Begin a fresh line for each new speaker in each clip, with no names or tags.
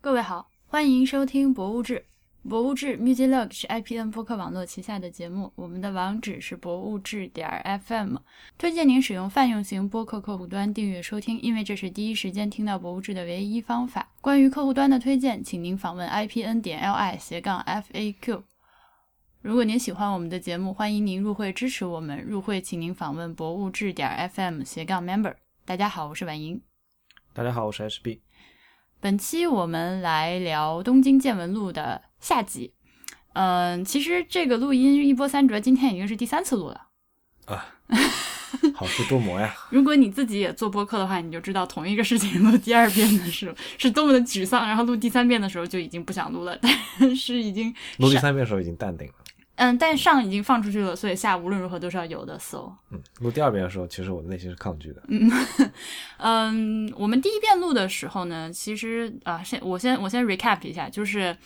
各位好，欢迎收听《博物志》。《博物志》Music Log 是 IPN 播客网络旗下的节目，我们的网址是博物志点儿 FM。推荐您使用泛用型播客客户端订阅收听，因为这是第一时间听到《博物志》的唯一方法。关于客户端的推荐，请您访问 IPN 点 LI 斜杠 FAQ。如果您喜欢我们的节目，欢迎您入会支持我们。入会，请您访问博物志点儿 FM 斜杠 member。大家好，我是婉莹。
大家好，我是 HB。
本期我们来聊《东京见闻录》的下集。嗯，其实这个录音一波三折，今天已经是第三次录了。
好事多磨 呀！
如果你自己也做播客的话，你就知道同一个事情录第二遍的时候是多么的沮丧，然后录第三遍的时候就已经不想录了，但是已经
录第三遍的时候已经淡定了，
嗯，但上已经放出去了，所以下无论如何都是要有的搜。
嗯，录第二遍的时候，其实我内心是抗拒的。
嗯，我们第一遍录的时候呢，其实啊、先我先我先 recap 一下，就是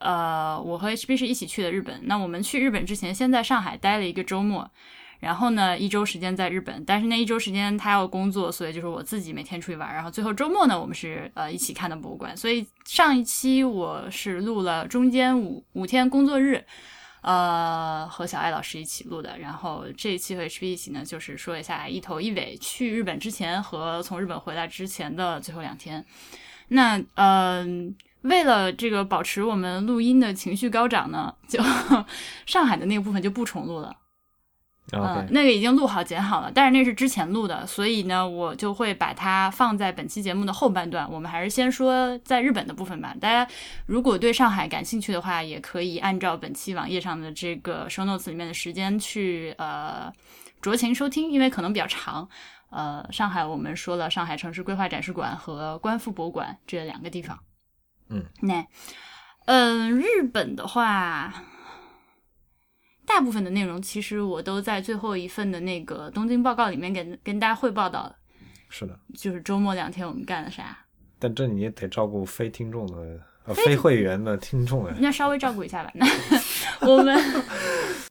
呃，我和 HB 是一起去的日本。那我们去日本之前，先在上海待了一个周末，然后呢一周时间在日本，但是那一周时间他要工作，所以就是我自己每天出去玩。然后最后周末呢，我们是呃一起看的博物馆。所以上一期我是录了中间五五天工作日。呃，和小艾老师一起录的。然后这一期和 HB 一起呢，就是说一下一头一尾去日本之前和从日本回来之前的最后两天。那嗯、为了这个保持我们录音的情绪高涨呢，就 上海的那个部分就不重录了。嗯、
OK，
那个已经录好剪好了，但是那是之前录的，所以呢，我就会把它放在本期节目的后半段。我们还是先说在日本的部分吧。大家如果对上海感兴趣的话，也可以按照本期网页上的这个 show notes 里面的时间去呃酌情收听，因为可能比较长。呃，上海我们说了上海城市规划展示馆和观复博物馆这两个地方。
嗯，
那嗯、日本的话，大部分的内容其实我都在最后一份的那个东京报告里面给跟大家汇报到了，
是的，
就是周末两天我们干了啥，
但这你也得照顾非听众的、呃、非会员的听众的。
那稍微照顾一下吧。 那我 们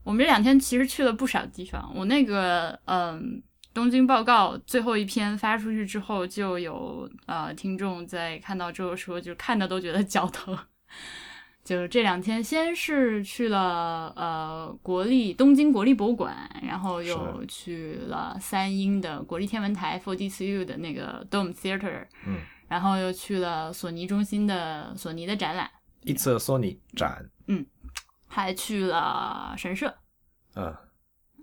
我们这两天其实去了不少地方，我那个嗯。东京报告最后一篇发出去之后，就有呃听众在看到之后说，就看的都觉得脚疼。 就这两天，先是去了呃国立东京国立博物馆，然后又
是
去了三英的国立天文台 4DCU 的那个 Dome Theater，
嗯，
然后又去了索尼中心的索尼的展览，
一次索尼展，
还去了神社。
嗯，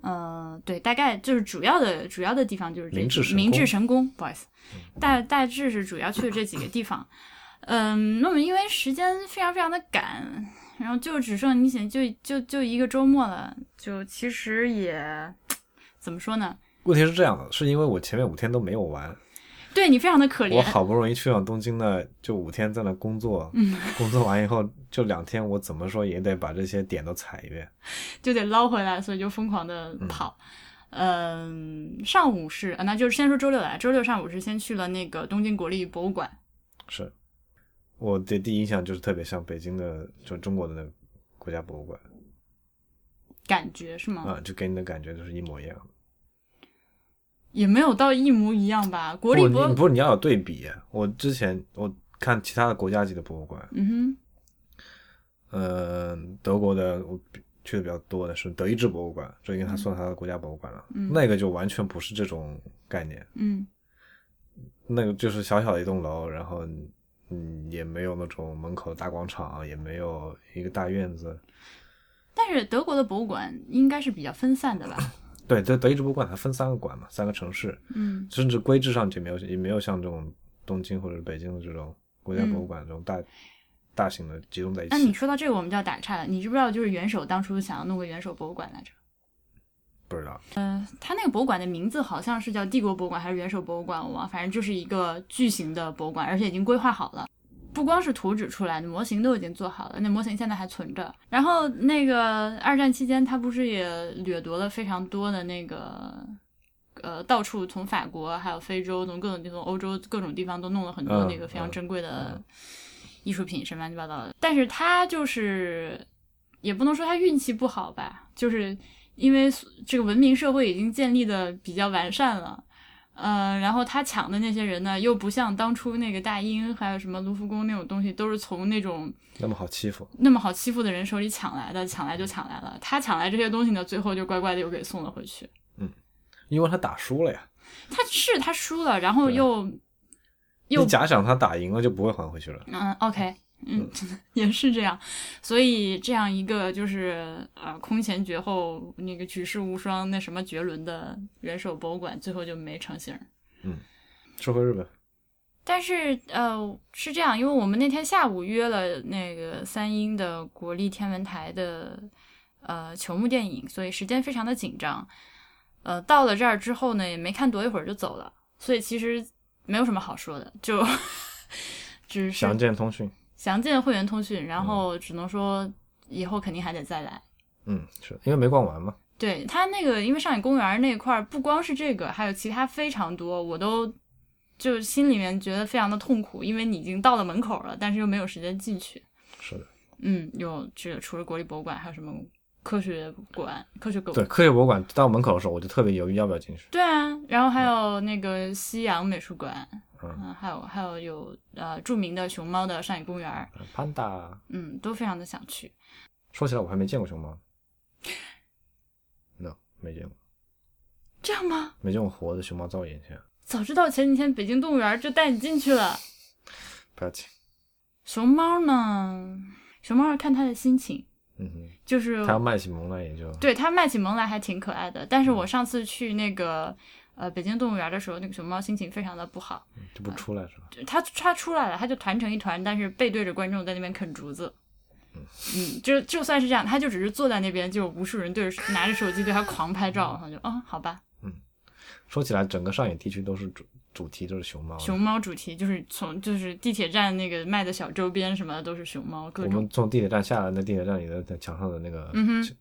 呃，对，大概就是主要的主要的地方就是这
明治神宫嗯
明治神宫，不好意思，大大致是主要去的这几个地方。嗯，那么因为时间非常非常的赶，然后就只剩你想就就就一个周末了，就其实也怎么说呢？
问题是这样的，是因为我前面五天都没有玩，
对你非常的可
我
怜，
好不容易去往东京呢，就五天在那工 作，工作完以后就两天，我怎么说也得把这些点都踩一遍。
就得捞回来，所以就疯狂的跑。嗯，上午是，啊那就是先说周六来，周六上午是先去了那个东京国立博物馆，
是，我的第一印象就是特别像北京的，就中国的那个国家博物馆
感觉是吗？
啊、就给你的感觉就是一模一样。
也没有到一模一样吧。国立
不，
博
你不是你要有对比。啊我之前我看其他的国家级的博物馆，
嗯
呃，德国的我比去的比较多的是德意志博物馆，这应该
嗯
它算它的国家博物馆了。那个就完全不是这种概念，
哼，嗯
那个就是小小的一栋楼，然后嗯，也没有那种门口的大广场，也没有一个大院子。，
但是德国的博物馆应该是比较分散的吧？
对，德德意志博物馆它分三个馆嘛，三个城市，
嗯
甚至规制上就没有也没有像这种东京或者北京的这种国家博物馆这种大、大型的集中在一
嗯
起。
那你说到这个，我们就要打岔了。你知不知道，就是元首当初想要弄个元首博物馆来着？
不知道，
他那个博物馆的名字好像是叫帝国博物馆还是元首博物馆，我忘了，反正就是一个巨型的博物馆，而且已经规划好了。不光是图纸出来的模型都已经做好了，那模型现在还存着。然后那个二战期间，他不是也掠夺了非常多的那个，呃，到处从法国还有非洲，从各种地方、欧洲各种地方都弄了很多
嗯
那个非常
嗯
珍贵的艺术品，什么乱七八糟的。但是他就是也不能说他运气不好吧，就是因为这个文明社会已经建立的比较完善了。呃，然后他抢的那些人呢，又不像当初那个大英还有什么卢浮宫那种东西，都是从那种
那么好欺负，
那么好欺负的人手里抢来的，抢来就抢来了。他抢来这些东西呢，最后就乖乖的又给送了回去。
因为他打输了呀。
他是他输了，然后又又
你假想他打赢了就不会还回去了。
嗯，OK，嗯， 也是这样，所以这样一个就是呃空前绝后、那个举世无双、那什么绝伦的元首博物馆，最后就没成型儿。
说回日本，
但是呃是这样，因为我们那天下午约了那个三英的国立天文台的呃球幕电影，所以时间非常的紧张。呃，到了这儿之后呢，也没看多一会儿就走了，所以其实没有什么好说的，就 只是
详见通讯，
详见会员通讯，然后只能说以后肯定还得再来。
嗯，是因为没逛完嘛。
对他那个，因为上海公园那块儿不光是这个，还有其他非常多，我都就心里面觉得非常的痛苦，因为你已经到了门口了，但是又没有时间进去。
是的，
嗯，有这个除了国立博物馆，还有什么科学馆、科学馆？
对，科学博物馆到门口的时候，我就特别犹豫要不要进去。
对啊，然后还有那个西洋美术馆，
嗯
还有还有有呃著名的熊猫的上野公园儿，
潘达，
嗯，都非常的想去。
说起来我还没见过熊猫。no，没见过，
这样吗？
没见过活的熊猫在我眼前，
早知道前几天北京动物园就带你进去了。
不要紧。
熊猫呢？熊猫要看它的心情，
嗯哼，
就是
他要卖起萌来也就
对它卖起萌来还挺可爱的。但是我上次去那个呃北京动物园的时候，那个熊猫心情非常的不好，
就不出来是吧？
就它它出来了，它就团成一团，但是背对着观众在那边啃竹子。嗯，就就算是这样，它就只是坐在那边，就有无数人对着拿着手机对它狂拍照，然后就哦，好吧，
说起来，整个上野地区都是主主题就是熊猫的。
熊猫主题就是从就是地铁站那个卖的小周边什么的都是熊猫，各
我
种
们从地铁站下来，那地铁站里的墙上的那个
嗯哼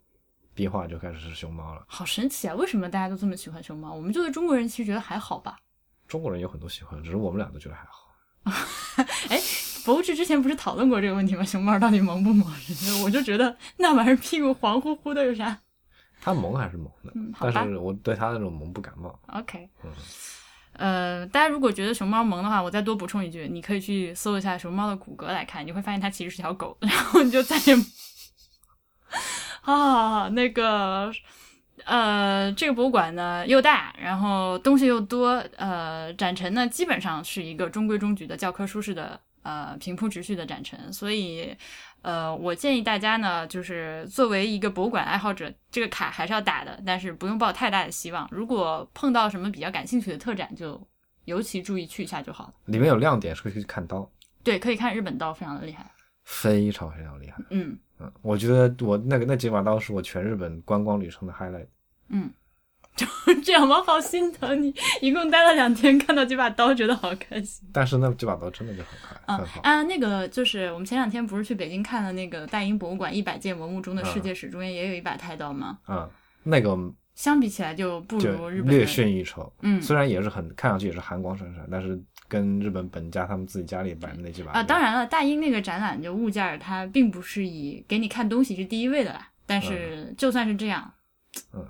壁画就开始是熊猫了。
好神奇啊！为什么大家都这么喜欢熊猫？我们作为中国人其实觉得还好吧。
中国人有很多喜欢，只是我们俩都觉得还好。
博物志之前不是讨论过这个问题吗？熊猫到底萌不萌？ 我就觉得那玩意儿屁股黄乎乎的有啥？
它萌还是萌的，
嗯，好吧
但是我对它那种萌不感冒。
，OK
嗯。
呃，大家如果觉得熊猫萌的话，我再多补充一句，你可以去搜一下熊猫的骨骼来看，你会发现它其实是条狗，然后你就再也啊，那个呃，这个博物馆呢又大，然后东西又多，呃，展陈呢基本上是一个中规中矩的教科书式的呃平铺直叙的展陈，所以呃，我建议大家呢，就是作为一个博物馆爱好者，这个卡还是要打的，但是不用抱太大的希望。如果碰到什么比较感兴趣的特展，就尤其注意去一下就好了。
里面有亮点，是可以去看刀，
对，可以看日本刀，非常的厉害。
非常非常厉害。
嗯
嗯，我觉得我那个那几把刀是我全日本观光旅程的 highlight。
嗯，就 这样吧，好心疼你，一共待了两天，看到这把刀，觉得好开心。
但是那几把刀真的就很可爱，
啊
很好。
啊，那个就是我们前两天不是去北京看了那个大英博物馆一百件文物中的世界史，中间也有一把太刀吗？
嗯，那个
相比起来就不如
就
日本
略
的。
逊一筹。
嗯
虽然也是很看上去也是寒光闪闪，但是跟日本本家他们自己家里摆的那几把
啊，
刀
当然了，大英那个展览就物件儿，它并不是以给你看东西是第一位的啦。但是就算是这样，
嗯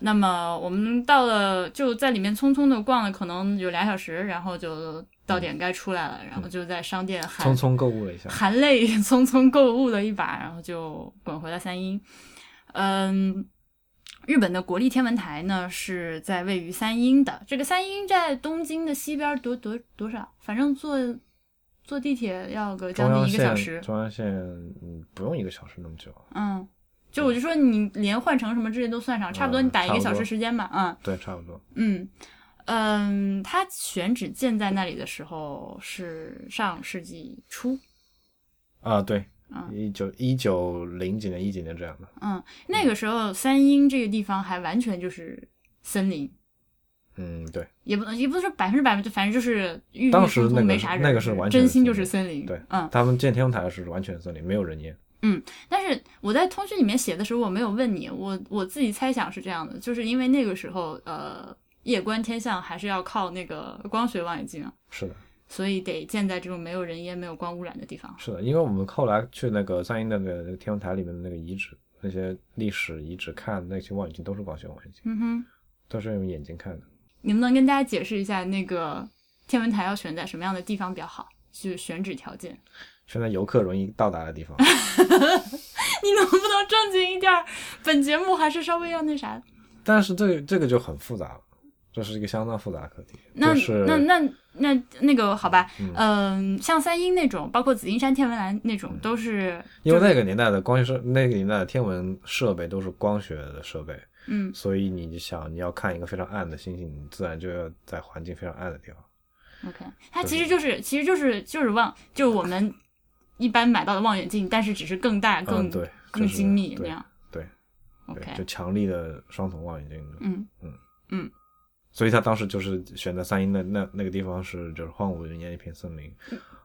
那么我们到了就在里面匆匆的逛了，可能有俩小时，然后就到点该出来了，然后就在商店喊
嗯匆匆购物了一下，
含泪匆匆购物了一把，然后就滚回了三英。嗯，日本的国立天文台呢是在位于三英的，这个三英在东京的西边多多多少，反正坐坐地铁要个
中
将
央
近一个小
线
时。
中央线嗯不用一个小时那么久，
嗯，就我就说你连换乘什么之类都算上，差不多你打一个小时时间吧。啊，
对，差不多。
嗯。嗯，它选址建在那里的时候是上世纪初，
啊，对
啊，
一九一九零几年、一几年这样的，
嗯，那个时候三英这个地方还完全就是森林，
嗯，对，
也不能也不是说百分之百吧，就反正就是郁郁
当时
葱葱
那个
没啥人，
那个是完全
真心
森
就是
林
森林。
对
嗯，
他们建天文台是完全森林，没有人烟，
但是我在通讯里面写的时候，我没有问你，我我自己猜想是这样的，就是因为那个时候呃，夜观天象还是要靠那个光学望远镜啊，
是的，
所以得建在这种没有人烟、没有光污染的地方。
是的，因为我们后来去那个三英的那个那个天文台里面的那个遗址，那些历史遗址看那些望远镜都是光学望远镜，
嗯哼，
都是用眼睛看的。
你们能跟大家解释一下那个天文台要选在什么样的地方比较好？就是选址条件。
选在游客容易到达 的地方。
你能不能正经一点儿？本节目还是稍微要那啥。
但是这个这个就很复杂了，这是一个相当复杂的课题。
那、
就是
那那那那个好吧，嗯、像三英那种，包括紫金山天文台那
嗯
种，都是
因为那个年代的光学设，那个年代的天文设备都是光学的设备，
嗯，
所以你想你要看一个非常暗的星星，你自然就要在环境非常暗的地方。
OK，它其实就是，其实就是就是望，就是我们一般买到的望远镜，但是只是更大、哎更、
嗯，对，
更
就是
精密那
对
样。
对对
OK，
就强力的双筒望远镜。
嗯
所以他当时就是选择三英的那那个地方是就是荒无人烟一片森林。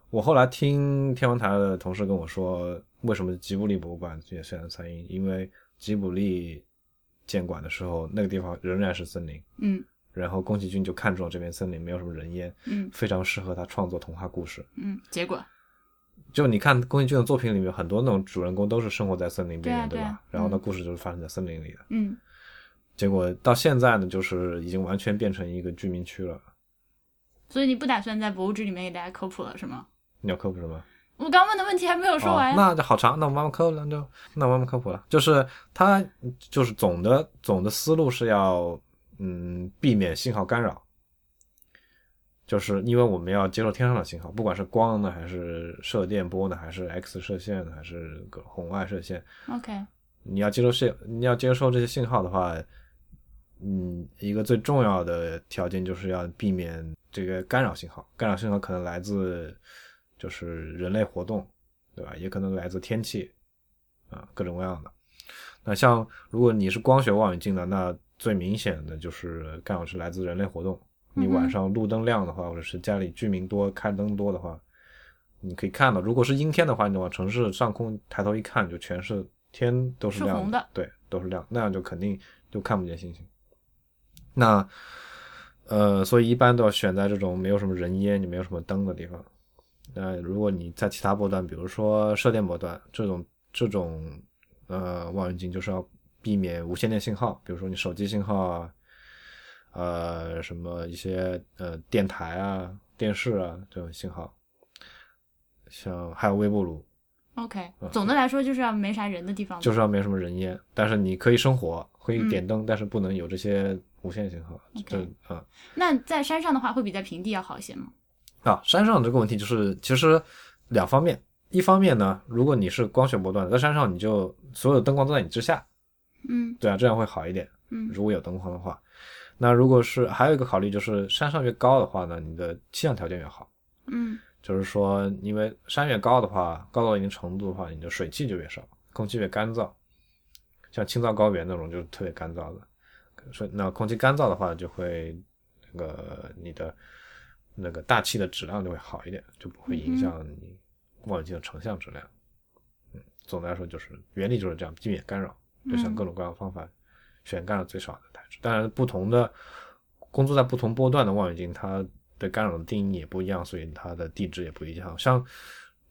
我后来听天文台的同事跟我说，为什么吉卜力博物馆也选择三英？因为吉卜力建馆的时候，那个地方仍然是森林，
嗯
然后宫崎骏就看中了这片森林，没有什么人烟，
嗯
非常适合他创作童话故事。
嗯，结果
就你看宫崎骏的作品里面，很多那种主人公都是生活在森林边缘，
对啊对啊
吧？然后呢，
嗯
故事就是发生在森林里的。
嗯
结果到现在呢，就是已经完全变成一个居民区了。
所以你不打算在博物志里面给大家科普了是吗？
你要科普什么？
我刚问的问题还没有说完呀、
哦。那就好长，那我慢慢科普了，那就那我慢慢科普了。就是它就是总的总的思路是要嗯避免信号干扰，就是因为我们要接受天上的信号，不管是光呢，还是射电波呢，还是 X 射线呢，还是个红外射线，
OK，
你要接受信，你要接受这些信号的话，嗯，一个最重要的条件就是要避免这个干扰信号。干扰信号可能来自就是人类活动，对吧？也可能来自天气啊，各种各样的。那像如果你是光学望远镜呢，那最明显的就是干扰是来自人类活动。你
嗯哼
晚上路灯亮的话，或者是家里居民多、开灯多的话，你可以看到，如果是阴天的话，你往城市上空抬头一看，就全是天都是
是
亮
红的
对，都是亮，那样就肯定就看不见星星。那呃，所以一般都要选在这种没有什么人烟、也没有什么灯的地方。那如果你在其他波段，比如说射电波段这种这种呃望远镜，就是要避免无线电信号，比如说你手机信号啊，呃什么一些呃电台啊、电视啊这种信号，像还有微波炉，
OK，总的来说就是要没啥人的地方。
哦就是要没什么人烟，但是你可以生火，可以点灯，但是不能有这些无线信号。这
嗯 OK
啊、
那在山上的话，会比在平地要好一些吗？
啊，山上这个问题就是其实两方面，一方面呢，如果你是光学波段，在山上你就所有的灯光都在你之下，
嗯
对啊，这样会好一点。
嗯
如果有灯光的话，那如果是还有一个考虑就是山上越高的话呢，你的气象条件越好，
嗯
就是说因为山越高的话，高到一定程度的话，你的水汽就越少，空气越干燥。像青藏高原那种就是特别干燥的，所以那空气干燥的话，就会那个你的那个大气的质量就会好一点，就不会影响你望远镜的成像质量。嗯，总的来说就是原理就是这样，避免干扰，就像各种各样的方法，选干扰最少的材质。当然，不同的工作在不同波段的望远镜，它对干扰的定义也不一样，所以它的地质也不一样。像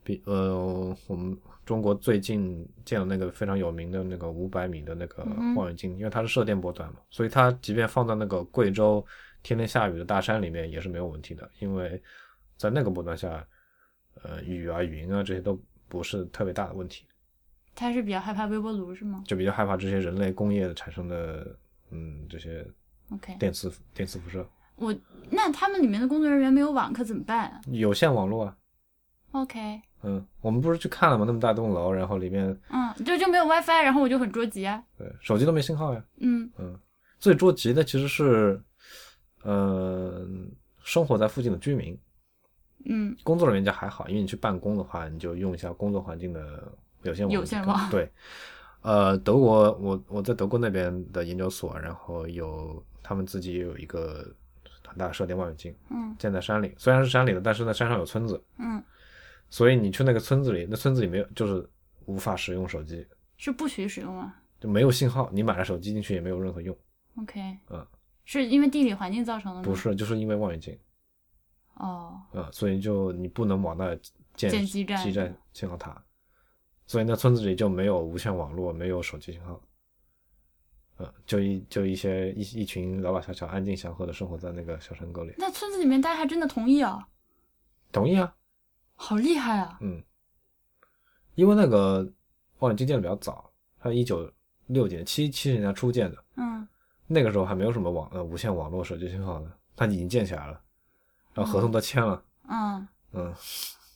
比呃，我们中国最近建的那个非常有名的那个五百米的那个
嗯哼
望远镜，因为它是射电波段嘛，所以它即便放到那个贵州天天下雨的大山里面也是没有问题的，因为在那个波段下，呃，雨啊、云啊这些都不是特别大的问题，
他是比较害怕微波炉是吗
就比较害怕这些人类工业产生的嗯这些
？OK，
电磁电磁辐射，
我那他们里面的工作人员没有网可怎么办啊
有线网络啊，
？OK，
嗯，我们不是去看了吗？那么大栋楼，然后里面
嗯，就就没有 WiFi，然后我就很着急啊。
对手机都没信号呀，
嗯
嗯，最着急的其实是，呃，生活在附近的居民，
嗯
工作人员就还好，因为你去办公的话，你就用一下工作环境的有线网
有
就
线
可以
网
对，呃，德国，我我在德国那边的研究所，然后有他们自己也有一个很大的射电望远镜，
嗯
建在山里，虽然是山里的，但是呢，山上有村子，
嗯，
所以你去那个村子里，那村子里没有，就是无法使用手机，
是不许使用啊。
就没有信号，你买了手机进去也没有任何用。
OK，
嗯，
是因为地理环境造成的吗？
不是，就是因为望远镜，
哦，
嗯，所以就你不能往那儿建
建基站
基站信号塔，所以那村子里就没有无线网络，没有手机信号，呃，就一就一些一一群老老小小、安静祥和的生活在那个小山沟里，
那村子里面大家还真的同意啊，
同意啊，
好厉害啊！
嗯，因为那个望远镜建的比较早，它一九六几年、七七十年代初建的，
嗯，
那个时候还没有什么网呃无线网络、手机信号呢，它已经建起来了，然后合同都签了，
嗯，
嗯，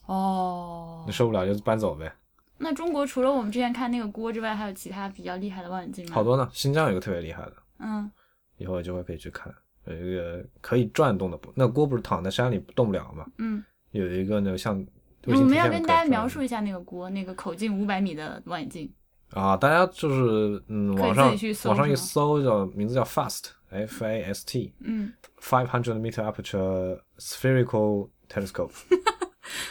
哦
你，受不了就搬走呗。
那中国除了我们之前看那个锅之外，还有其他比较厉害的望远镜吗？
好，多呢，新疆有一个特别厉害的，
嗯
以后有机会可以去看，有一个可以转动的锅，那锅不是躺在山里动不了嘛，
嗯，
有一个那个像卫
我
星
们
天
要
线
跟
可以
大家
转
描述一下那个锅，那个口径五百米的望远镜。
啊，大家就是嗯，
可以
网
自
上
己去搜
网上
是
一
吗
搜叫名字叫 FAST F A S T
嗯
Five Hundred Meter Aperture Spherical Telescope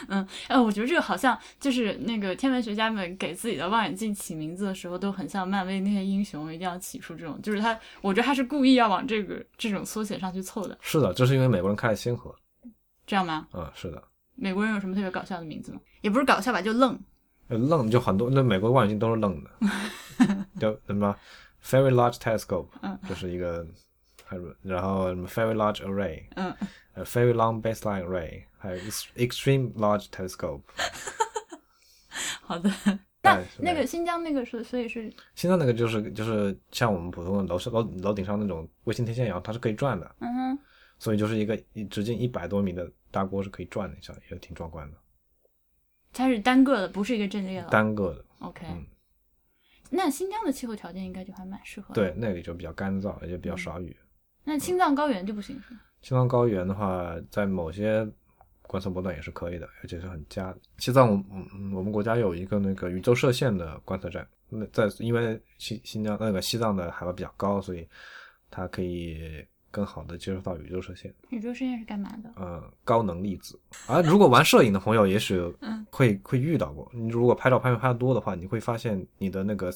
嗯，哎，我觉得这个好像就是那个天文学家们给自己的望远镜起名字的时候，都很像漫威那些英雄，一定要起出这种，就是他，我觉得他是故意要往这个这种缩写上去凑的，
是的，这是因为美国人开了先河
这样吗？
啊，是的，
美国人有什么特别搞笑的名字吗？也不是搞笑吧，就愣。
呃愣就很多，那美国望远镜都是愣的，叫什么 Very Large Telescope，
嗯
这是一个，还有然后什么 Very Large Array，
嗯，
呃 Very Long Baseline Array，还有 Ex- Extreme Large Telescope，
好的。
那
那个新疆那个是，所以是
现在那个就是就是像我们普通的楼上楼楼顶上那种卫星天线一样，它是可以转的，
嗯哼，
所以就是一个一直径一百多米的大锅是可以转的一下，也挺壮观的，
它是单个的，不是一个阵列了。
单个的。
OK，、
嗯
那新疆的气候条件应该就还蛮适合。，
对，那里就比较干燥，也就比较少雨。
那青藏高原就不行是吗？
青藏高原的话，在某些观测波段也是可以的，而且是很佳。西藏，我们嗯我们国家有一个那个宇宙射线的观测站，那在因为新新疆那个西藏的海拔比较高，所以它可以更好的接收到宇宙射线。
宇宙实验是干嘛的？
呃高能粒子。而如果玩摄影的朋友，也许
嗯
会会遇到过。你如果拍照拍拍的多的话，你会发现你的那个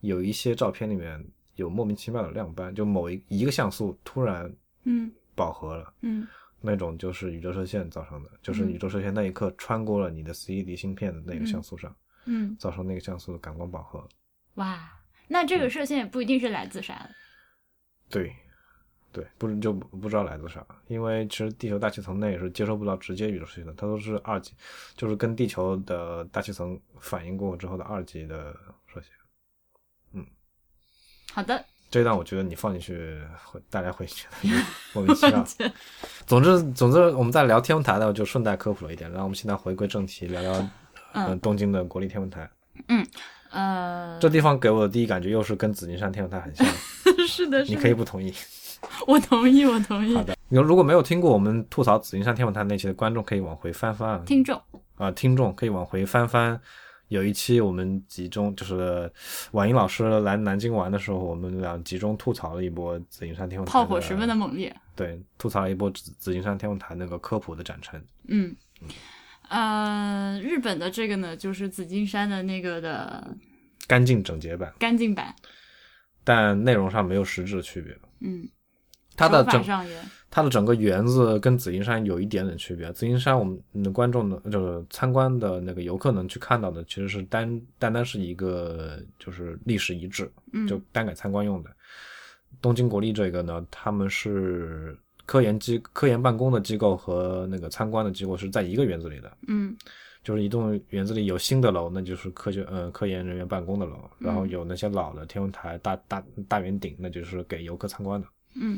有一些照片里面有莫名其妙的亮斑，就某一一个像素突然
嗯
饱和了，
嗯
那种就是宇宙射线造成的，就是
嗯
宇宙射线那一刻穿过了你的 CED 芯片的那个像素上，
嗯，
造成那个像素的感光饱和。
哇，那这个射线也不一定是来自啥的。
对。对，不是就不知道来自啥，因为其实地球大气层内是接收不到直接宇宙射线的，它都是二级，就是跟地球的大气层反应过之后的二级的射线。
好的，
这一段我觉得你放进去，会大家会觉得 莫名其妙。
这
总之，总之我们在聊天文台呢，就顺带科普了一点。然后我们现在回归正题，聊聊
嗯
呃、东京的国立天文台。
呃，
这地方给我的第一感觉又是跟紫金山天文台很像，
是的，是
你
的，
可以不同意。
我同意，我同意
好。的，你如果没有听过我们吐槽紫金山天文台那期的观众，可以往回翻翻啊。
听众，
啊、听众可以往回翻翻，有一期我们集中就是婉莹老师来南京玩的时候，我们俩集中吐槽了一波紫金山天文台
炮火十分的猛烈。
对，吐槽了一波紫紫金山天文台那个科普的展陈。
嗯，呃，日本的这个呢，就是紫金山的那个的
干净整洁版，
干净版。
但内容上没有实质的区别。
嗯，
它的
手法
整
上也，
它的整个园子跟紫金山有一点点区别。紫金山我们的观众呢，就是参观的那个游客能去看到的，其实是单单单是一个就是历史遗址，
嗯
就单给参观用的。东京国立这个呢，他们是科研机科研办公的机构和那个参观的机构是在一个园子里的，
嗯
就是一栋园子里有新的楼，那就是科学呃科研人员办公的楼，然后
嗯
有那些老的天文台大大大圆顶，那就是给游客参观的。
嗯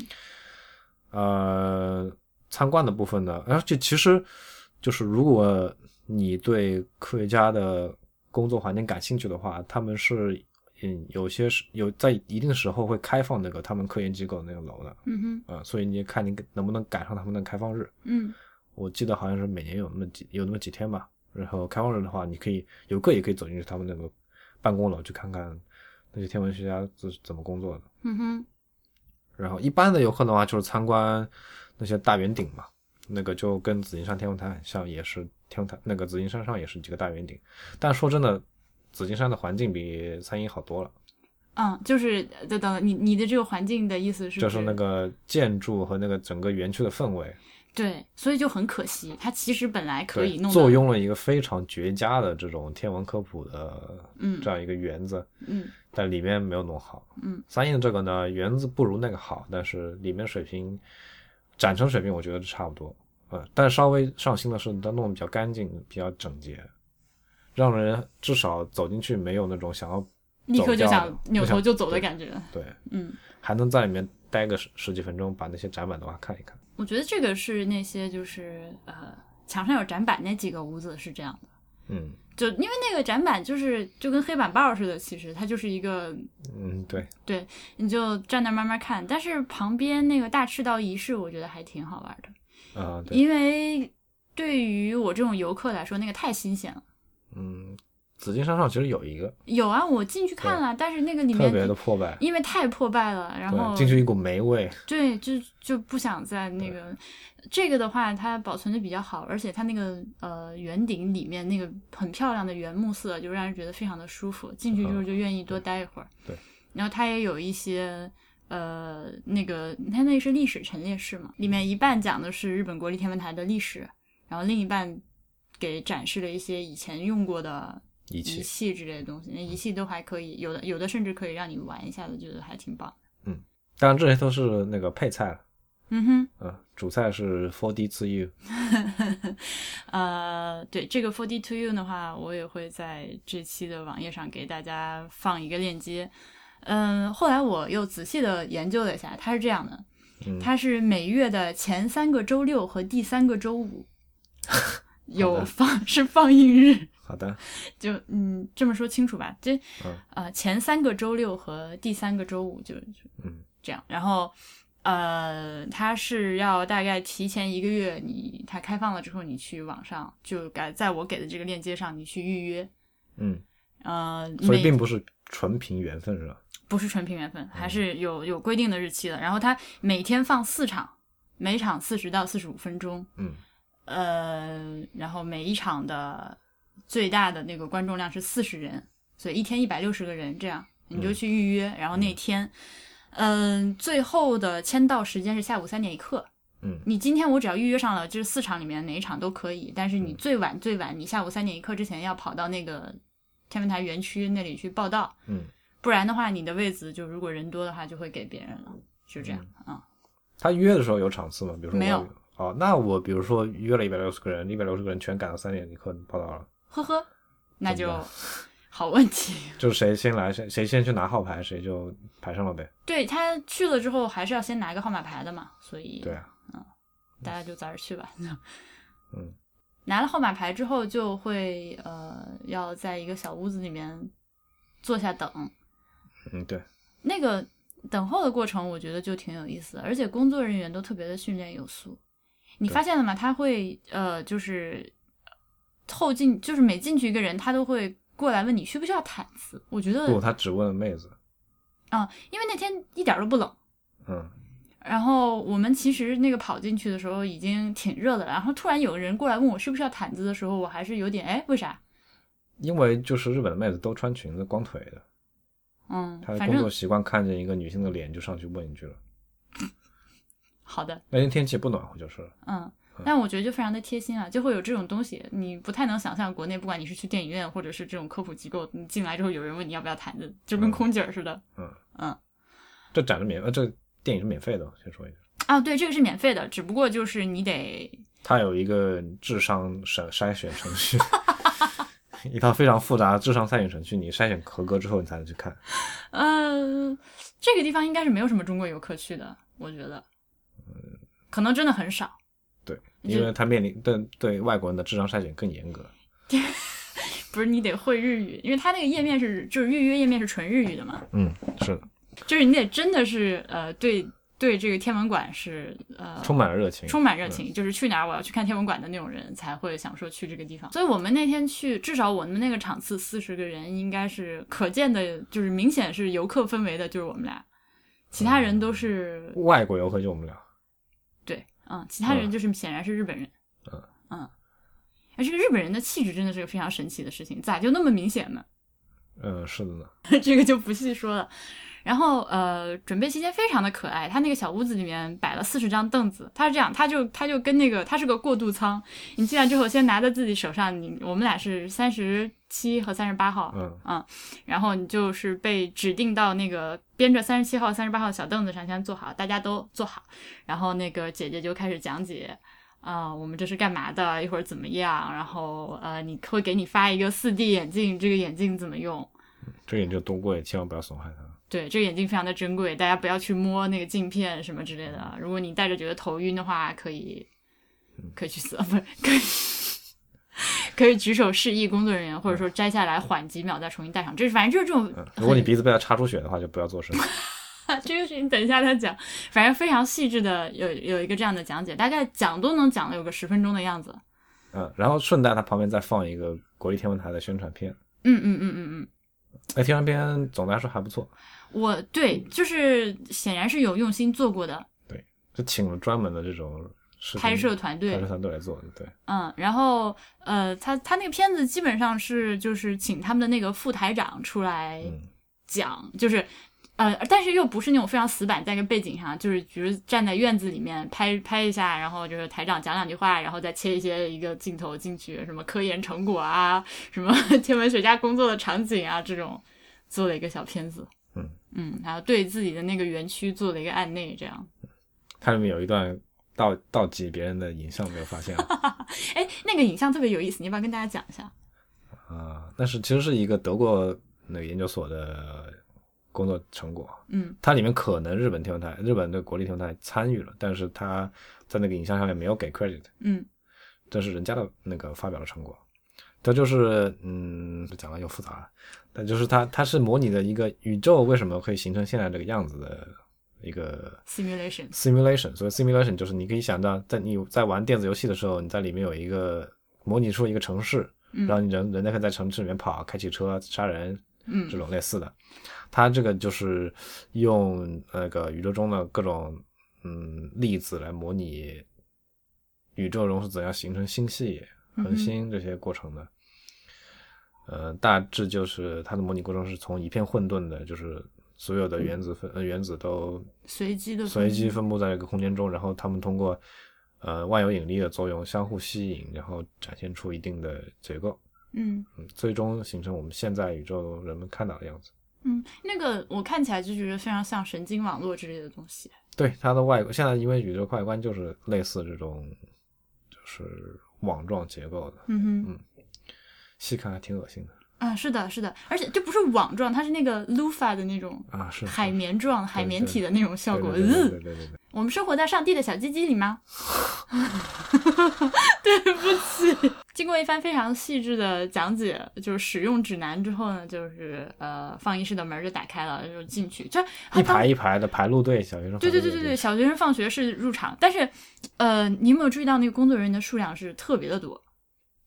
呃，参观的部分呢，而且其实就是如果你对科学家的工作环境感兴趣的话，他们是嗯有些是有在一定时候会开放那个他们科研机构的那个楼的
嗯哼
啊、所以你看你能不能赶上他们的开放日。
嗯
我记得好像是每年有那么几有那么几天吧。然后开放日的话，你可以游客也可以走进去他们那个办公楼去看看那些天文学家是怎么工作的。
嗯哼
然后一般的游客的话，就是参观那些大圆顶嘛，那个就跟紫金山天文台很像，也是天文台那个紫金山上也是几个大圆顶。但说真的，紫金山的环境比三鹰好多了，
嗯，就是呃等等，你你的这个环境的意思是指，
就是那个建筑和那个整个园区的氛围。
对，所以就很可惜，它其实本来可以
对
弄
坐
得，
拥了一个非常绝佳的这种天文科普的
嗯
这样一个园子，
嗯
但里面没有弄好。
嗯，
三印这个呢，园子不如那个好，但是里面水平，展成水平我觉得是差不多。嗯，但稍微上心的是它弄得比较干净，比较整洁，让人至少走进去没有那种想要
立刻就
走掉
想
了
扭
我
头
想
就走的
对
感觉。
对，
嗯，
还能在里面待个十十几分钟，把那些展板的话看一看。
我觉得这个是那些就是呃墙上有展板那几个屋子是这样的，
嗯
就因为那个展板就是就跟黑板报似的，其实它就是一个
嗯，对，
你就站那儿慢慢看。但是旁边那个大赤道仪式，我觉得还挺好玩的，
啊、对，
因为对于我这种游客来说，那个太新鲜了。
嗯，紫金山上其实有一个
有啊，我进去看了，但是那个里
特别
面
的破败，
因为太破败了，然后
对，进去一股霉味。
对，就就不想在那个这个的话，它保存的比较好，而且它那个呃圆顶里面那个很漂亮的原木色，就让人觉得非常的舒服，进去之后就愿意多待一会儿。
嗯对，
然后它也有一些呃那个它那是历史陈列室嘛，里
嗯
面一半讲的是日本国立天文台的历史，然后另一半给展示了一些以前用过的。
仪器嗯
仪器之类的东西，那仪器都还可以，有的有的甚至可以让你玩一下子，觉得还挺棒。
当然这些都是那个配菜了，
嗯哼，
嗯，主菜是 Four D 自 U，
呃，对这个 f o r d y to you 的话，我也会在这期的网页上给大家放一个链接。嗯，后来我又仔细的研究了一下，它是这样的，
嗯
它是每月的前三个周六和第三个周五有放 是放映日，
好的，
就嗯这么说清楚吧，这、
嗯
呃前三个周六和第三个周五就就
嗯
这样，然后呃，它是要大概提前一个月你，它开放了之后，你去网上就改在我给的这个链接上，你去预约。
嗯，
呃，
所以
每
并嗯不是纯凭缘分是吧？
不是纯凭缘分，还是有有规定的日期的。然后它每天放四场，每场四十到四十五分钟。
嗯
呃，然后每一场的最大的那个观众量是四十人，所以一天一百六十个人这样，你
嗯
就去预约。然后那天，嗯、最后的签到时间是下午三点一刻。
嗯
你今天我只要预约上了，就是四场里面哪一场都可以，但是
嗯
你最晚最晚你下午三点一刻之前要跑到那个天文台园区那里去报到，
嗯，
不然的话你的位子就如果人多的话就会给别人了，就这样
嗯
啊、
他约的时候有场次吗？比如说我
没有。
哦，那我比如说约了一百六十个人，一百六十个人全赶到三点一刻报到了，
呵呵，那
怎么
就
办
好问题。
就是谁先来谁谁先去拿号牌，谁就排上了呗。
对他去了之后，还是要先拿一个号码牌的嘛，所以
对啊，
大家就早点去吧。
嗯，
拿了号码牌之后，就会呃要在一个小屋子里面坐下等。
嗯对，
那个等候的过程，我觉得就挺有意思的，而且工作人员都特别的训练有素。你
对
发现了吗？他会呃，就是后进，就是每进去一个人，他都会过来问你需不需要毯子。我觉得
不，他只问了妹子。
啊、因为那天一点儿都不冷。
嗯
然后我们其实那个跑进去的时候已经挺热的了，然后突然有人过来问我是不是要毯子的时候，我还是有点哎，为啥？
因为就是日本的妹子都穿裙子光腿的，
嗯，
她的
反
工
正
作习惯看见一个女性的脸就上去问一句了。
好的，
那天天气不暖和就是了。
嗯。但我觉得就非常的贴心啊，就会有这种东西，你不太能想象国内，不管你是去电影院或者是这种科普机构，你进来之后有人问你要不要毯子，就跟
嗯
空姐儿似的。
嗯
嗯
这展是免呃，这电影是免费的，先说一句，
啊，对，这个是免费的，只不过就是你得
它有一个智商筛筛选程序， 一套非常复杂的智商筛选程序，你筛选合格之后你才能去看。
呃，这个地方应该是没有什么中国游客去的，我觉得，
嗯
可能真的很少。
对，
就
因为它面临对对外国人的智商筛选更严格。
不是你得会日语，因为它那个页面是就是预约页面是纯日语的嘛，
嗯，是的，
就是你得真的是呃对对这个天文馆是呃
充满了热情，
充满热情，就是去哪儿我要去看天文馆的那种人才会想说去这个地方。所以我们那天去，至少我们那个场次四十个人，应该是可见的，就是明显是游客氛围的，就是我们俩，其他人都是
嗯。外国游客就我们俩，
对，嗯，其他人就是显然是日本人，
嗯
嗯，而这个日本人的气质真的是个非常神奇的事情，咋就那么明显呢？
嗯，是的呢。
这个就不细说了。然后呃，准备期间非常的可爱，他那个小屋子里面摆了四十张凳子，他是这样，他就他就跟那个他是个过渡舱，你进来之后先拿在自己手上，你我们俩是三十七和三十八号，
嗯
然后你就是被指定到那个编着三十七号、三十八号小凳子上先坐好，大家都坐好，然后那个姐姐就开始讲解。啊、我们这是干嘛的？一会儿怎么样？然后呃，你会给你发一个四 D 眼镜，这个眼镜怎么用？
这个你就多贵，千万不要损害它。
对，这个眼镜非常的珍贵，大家不要去摸那个镜片什么之类的。啊如果你戴着觉得头晕的话，可以
嗯
可以去死，啊不是可以可以举手示意工作人员，或者说摘下来缓几秒再重新戴上。这是反正就是这种
嗯，如果你鼻子被它插出血的话，就不要做声。
这个事情等一下再讲，反正非常细致的有有一个这样的讲解，大概讲都能讲的有个十分钟的样子。
嗯，然后顺带它旁边再放一个国立天文台的宣传片。
嗯嗯嗯嗯嗯，
哎，宣传片总的来说还不错，
我对就是显然是有用心做过的
就请了专门的这种视频
拍摄团队
拍摄团队来做的。对，
嗯，然后呃，他他那个片子基本上是就是请他们的那个副台长出来
嗯
讲，就是呃，但是又不是那种非常死板，在一个背景上，就是比如站在院子里面拍拍一下，然后就是台长讲两句话，然后再切一些一个镜头进去，什么科研成果啊，什么 天文学家工作的场景啊这种，做了一个小片子。
嗯
嗯，然后对自己的那个园区做了一个案内，这样。
它里面有一段盗盗辑别人的影像，没有发现啊、
哎，那个影像特别有意思，你要不要跟大家讲一下？
但是其实是一个德国那个研究所的工作成果。
嗯
它里面可能日本天文台、日本的国立天文台参与了，但是它在那个影像上面没有给 credit，
嗯
这是人家的那个发表的成果。它就是，嗯，讲的又复杂了，但就是它它是模拟的一个宇宙为什么会形成现在这个样子的一个
，simulation。
simulation。所以 simulation 就是你可以想到，在你在玩电子游戏的时候，你在里面有一个模拟出一个城市，
嗯
然后你人人家可以在城市里面跑、开汽车、杀人，
嗯
这种类似的。它这个就是用那个宇宙中的各种嗯粒子来模拟宇宙中是怎样形成星系、
嗯哼
恒星这些过程的。呃，大致就是它的模拟过程是从一片混沌的，就是所有的原子分、呃、原子都
随机的
随机分布在这个空间中，然后它们通过呃万有引力的作用相互吸引，然后展现出一定的结构，
嗯
嗯，最终形成我们现在宇宙人们看到的样子。
嗯，那个我看起来就觉得非常像神经网络之类的东西。
对它的外观，现在因为宇宙外观就是类似这种，就是网状结构的，
嗯哼，
细看还挺恶心的
啊，是的，是的，而且这不是网状，它是那个 lufa 的那种
啊！是
海绵状、海绵体的那种效果。
对对对
嗯
对对对对，
我们生活在上帝的小鸡鸡里 吗？对不起。经过一番非常细致的讲解，就是使用指南之后呢，就是呃，放映室的门就打开了，就进去。就
一排一排的排路队，小学生
啊对对
排
对
路
对
队
对，，小学生放学是入场，但是，呃，你有没有注意到那个工作人员的数量是特别的多？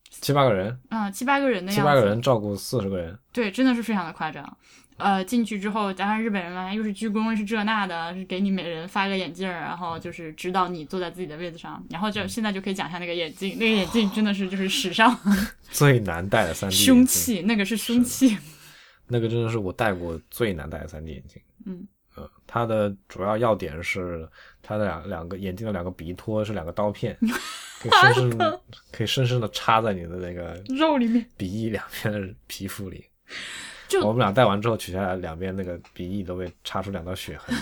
七八个人，
啊、七八个人的
七
样
八
子。
个人照顾四十个人，
对，真的是非常的夸张。呃，进去之后，加上日本人嘛，又是鞠躬，又是这那的，是给你每人发个眼镜儿，然后就是指导你坐在自己的位子上，然后就现在就可以讲一下那个眼镜，那个眼镜真的是就是史上
最难戴的三 D
凶，器，那个是凶器。
那个真的是我戴过最难戴的三 D 眼镜。
嗯
呃它的主要要点是它的两两个眼镜的两个鼻托是两个 刀片，可以深深地可以深深的插在你的那个
肉里面，
鼻翼两边的皮肤里。
就
我们俩戴完之后取下来，两边那个鼻翼都被插出两道血痕，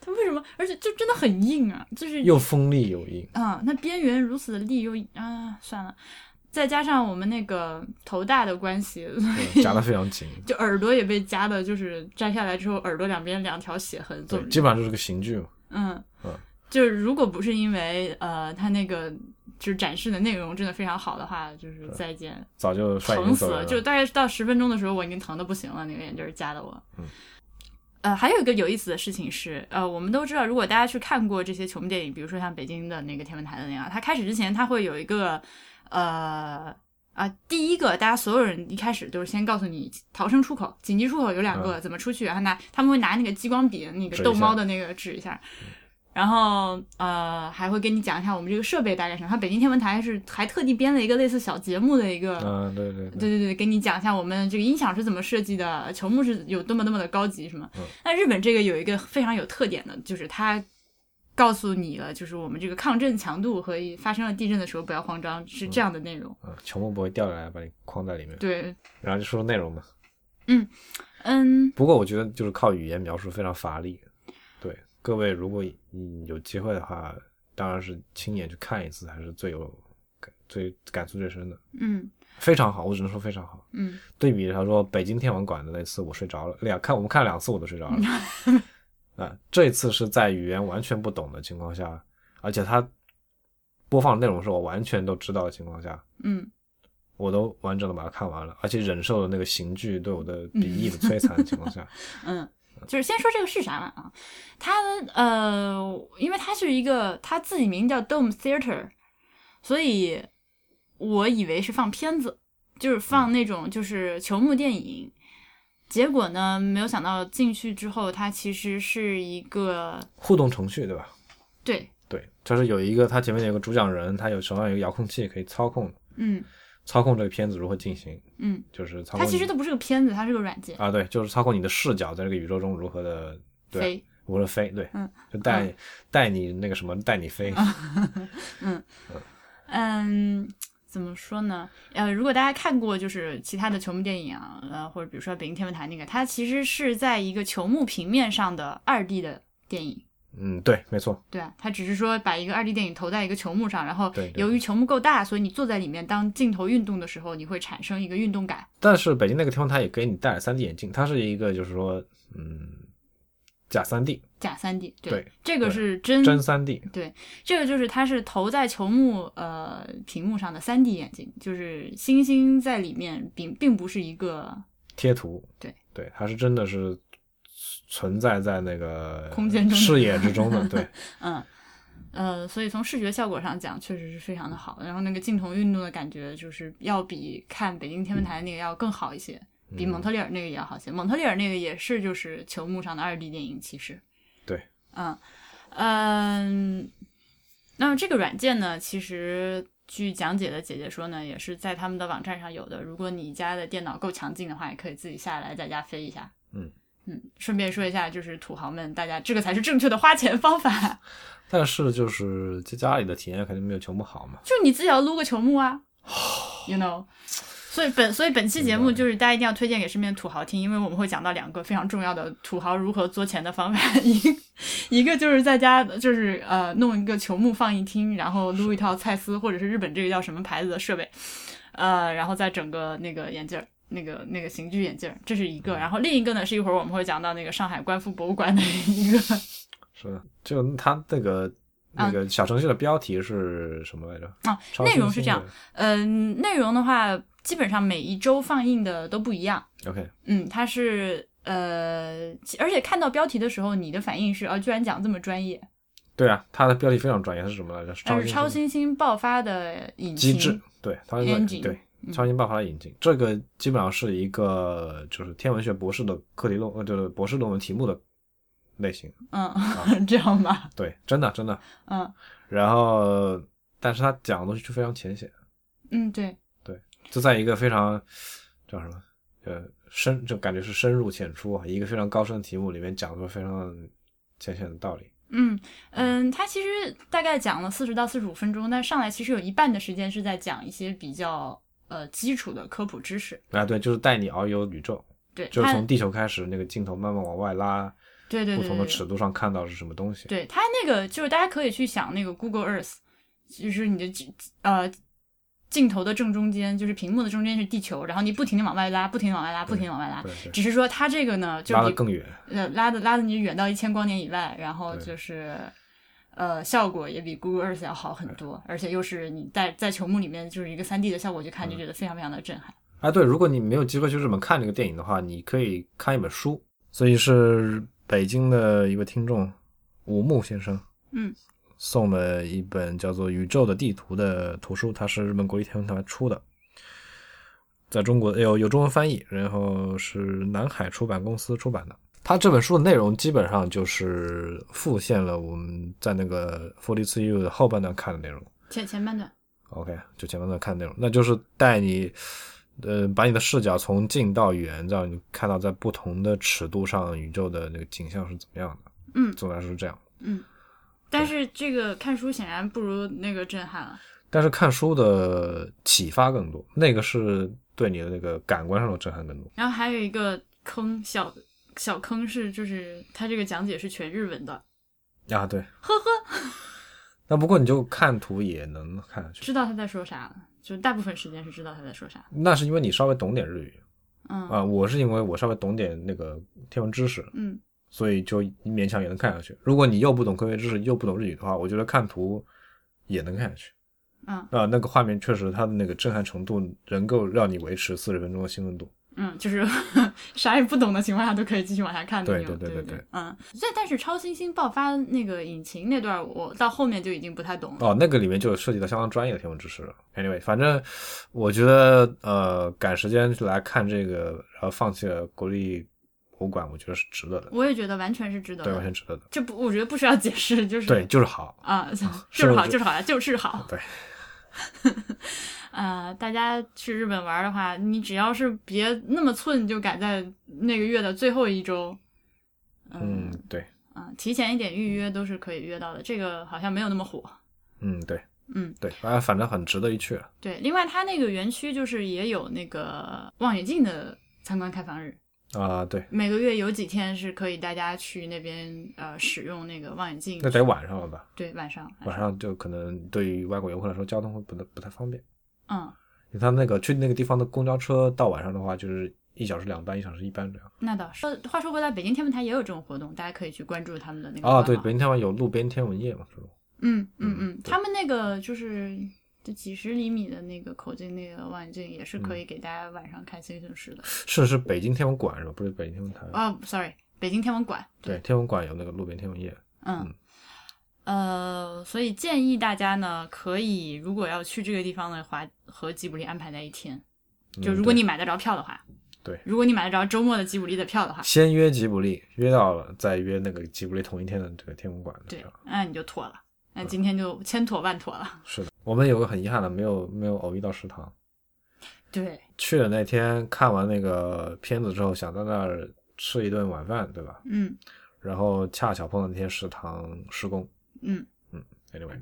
它为什么？而且就真的很硬啊，就是
又锋利又 硬。
啊，那边缘如此的利又啊，算了，再加上我们那个头大的关系，
对嗯夹得非常紧，
就耳朵也被夹的，就是摘下来之后耳朵两边两条血痕，
对
总，
基本上就是个刑具嘛。
嗯
嗯，
就是如果不是因为呃他那个就是展示的内容真的非常好的话，就是再见，
早就率
疼
先
死
走人
了，
了。
就大概到十分钟的时候我已经疼的不行了，那个眼镜儿夹的我，
嗯。
呃，还有一个有意思的事情是，呃，我们都知道，如果大家去看过这些球迷电影，比如说像北京的那个天文台的那样，它开始之前它会有一个，呃啊，第一个大家所有人一开始就是先告诉你逃生出口、紧急出口有两个，怎么出去，然后拿他们会拿那个激光笔那个
嗯指一
逗猫
下
的那个指一下，然后呃还会跟你讲一下我们这个设备大概什么。他北京天文台是还特地编了一个类似小节目的一个，
嗯，对对
对
对，
对对，给你讲一下我们这个音响是怎么设计的，球幕是有多么多么的高级什么
嗯。
那日本这个有一个非常有特点的，就是它告诉你了，就是我们这个抗震强度和发生了地震的时候不要慌张，是这样的内容。
嗯，球幕不会掉下来把你框在里面。
对，
然后就说说内容吧。
嗯，
不过我觉得就是靠语言描述非常乏力。对各位，如果嗯有机会的话，当然是亲眼去看一次，还是最有感最感触最深的，
嗯
非常好，我只能说非常好。
嗯，
对比他说北京天文馆的那次，我睡着了，两看我们看了两次我都睡着了。 啊，这一次是在语言完全不懂的情况下，而且他播放内容是我完全都知道的情况下，
嗯
我都完整的把它看完了，而且忍受了那个刑具对我的鄙夷的摧残的情况下，
嗯，就是先说这个是啥吧啊，它呃，因为它是一个，它自己名叫 Dome Theater，所以我以为是放片子，就是
嗯
放那种就是球幕电影。结果呢，没有想到进去之后，它其实是一个
互动程序对吧？
对，
对，就是有一个，它前面有个主讲人，他有手上有一个遥控器可以操控，
嗯
操控这个片子如何进行，
嗯，
就是操控
它
你。
其实都不是个片子，它是个软件。
啊，对，就是操控你的视角在这个宇宙中如何的对，
飞，
如何的飞，对，
嗯
就带、带你那个什么，带你飞，
嗯，怎么说呢？呃，如果大家看过就是其他的球幕电影啊，呃，或者比如说北京天文台那个，它其实是在一个球幕平面上的二 D 的电影，
嗯，对，没错，
对啊，它只是说把一个二 D 电影投在一个球幕上，然后
对对
由
对
于球幕够大，所以你坐在里面，当镜头运动的时候，你会产生一个运动感。
但是北京那个地方它也给你戴了 3D 眼镜，它是一个就是说，嗯，假 3D，
假3 D，
对
这个
对
是
真 3D，
这个就是它是投在球幕呃屏幕上的3 D 眼镜，就是星星在里面，并并不是一个
贴图，
对
对，它是真的是存在在那个
空间中的
视野之中的，对，
嗯，呃，所以从视觉效果上讲，确实是非常的好。然后那个镜头运动的感觉，就是要比看北京天文
嗯
台那个要更好一些，比蒙特利尔那个也要好一些。蒙特利尔那个也是就是球幕上的二 D 电影，其实
对，
嗯嗯，那么这个软件呢，其实。据讲解的姐姐说呢，也是在他们的网站上有的。如果你家的电脑够强劲的话，也可以自己下来在家飞一下。
嗯
嗯，顺便说一下，就是土豪们，大家这个才是正确的花钱方法。
但是就是在家里的体验肯定没有全部好嘛。
就你自己要撸个球幕啊，you know。所以本所以本期节目就是大家一定要推荐给身边的土豪听，因为我们会讲到两个非常重要的土豪如何作钱的方法， 一个一个就是在家就是呃弄一个球幕放映厅，然后撸一套蔡司或者是日本这个叫什么牌子的设备，呃，然后再整个那个眼镜儿。那个那个刑具眼镜儿，这是一个，然后另一个呢是一会儿我们会讲到那个上海观复博物馆的一个，
是的，就它那个那个小程序的标题是什么来着？
啊
超新
内容是这样
星
嗯、内容的话基本上每一周放映的都不一样，
的。OK，
嗯，它是呃，其而且看到标题的时候，你的反应是啊，居然讲这么专业，
对啊，它的标题非常专业，它是什么来着？是
它
超
是
新
呃超
星
新星爆发的引
机
擎
制，对，它是
Engine
对超新爆发的引擎，这个基本上是一个就是天文学博士的课题论，呃，就是博士论文题目的类型。
嗯，
啊
这样吧，
对，真的真的。
嗯
然后，但是他讲的东西就非常浅显。
嗯，对，
就在一个非常叫什么呃深，就感觉是深入浅出啊，一个非常高深的题目里面讲出了非常浅显的道理。
嗯嗯，它其实大概讲了四十到四十五分钟，但上来其实有一半的时间是在讲一些比较呃基础的科普知识，
啊，对，就是带你遨游宇宙，
对，
就是
它
从地球开始，那个镜头慢慢往外拉，
对对对
不同的
对对
尺度上看到是什么东西。
对它那个就是大家可以去想那个 Google Earth，就是你的镜呃镜头的正中间，就是屏幕的中间是地球，然后你不停的往外拉，不停的往外拉，不停的往外拉。
对对，
只是说它这个呢，就
拉得
比
更远。
呃拉的拉的你远到一千光年以外，然后
对
就是呃效果也比 Google Earth 要好很多，而且又是你在在球幕里面就是一个三 D 的效果去看，就觉得非常非常的震撼。
啊，对，如果你没有机会去日本看这个电影的话，你可以看一本书。所以是北京的一位听众武木先生，
嗯，
送了一本叫做《宇宙的地图》的图书，它是日本国立天文台出的，在中国有有中文翻译，然后是南海出版公司出版的。它这本书的内容基本上就是复现了我们在那个 Forty Three U 的后半段看的内容。
前前半段，
OK，就前半段看内容，那就是带你，呃，把你的视角从近到远，让你看到在不同的尺度上宇宙的那个景象是怎么样的。
嗯
总的来说是这样。
嗯，但是这个看书显然不如那个震撼了。
但是看书的启发更多，那个是对你的那个感官上的震撼更多。
然后还有一个坑小小坑是，就是他这个讲解是全日文的，
啊，对，呵呵。那不过你就看图也能看下去，
知道他在说啥了，就大部分时间是知道他在说啥。
那是因为你稍微懂点日语
嗯、
啊、我是因为我稍微懂点那个天文知识，
嗯，
所以就勉强也能看下去。如果你又不懂科学知识，又不懂日语的话，我觉得看图也能看下去。
嗯
啊、那个画面确实它的那个震撼程度能够让你维持四十分钟的兴奋度。
嗯，就是 啥也不懂的情况下都可以继续往下看的那
对
种，
对
对
对
不
对
对。嗯，但但是超新星爆发那个引擎那段，我到后面就已经不太懂了。
哦，那个里面就涉及到相当专业的天文知识了。Anyway，反正我觉得呃赶时间来看这个，然后放弃了国立博物馆，我觉得是值得的，
我也觉得完全是值得
对，完
的，
全值得的。
这不，我觉得不需要解释，就是
对，就是好。
啊，
是
就是好，
是
就是好，就是好。
对。
啊，大家去日本玩的话，你只要是别那么寸，就赶在那个月的最后一周，
嗯，对，
啊、提前一点预约都是可以约到的。这个好像没有那么火。
嗯对，
嗯
对，啊，反正很值得一去。
对，另外它那个园区就是也有那个望远镜的参观开放日，
啊，对，
每个月有几天是可以大家去那边呃使用那个望远镜。
那得晚上了吧？
对，晚上。
晚上就可能对于外国游客来说，交通会不太不太方便。
嗯，
因为他那个去那个地方的公交车到晚上的话，就是一小时两班，一小时一班这样。
那倒是。呃话说回来，北京天文台也有这种活动，大家可以去关注他们的那个
啊，
官
对，
网
北京天文有路边天文夜嘛，这种。
嗯嗯
嗯
嗯，
对
他们那个就是就几十厘米的那个口径那个望远镜，也是可
嗯
以给大家晚上看星星吃的。
是是北京天文馆是吧？不是北京天文台。
哦，sorry，北京天文馆。
对，天文馆有那个路边天文夜。
嗯，呃，所以建议大家呢，可以如果要去这个地方的话，和吉卜力安排在一天。就
嗯
如果
对
你买得着票的话，
对
如果你买得着周末的吉卜力的票的话，
先约吉卜力，约到了再约那个吉卜力同一天的这个天文馆的嗯
对
票。，
那你就妥了，那今天就千妥万妥了。
是的，我们有个很遗憾的，没有没有偶遇到食堂。
对，
去的那天看完那个片子之后，想在那儿吃一顿晚饭，对吧？
嗯
然后恰巧碰到那天食堂施工。
嗯
Anyway，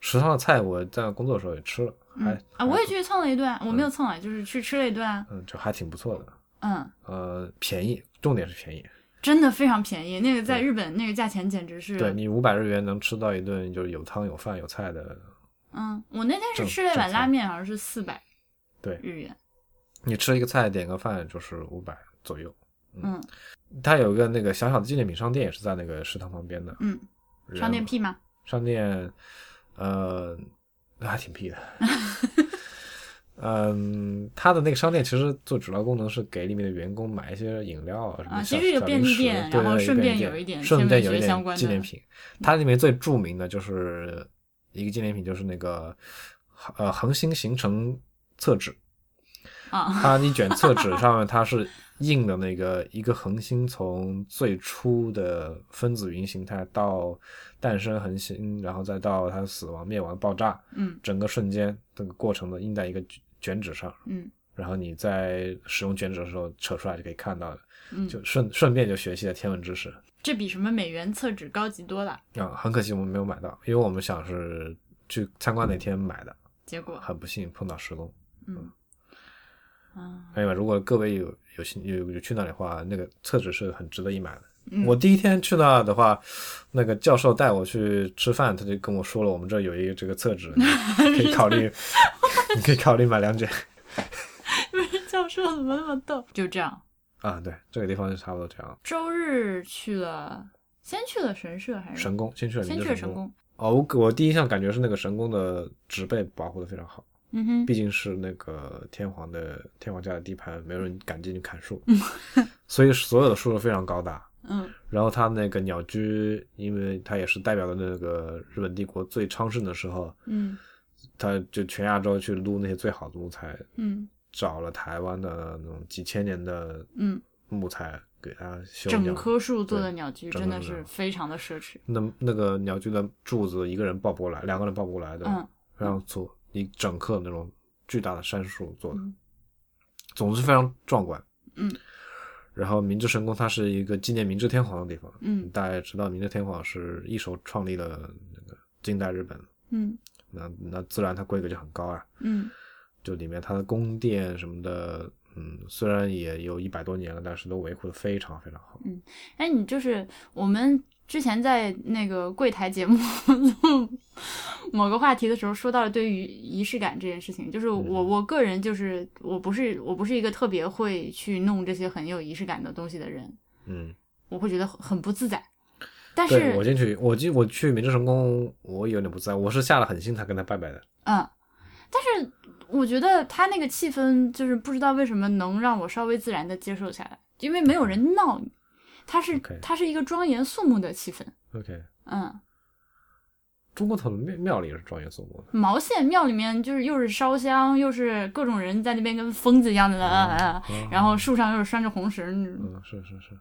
食堂的菜我在工作的时候也吃了，还、嗯
嗯啊，我也
觉
去蹭了一顿，我没有蹭啊，就是去吃了一顿啊，
嗯，就还挺不错的。
嗯。
呃，便宜，重点是便宜。
真的非常便宜，那个在日本那个价钱简直是。
对你五百日元能吃到一顿就是有汤有饭有菜的
嗯，我那天是
正
吃了一碗
正
拉
餐
面，好像是四百
对
日元。
你吃一个菜，点个饭就是五百左右。
嗯
它有一个那个小小的纪念品商店，也是在那个食堂旁边的。
嗯，
然
商店屁吗？
商店，呃，那还挺屁的。 嗯，它的那个商店其实最主要功能是给里面的员工买一些饮料啊什么
啊
的
其
小。
实有
小
便
零
利
食
店
对
然后
对
顺便
便利
有
店
一点
顺
天
便
文
有一
学相
点
关
纪
的
念品。它里面最著名的就是一个纪念品，就是那个呃恒星形成册纸。
啊，
它一卷厕纸上面它是印的那个一个恒星从最初的分子云形态到诞生恒星，然后再到它死亡、灭亡、爆炸，
嗯
整个瞬间这个过程的印在一个卷卷纸上，
嗯
然后你在使用卷纸的时候扯出来就可以看到了，
嗯，
就顺顺便就学习了天文知识
这比什么美元厕纸高级多了。
啊。很可惜我们没有买到，因为我们想是去参观那天买的，
结果，
很不幸碰到施工。
嗯 啊，
还有，如果各位有有兴有有去那里的话，那个厕纸是很值得一买的。
嗯
我第一天去那的话，那个教授带我去吃饭，他就跟我说了，我们这有一个这个 厕纸，你可以考虑， 你可以考虑买两卷
教授怎么那么逗？就这样，
啊。对，这个地方就差不多这样。
周日去了，先去了神社还是？
神宫，先去了
先
明
去了
治
神
神宫。
宫。
哦，我我第一项感觉是那个神宫的植被保护的非常好，
嗯哼，
毕竟是那个天皇的天皇家的地盘，没有人敢进去砍树， 所以所有的树都非常高大。
嗯
然后它那个鸟居，因为它也是代表了那个日本帝国最昌盛的时候，
嗯
它就全亚洲去撸那些最好的木材，
嗯
找了台湾的那种几千年的
嗯
木材给它修
整
鸟
棵树做
对
的鸟居
整
真的
棵树
是非常的奢侈。
那那个鸟居的柱子一个人抱不过来，两个人抱不过来的，
嗯
然后从一整棵那种巨大的杉树做的，
嗯
总之非常壮观。
嗯，
然后明治神宫它是一个纪念明治天皇的地方，
嗯
大家也知道明治天皇是一手创立了那个近代日本，
嗯
那那自然它规格就很高啊，
嗯
就里面它的宫殿什么的，嗯，虽然也有一百多年了，但是都维护的非常非常好。
哎，你就是我们之前在那个柜台节目 录某个话题的时候，说到了对于仪式感这件事情，就是我
嗯
我个人就是我不是我不是一个特别会去弄这些很有仪式感的东西的人，
嗯，
我会觉得很很不自在。但
对我
是，
进去，我进我去明治神宫，我有点不在，我是下了狠心才跟他拜拜的。
嗯，但是我觉得他那个气氛就是不知道为什么能让我稍微自然的接受下来，因为没有人闹你，它是
嗯 OK
它是一个庄严肃穆的气氛，
OK，
嗯。
中国讨论庙庙里也是庄严肃穆的。
毛线庙里面就是又是烧香，又是各种人在那边跟疯子一样的，啊
嗯
然后树上又是拴着红绳，
嗯，是是是，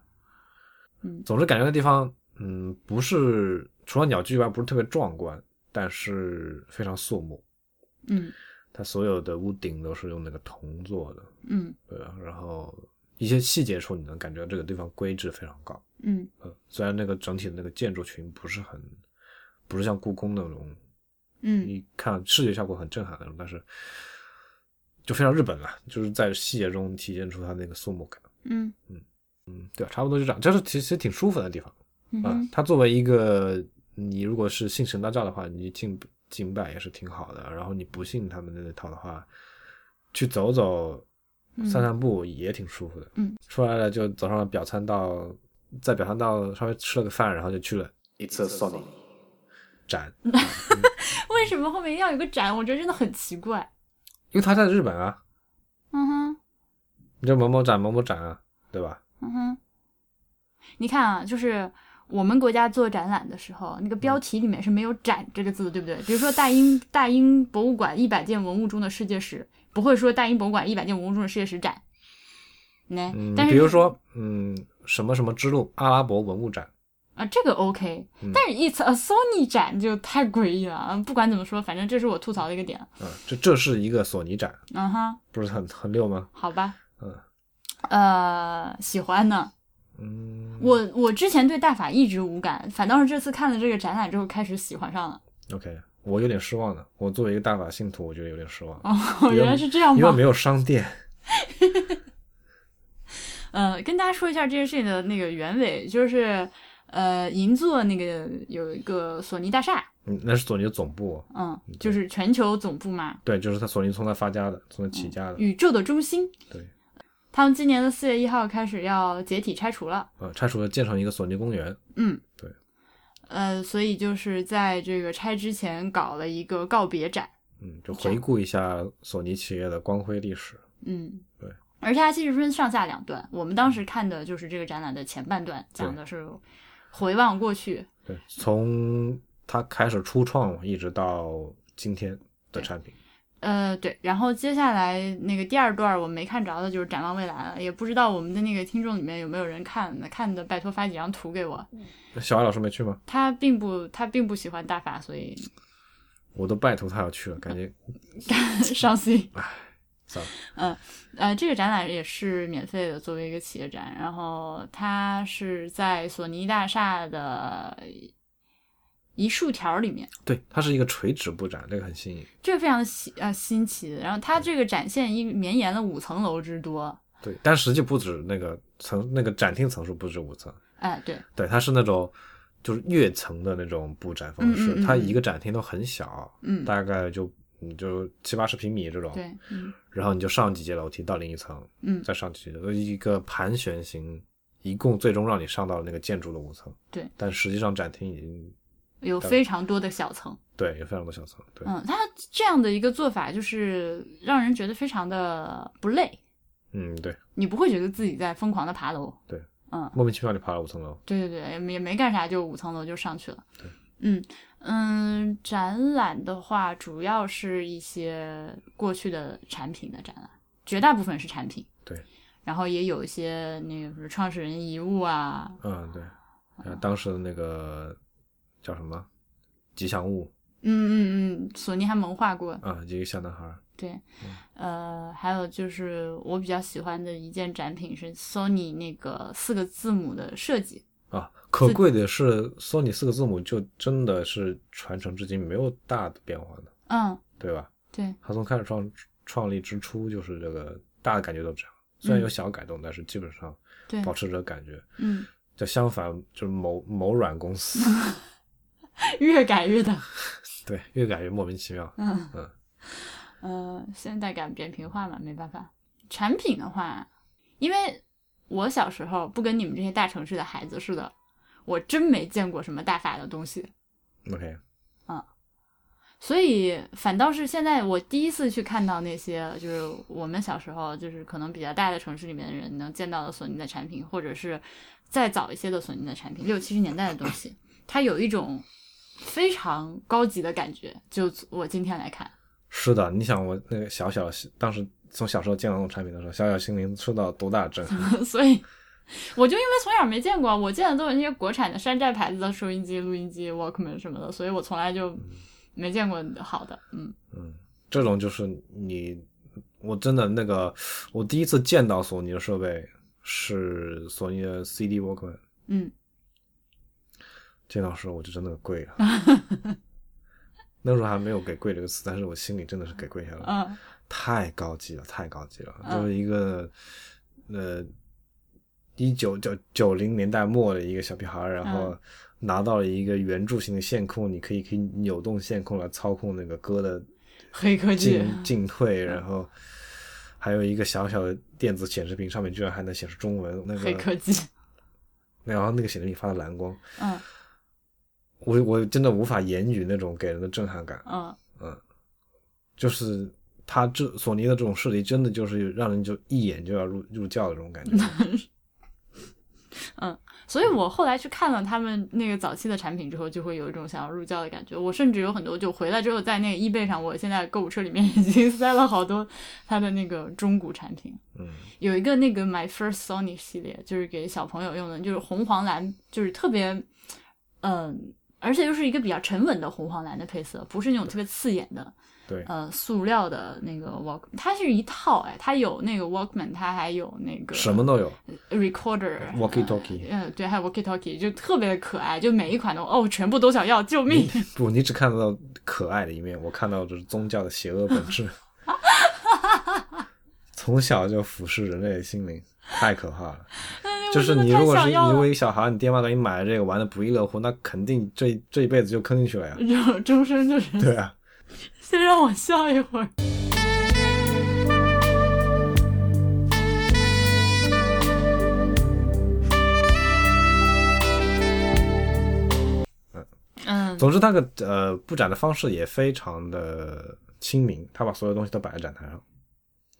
嗯
总之感觉那地方，嗯，不是除了鸟居以外，不是特别壮观，但是非常肃穆。
嗯
它所有的屋顶都是用那个铜做的，
嗯
对吧？然后一些细节处你能感觉到这个地方规制非常高。
嗯
嗯，虽然那个整体的那个建筑群不是很，不是像故宫那种
嗯
一看视觉效果很震撼那种，但是就非常日本了，就是在细节中体现出它那个肃穆感。
嗯
嗯，对，差不多就这样。这是其实挺舒服的地方
嗯
啊。
哼
它作为一个你如果是信神道教的话，你敬敬拜也是挺好的。然后你不信他们那套的话，去走走、散散步也挺舒服的。
嗯，
出来了就走上了表参道，在表参道稍微吃了个饭，然后就去了 It's a Sony 展，因
为什么后面要有个展？我觉得真的很奇怪。
为它在日本啊。
嗯哼
你就某某展某某展啊，对吧？
嗯哼，你看啊，就是。我们国家做展览的时候，那个
嗯
标题里面是没有“展”这个字的，对不对？比如说大英大英博物馆一百件文物中的世界史，不会说大英博物馆一百件文物中的世界史展。那、
嗯，
但是
比如说，嗯，什么什么之路阿拉伯文物展，
啊，这个 OK，
嗯
但是 It's a Sony 展就太诡异了。啊！不管怎么说，反正这是我吐槽的一个点。
嗯，这这是一个索尼展，
嗯哼，
不是很很溜吗？
好吧。
嗯。
呃，喜欢呢。
嗯，
我我之前对大法一直无感，反倒是这次看了这个展览之后开始喜欢上了。
OK，我有点失望了。我作为一个大法信徒，我觉得有点失望，
哦， 原来是这样
因为
吗
没？有商店。
呃，跟大家说一下这件事情的那个原委，就是呃，银座那个有一个索尼大厦，
嗯，那是索尼的总部，
嗯，就是全球总部嘛，
对，就是他索尼从那发家的，从那起家的，
宇宙的中心。
嗯对，
他们今年的四月一号开始要解体拆除了。
呃，拆除了建成一个索尼公园。
嗯，
对。
呃，所以就是在这个拆之前搞了一个告别展，
嗯，就回顾一下索尼企业的光辉历史。
嗯，
对。嗯
而且它其实分上下两段，我们当时看的就是这个展览的前半段，讲的是回望过去，
对，从他开始初创一直到今天的产品。
呃，对。然后接下来那个第二段我没看着的就是展望未来了，也不知道我们的那个听众里面有没有人看的，看的拜托发几张图给我。
小艾老师没去吗？
他并不，他并不喜欢大法，所以
我都拜托他要去了，感觉
伤心。
算了。
呃，这个展览也是免费的，作为一个企业展，然后它是在索尼大厦的一竖条里面，
对，它是一个垂直布展，这个很新颖。
这个非常新呃新奇。然后它这个展现一绵延了五层楼之多，
对，但实际不止那个层，那个展厅层数不止五层，
哎，对，
对，它是那种就是越层的那种布展方式，
嗯嗯嗯
它一个展厅都很小，
嗯，
大概就你就七八十平米这种，
对，嗯
然后你就上几节楼梯到另一层，
嗯，
再上去，一个盘旋型，一共最终让你上到那个建筑的五层。
对，
但实际上展厅已经
有非常多的小层。
对有非常多小层，对，
嗯，它这样的一个做法就是让人觉得非常的不累，
嗯对，
你不会觉得自己在疯狂的爬楼。
对，
嗯，
莫名其妙就爬了五层楼，
对对对，也没也没干啥，就五层楼就上去了
对。
嗯嗯，展览的话，主要是一些过去的产品的展览，绝大部分是产品。
对。
然后也有一些那个比如创始人遗物啊，
嗯，对，呃当时的那个叫什么吉祥物
嗯嗯嗯，索尼还萌化过，
啊，一个小男孩儿，
对，
嗯
呃，还有就是我比较喜欢的一件展品是 Sony 那个四个字母的设计，
啊，可贵的是索尼四个字母就真的是传承至今没有大的变化的，
嗯，
对吧？
对，
它从开始创创立之初就是这个大的感觉都这样，虽然
嗯
有小改动，但是基本上
对
保持着感觉。
嗯，
就相反，就是某某软公司，
越改越大，
对，越改越莫名其妙。
嗯
嗯，
呃，现在改扁平化嘛，没办法。产品的话，因为我小时候不跟你们这些大城市的孩子似的，我真没见过什么大法的东西，
OK，
所以反倒是现在我第一次去看到那些，就是我们小时候就是可能比较大的城市里面的人能见到的索尼的产品，或者是再早一些的索尼的产品，六七十年代的东西，它有一种非常高级的感觉。就我今天来看，
是的，你想我那个小小当时从小时候见到那种产品的时候，小小心灵受到多大的震撼？
所以我就因为从小没见过，我见的都是那些国产的山寨牌子的收音机、录音机、Walkman 什么的，所以我从来就没见过好的。嗯
嗯，这种就是你，我真的那个，我第一次见到索尼的设备是索尼的 CD Walkman，
嗯，
见到时候我就真的 跪了。那时候还没有“给跪”这个词，但是我心里真的是给跪下了。
嗯
太高级了，太高级了，
嗯
就是一个呃一九九九零年代末的一个小屁孩儿，然
嗯
后拿到了一个圆柱形的线控，你可以可以扭动线控来操控那个歌的
黑科技嗯
进，进退，然后还有一个小小的电子显示屏，上面居然还能显示中文，那
黑科
个
技，
然后那个显示屏发的蓝光，
嗯
我我真的无法言语那种给人的震撼感。
嗯。
就是它这索尼的这种视力，真的就是让人就一眼就要入入教的这种感觉。
嗯所以我后来去看了他们那个早期的产品之后，就会有一种想要入教的感觉。我甚至有很多就回来之后，在那个 eBay 上，我现在购物车里面 已经塞了好多它的那个中古产品。
嗯，
有一个那个 My First Sony 系列，就是给小朋友用的，就是红黄蓝，就是特别，嗯、而且又是一个比较沉稳的红黄蓝的配色，不是那种特别刺眼的，
对，
呃，塑料的那个 Walk，它是一套哎，它有那个 Walkman，它还有那个
什么都有
嗯 Recorder、
，walkie talkie。
嗯，对，还有 Walkie Talkie，就特别的可爱，就每一款都哦，全部都想要，救命！
不，你只看到可爱的一面，我看到就是宗教的邪恶本 质。从小就腐蚀人类的心灵，太可怕了。
哎
就是你如果是
太想
你
要
如
了
果一小孩，你爹妈给你买了这个玩的不亦乐乎，那肯定这这一辈子就坑进去了呀。
就终身就是
对啊，
先让我笑一会儿。嗯
总之，它的呃布展的方式也非常的亲民，它把所有东西都摆在展台上，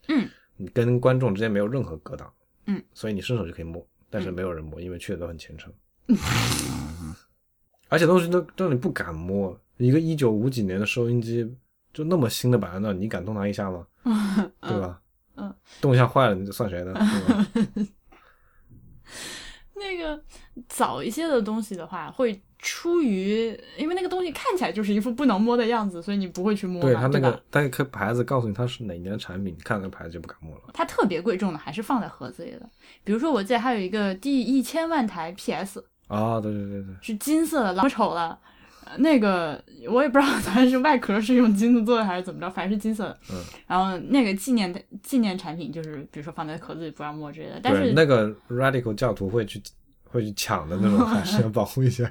嗯，
你跟观众之间没有任何隔挡，
嗯，
所以你伸手就可以摸，但是没有人摸，因为去的都很虔诚，
嗯
而且东西都让你不敢摸，一个一九五几年的收音机就那么新的摆在那儿，你敢动它 一下吗？对吧？
嗯，
动一下坏了，你这算谁的？对吧
那个早一些的东西的话，会出于因为那个东西看起来就是一副不能摸的样子，所以你不会去摸嘛，
对它那
吧
个，它一颗牌子告诉你它是哪年的产品，你看那个牌子就不敢摸了。
它特别贵重的还是放在盒子里的。比如说，我记得还有一个第一千万台 PS，哦
啊，对对对对，
是金色的，老丑了。呃那个我也不知道它是外壳是用金子做的还是怎么着，反正是金色的。
嗯。
然后那个纪念的纪念产品就是，比如说放在壳子里不让摸之类的。但
对，
是
那个 radical 教徒会去会去抢的那种，还 是要保护一下。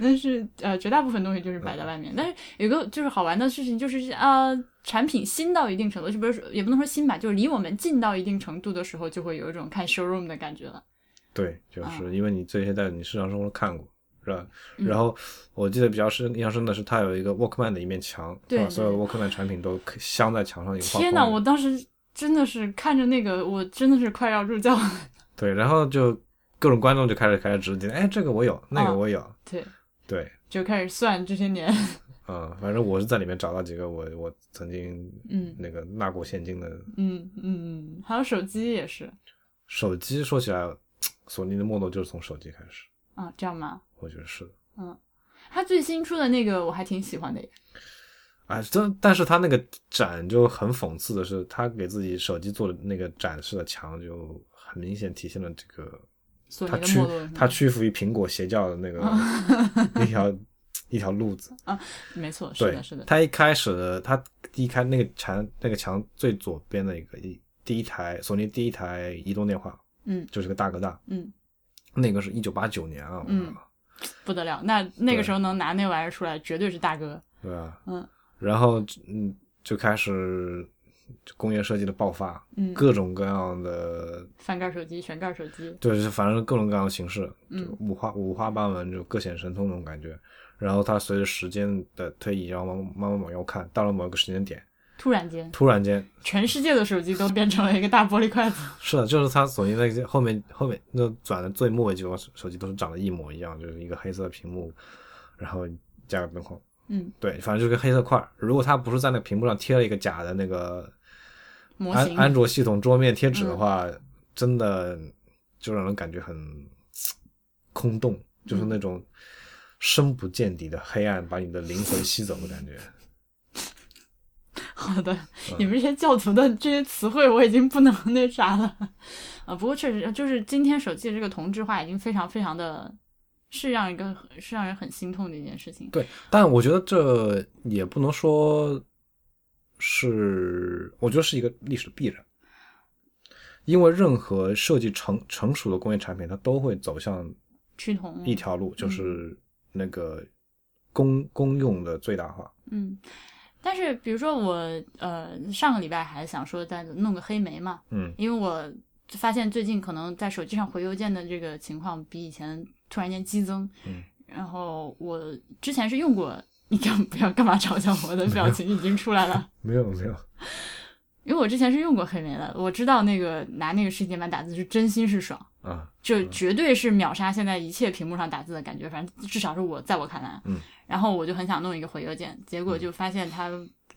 但是呃，绝大部分东西就是摆在外
嗯
面。但是有个就是好玩的事情，就是呃，产品新到一定程度，就不是说也不能说新吧，就是离我们近到一定程度的时候，就会有一种看 showroom 的感觉了。
对，就
啊
是因为你这些在你日常生活中看过，是吧？
嗯
然后我记得比较深印象深的是，它有一个 Walkman 的一面墙，它
对
把
对
所有的 Walkman 产品都镶在墙上一个画
天哪，
框里
我当时真的是看着那个，我真的是快要入教了。
对，然后就各种观众就
哦
开始开始指点，哎，这个我有，那个
嗯
我有，
对，
对
就开始算这些年
嗯，反正我是在里面找到几个我我曾经
嗯
那个纳过现金的
嗯嗯，还有手机也是
手机。说起来，嗯索尼的没落就是从手机开始，
啊，这样吗？
我觉得是的。
它最新出的那个我还挺喜欢的耶。
啊，但但是他那个展就很讽刺的是，他给自己手机做的那个展示的墙，就很明显体现了这个
索尼
他
的
屈
没落是吗
他屈服于苹果邪教的那个一条一条 路子。
没错，是
对
的，是的，
他一开始的他第一开那个墙那个墙最左边的一个一第一台索尼第一台移动电话，
嗯
就是个大哥大，
嗯，
那个是一九八九年啊，我
嗯
靠
不得了，那那个
对
时候能拿那玩意儿出来，绝对是大哥。
对吧？
嗯
然后嗯就开始就工业设计的爆发，
嗯，
各种各样的
翻盖手机、旋盖手机，
对，就是反正各种各样的形式，就
嗯
五花五花八门，就各显神通那种感觉。然后它随着时间的推移，然后慢慢慢慢往右看，到了某一个时间点，
突然间，
突然间，
全世界的手机都变成了一个大玻璃筷子。
是的，就是它索尼那些后面后面那转的最末尾几款手手机都是长得一模一样，就是一个黑色的屏幕，然后加个边框，
嗯，
对，反正就是个黑色块儿。如果它不是在那个屏幕上贴了一个假的那个
模
安
型，嗯
安卓系统桌面贴纸的话，真的就让人感觉很空洞，就是
嗯
那种深不见底的黑暗把你的灵魂吸走的感觉。
好的，
嗯
你们这些教徒的这些词汇我已经不能那啥了啊。不过确实，就是今天手机的这个同质化已经非常非常的，是让一个是让人很心痛的一件事情。
对， 但我觉得这也不能说是，我觉得是一个历史的必然，因为任何设计成成熟的工业产品，它都会走向
趋同
一条路，就是那个公公用的最大化。
嗯。但是，比如说我，呃，上个礼拜还想说再弄个黑莓嘛，
嗯
因为我发现最近可能在手机上回邮件的这个情况比以前突然间激增。
嗯
然后我之前是用过，你干不要干嘛嘲笑我的表 情已经出来了。
没有没有，
因为我之前是用过黑莓的，我知道那个拿那个世界版打字是真心是爽，
啊，
就绝对是秒杀现在一切屏幕上打字的感觉。反正至少是我在我看来，
嗯，
然后我就很想弄一个回邮件，结果就发现它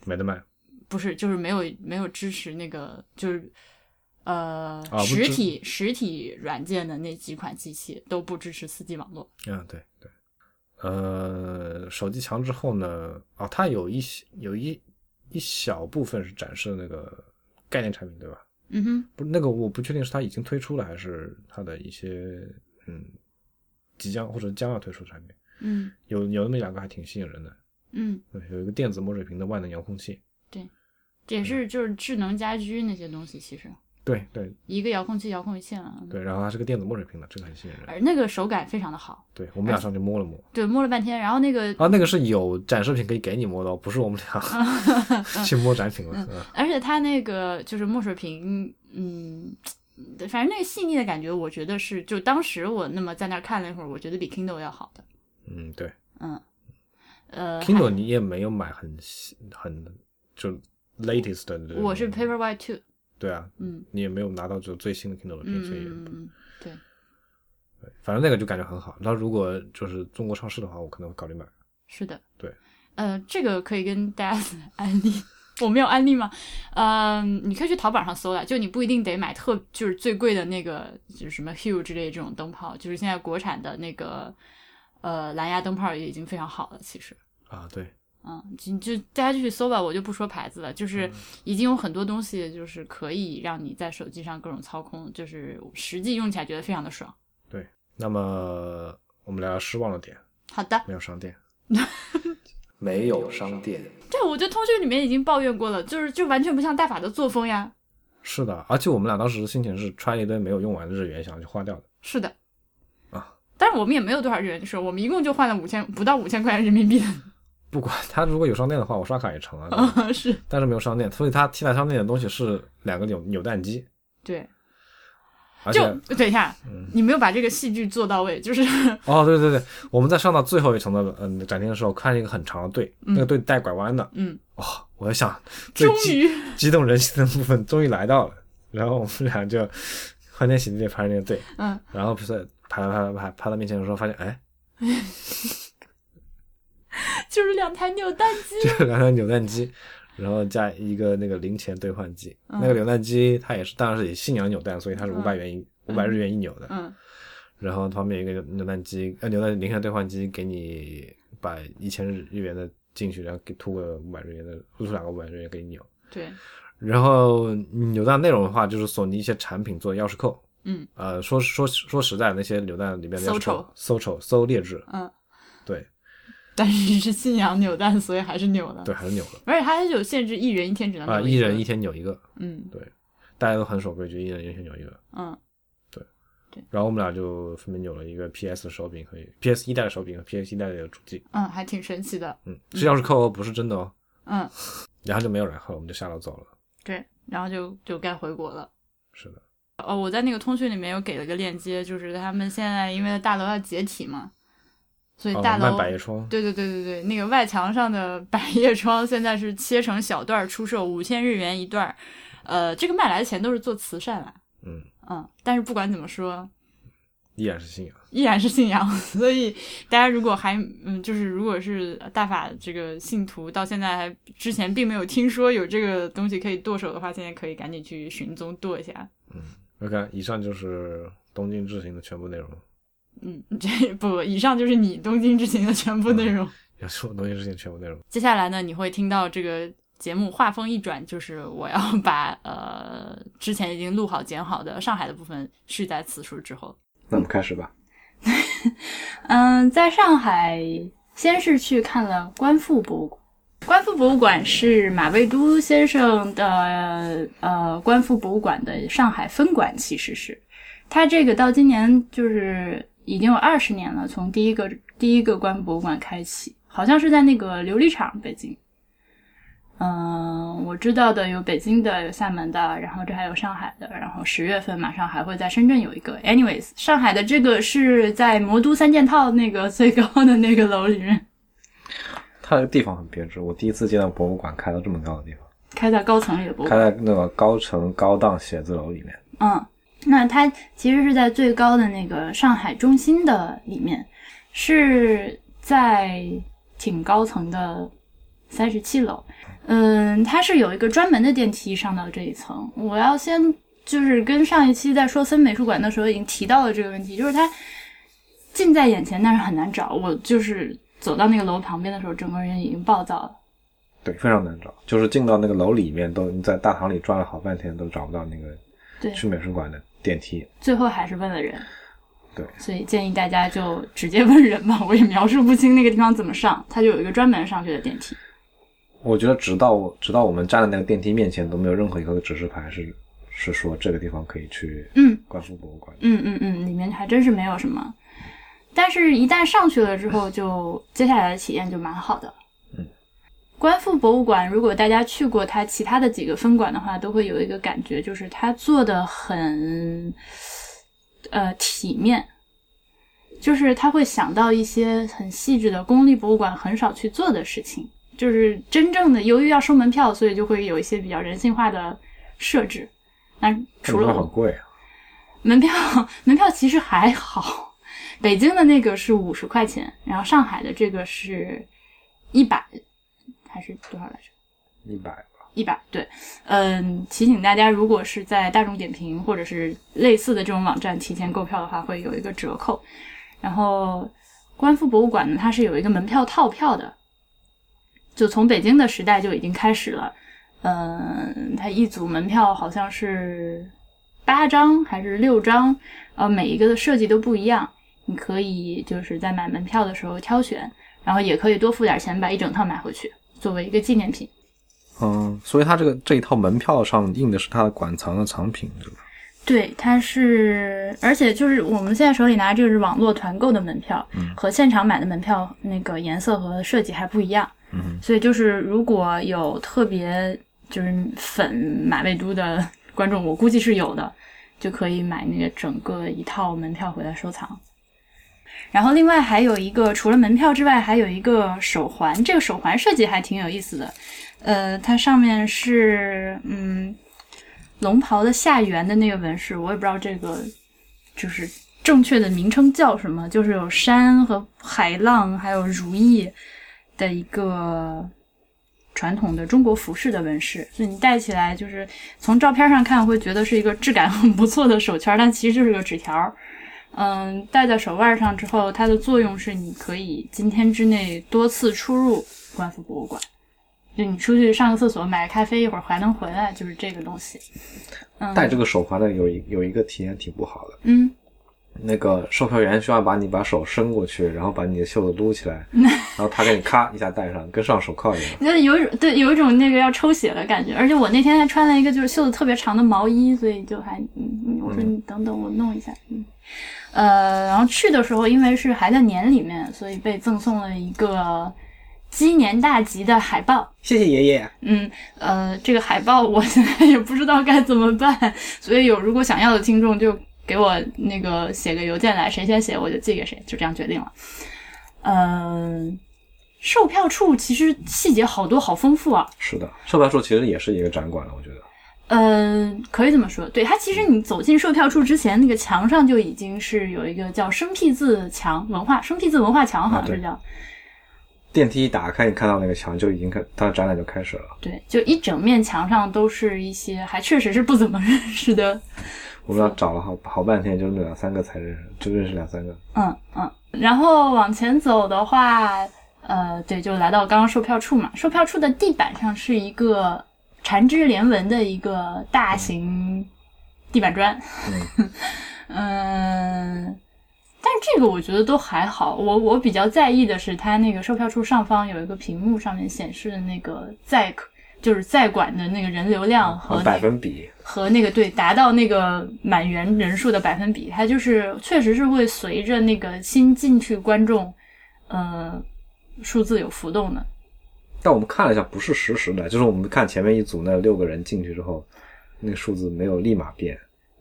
没得卖。
不是，就是没有没有支持那个就是呃、
啊不
实
支
体实体软件的那几款机器都不支持 4G 网络。
啊，对对，呃，手机墙之后呢，啊，它有一些有一一小部分是展示那个概念产品，对吧？
嗯哼，
不，那个我不确定是它已经推出了，还是它的一些嗯即将或者将要推出的产品。
嗯
有有那么两个还挺吸引人的，
嗯，
对有一个电子墨水屏的万能遥控器，
这
嗯
也是就是智能家居那些东西，其实
对对
一个遥控器遥控一切嘛。
对，然后它是个电子墨水屏的，这个很吸引人。
而那个手感非常的好，
对我们俩上去摸了摸，
对，摸了半天，然后那个，
啊，那个是有展示品可以给你摸的哦，不是我们
嗯
俩 去摸展品了。嗯
而且它那个就是墨水屏，嗯，反正那个细腻的感觉，我觉得是，就当时我那么在那儿看了一会儿，我觉得比 Kindle 要好的，
嗯，对。
嗯，呃
Kindle 你也没有买很新很就 latest 的这
还
种，
我是 Paperwhite Two，
对啊，
嗯
你也没有拿到就最新的 Kindle 的
嗯
品，所以
嗯嗯对，
反正那个就感觉很好。那如果就是中国上市的话，我可能会考虑买。
是的，
对，
呃，这个可以跟大家 安利。我没有安利吗？嗯，你可以去淘宝上搜了，就你不一定得买特，就是最贵的那个，就是什么 Hue 之类这种灯泡，就是现在国产的那个，呃，蓝牙灯泡也已经非常好了，其实。
啊，对，
嗯，就就大家就去搜吧，我就不说牌子了。就是已经有很多东西，就是可以让你在手机上各种操控，就是实际用起来觉得非常的爽。
那么我们聊聊失望的点，
好的，
没有 商店，
没有商店。
对，我觉得通讯里面已经抱怨过了，就是就完全不像大法的作风呀。
是的，而且我们俩当时心情是揣了一堆没有用完的日元，想去花掉的。
是的，
啊，
但是我们也没有多少日元的时候，我们一共就换了五千不到五千块人民币 的，
不管它如果有商店的话，我刷卡也成
嗯
啊。
是
但是没有商店，所以它替代商店的东西是两个扭扭蛋机，
对。
而且嗯
就等一下，你没有把这个戏剧做到位，就是
哦，对对对，我们在上到最后一层的嗯、展厅的时候，看见一个很长的队，那个队带拐弯的，
嗯，
哦，我就想 最
终
激
于
激动人心的部分终于来到了，然后我们俩就欢天喜地地排着那个队，
嗯，
然后比赛排排排排排到面前的时候，发现哎，
就是两台扭蛋 机。
就两台扭蛋机，然后加一个那个零钱兑换机。
嗯
那个扭蛋机它也是，当然是以信仰扭蛋，所以它是五百元一五百日元一扭的。
嗯，
然后旁边有一个扭蛋机，呃，扭蛋零钱兑换机给你把一千日元的进去，然后给吐个五百日元的，吐出两个五百日元给你扭。
对，
然后扭蛋内容的话，就是索尼一些产品做的钥匙扣。
嗯，
呃，说说说实在，那些扭蛋里面的钥匙扣，搜丑搜劣质，
嗯，
对
但是是信仰扭蛋，所以还是扭的。
对，，还是扭了
而且它还是有限制，一人一天只能
啊、
扭
一
个
人一。天扭一个，
嗯
大家都很守规矩，一人一天扭一个。
嗯
然后我们俩就分别扭了一个 PS 手柄和 PS 一代的手柄和 PS 一代的主机，
嗯，还挺神奇的。
嗯，是钥匙扣哦，不是真的哦。
嗯，
然后就没有然后，我们就下楼走了。
对，然后就就该回国了。
是的，
哦，我在那个通讯里面有给了个链接，就是他们现在因为大楼要解体嘛，所以
哦，
大楼、
卖百叶窗，
对对对对对，那个外墙上的百叶窗现在是切成小段儿出售，五千日元一段儿。呃，这个卖来的钱都是做慈善啦。
嗯，
嗯，但是不管怎么说，
依然是信仰。
依然是信仰， 所以大家如果还嗯，就是如果是大法这个信徒，到现在还之前并没有听说有这个东西可以剁手的话，现在可以赶紧去寻踪剁一下。
OK，以上就是东京之行的全部内容。
嗯，这不，以上就是你东京之行的全部内容。
要是我东京之行的全部内容，
接下来呢，你会听到这个节目话锋一转，就是我要 把呃之前已经录好剪好的上海的部分续在此处之后。
那我们开始吧。
嗯，在上海先是去看了观复博物馆。观复博物馆是马未都先生的呃观复博物馆的上海分馆，其实是它这个到今年就是已经有二十年了，从第一个第一个观复博物馆开启，好像是在那个琉璃厂北京。嗯，我知道的有北京的，有厦门的，然后这还有上海的，然后十月份马上还会在深圳有一个。Anyways，上海的这个是在魔都三件套那个最高的那个楼里面，
它这个地方很别致，我第一次见到博物馆开到这么高的地方，
开在高层里的博物
开
馆。
在那个高层高档写字楼里面。
嗯，那它其实是在最高的那个上海中心的里面，是在挺高层的三十七楼。嗯，它是有一个专门的电梯上到这一层。我要先就是跟上一期在说森美术馆的时候已经提到了这个问题，就是它近在眼前，但是很难找。我就是走到那个楼旁边的时候，整个人已经暴躁了。
对，非常难找，就是进到那个楼里面都，你在大堂里转了好半天都找不到那个
对，
去美术馆的电梯。
最后还是问了人。
对
所以建议大家就直接问人吧，我也描述不清那个地方怎么上，它就有一个专门上去的电梯。
我觉得直到我直到我们站在那个电梯面前都没有任何一个指示牌是是说这个地方可以去
嗯
观复博物馆。
嗯嗯嗯，里面还真是没有什么，但是一旦上去了之后就，接下来的体验就蛮好的。
嗯，
观复博物馆，如果大家去过它其他的几个分馆的话，都会有一个感觉，就是它做的很呃体面，就是他会想到一些很细致的公立博物馆很少去做的事情，就是真正的由于要收门票，所以就会有一些比较人性化的设置。那
这
除了
地
我
方很贵啊，
门票 门票其实还好，北京的那个是五十块钱，然后上海的这个是一百还是多少来着？
一百吧。
一百对，嗯，提醒大家，如果是在大众点评或者是类似的这种网站提前购票的话，会有一个折扣。然后，观复博物馆呢，它是有一个门票套票的，就从北京的时代就已经开始了。嗯，它一组门票好像是八张还是六张，呃，每一个的设计都不一样。你可以就是在买门票的时候挑选，然后也可以多付点钱把一整套买回去，作为一个纪念品。
嗯，所以它这个这一套门票上印的是它的馆藏的藏品，是吧？
对，它是，而且就是我们现在手里拿这个是网络团购的门票，和现场买的门票那个颜色和设计还不一样，
嗯
所以就是如果有特别就是粉马未都的观众，我估计是有的，就可以买那个整个一套门票回来收藏。然后另外还有一个，除了门票之外，还有一个手环，这个手环设计还挺有意思的，呃，它上面是嗯龙袍的下缘的那个纹饰，我也不知道这个就是正确的名称叫什么，就是有山和海浪，还有如意，的一个传统的中国服饰的纹饰，所以你戴起来就是从照片上看会觉得是一个质感很不错的手圈，但其实就是个纸条儿。嗯，戴在手腕上之后，它的作用是你可以今天之内多次出入观复博物馆，就你出去上个厕所买个咖啡，一会儿还能回来，就是这个东西。嗯，
戴这个手环呢，有一有一个体验挺不好的。
嗯，
那个售票员需要把你把手伸过去，然后把你的袖子撸起 来，然后他给你咔一下戴上，跟上手铐一样。
那有一种对有一种那个要抽血的感觉，而且我那天还穿了一个就是袖子特别长的毛衣，所以就还嗯，嗯我说你等等我弄一下，嗯，呃，然后去的时候因为是还在年里面，所以被赠送了一个鸡年大吉的海报，
谢谢爷爷。
嗯，呃，这个海报我现在也不知道该怎么办，所以有如果想要的听众就给我那个写个邮件来，谁先写我就寄给谁，就这样决定了。嗯、售票处其实细节好多，好丰富啊。
是的，售票处其实也是一个展馆了，我觉得。
嗯，可以这么说，对它其实你走进售票处之前，那个墙上就已经是有一个叫生僻字墙文化，生僻字文化墙好
啊
像
对
是叫，
电梯一打开，你看到那个墙就已经开，它的展览就开始了。
对，就一整面墙上都是一些还确实是不怎么认识的
我们俩找了好好半天，就那么两三个才认识，就认识两三个。
嗯，嗯，然后往前走的话，呃，对，就来到刚刚售票处嘛。售票处的地板上是一个缠枝连纹的一个大型地板砖。 嗯，但这个我觉得都还好。我我比较在意的是，它那个售票处上方有一个屏幕，上面显示的那个在就是在馆的那个人流量和、那个、
百分比，
和那个对达到那个满员人数的百分比，它就是确实是会随着那个新进去观众，呃，数字有浮动的。
但我们看了一下，不是实时的，就是我们看前面一组那六个人进去之后，那个数字没有立马变，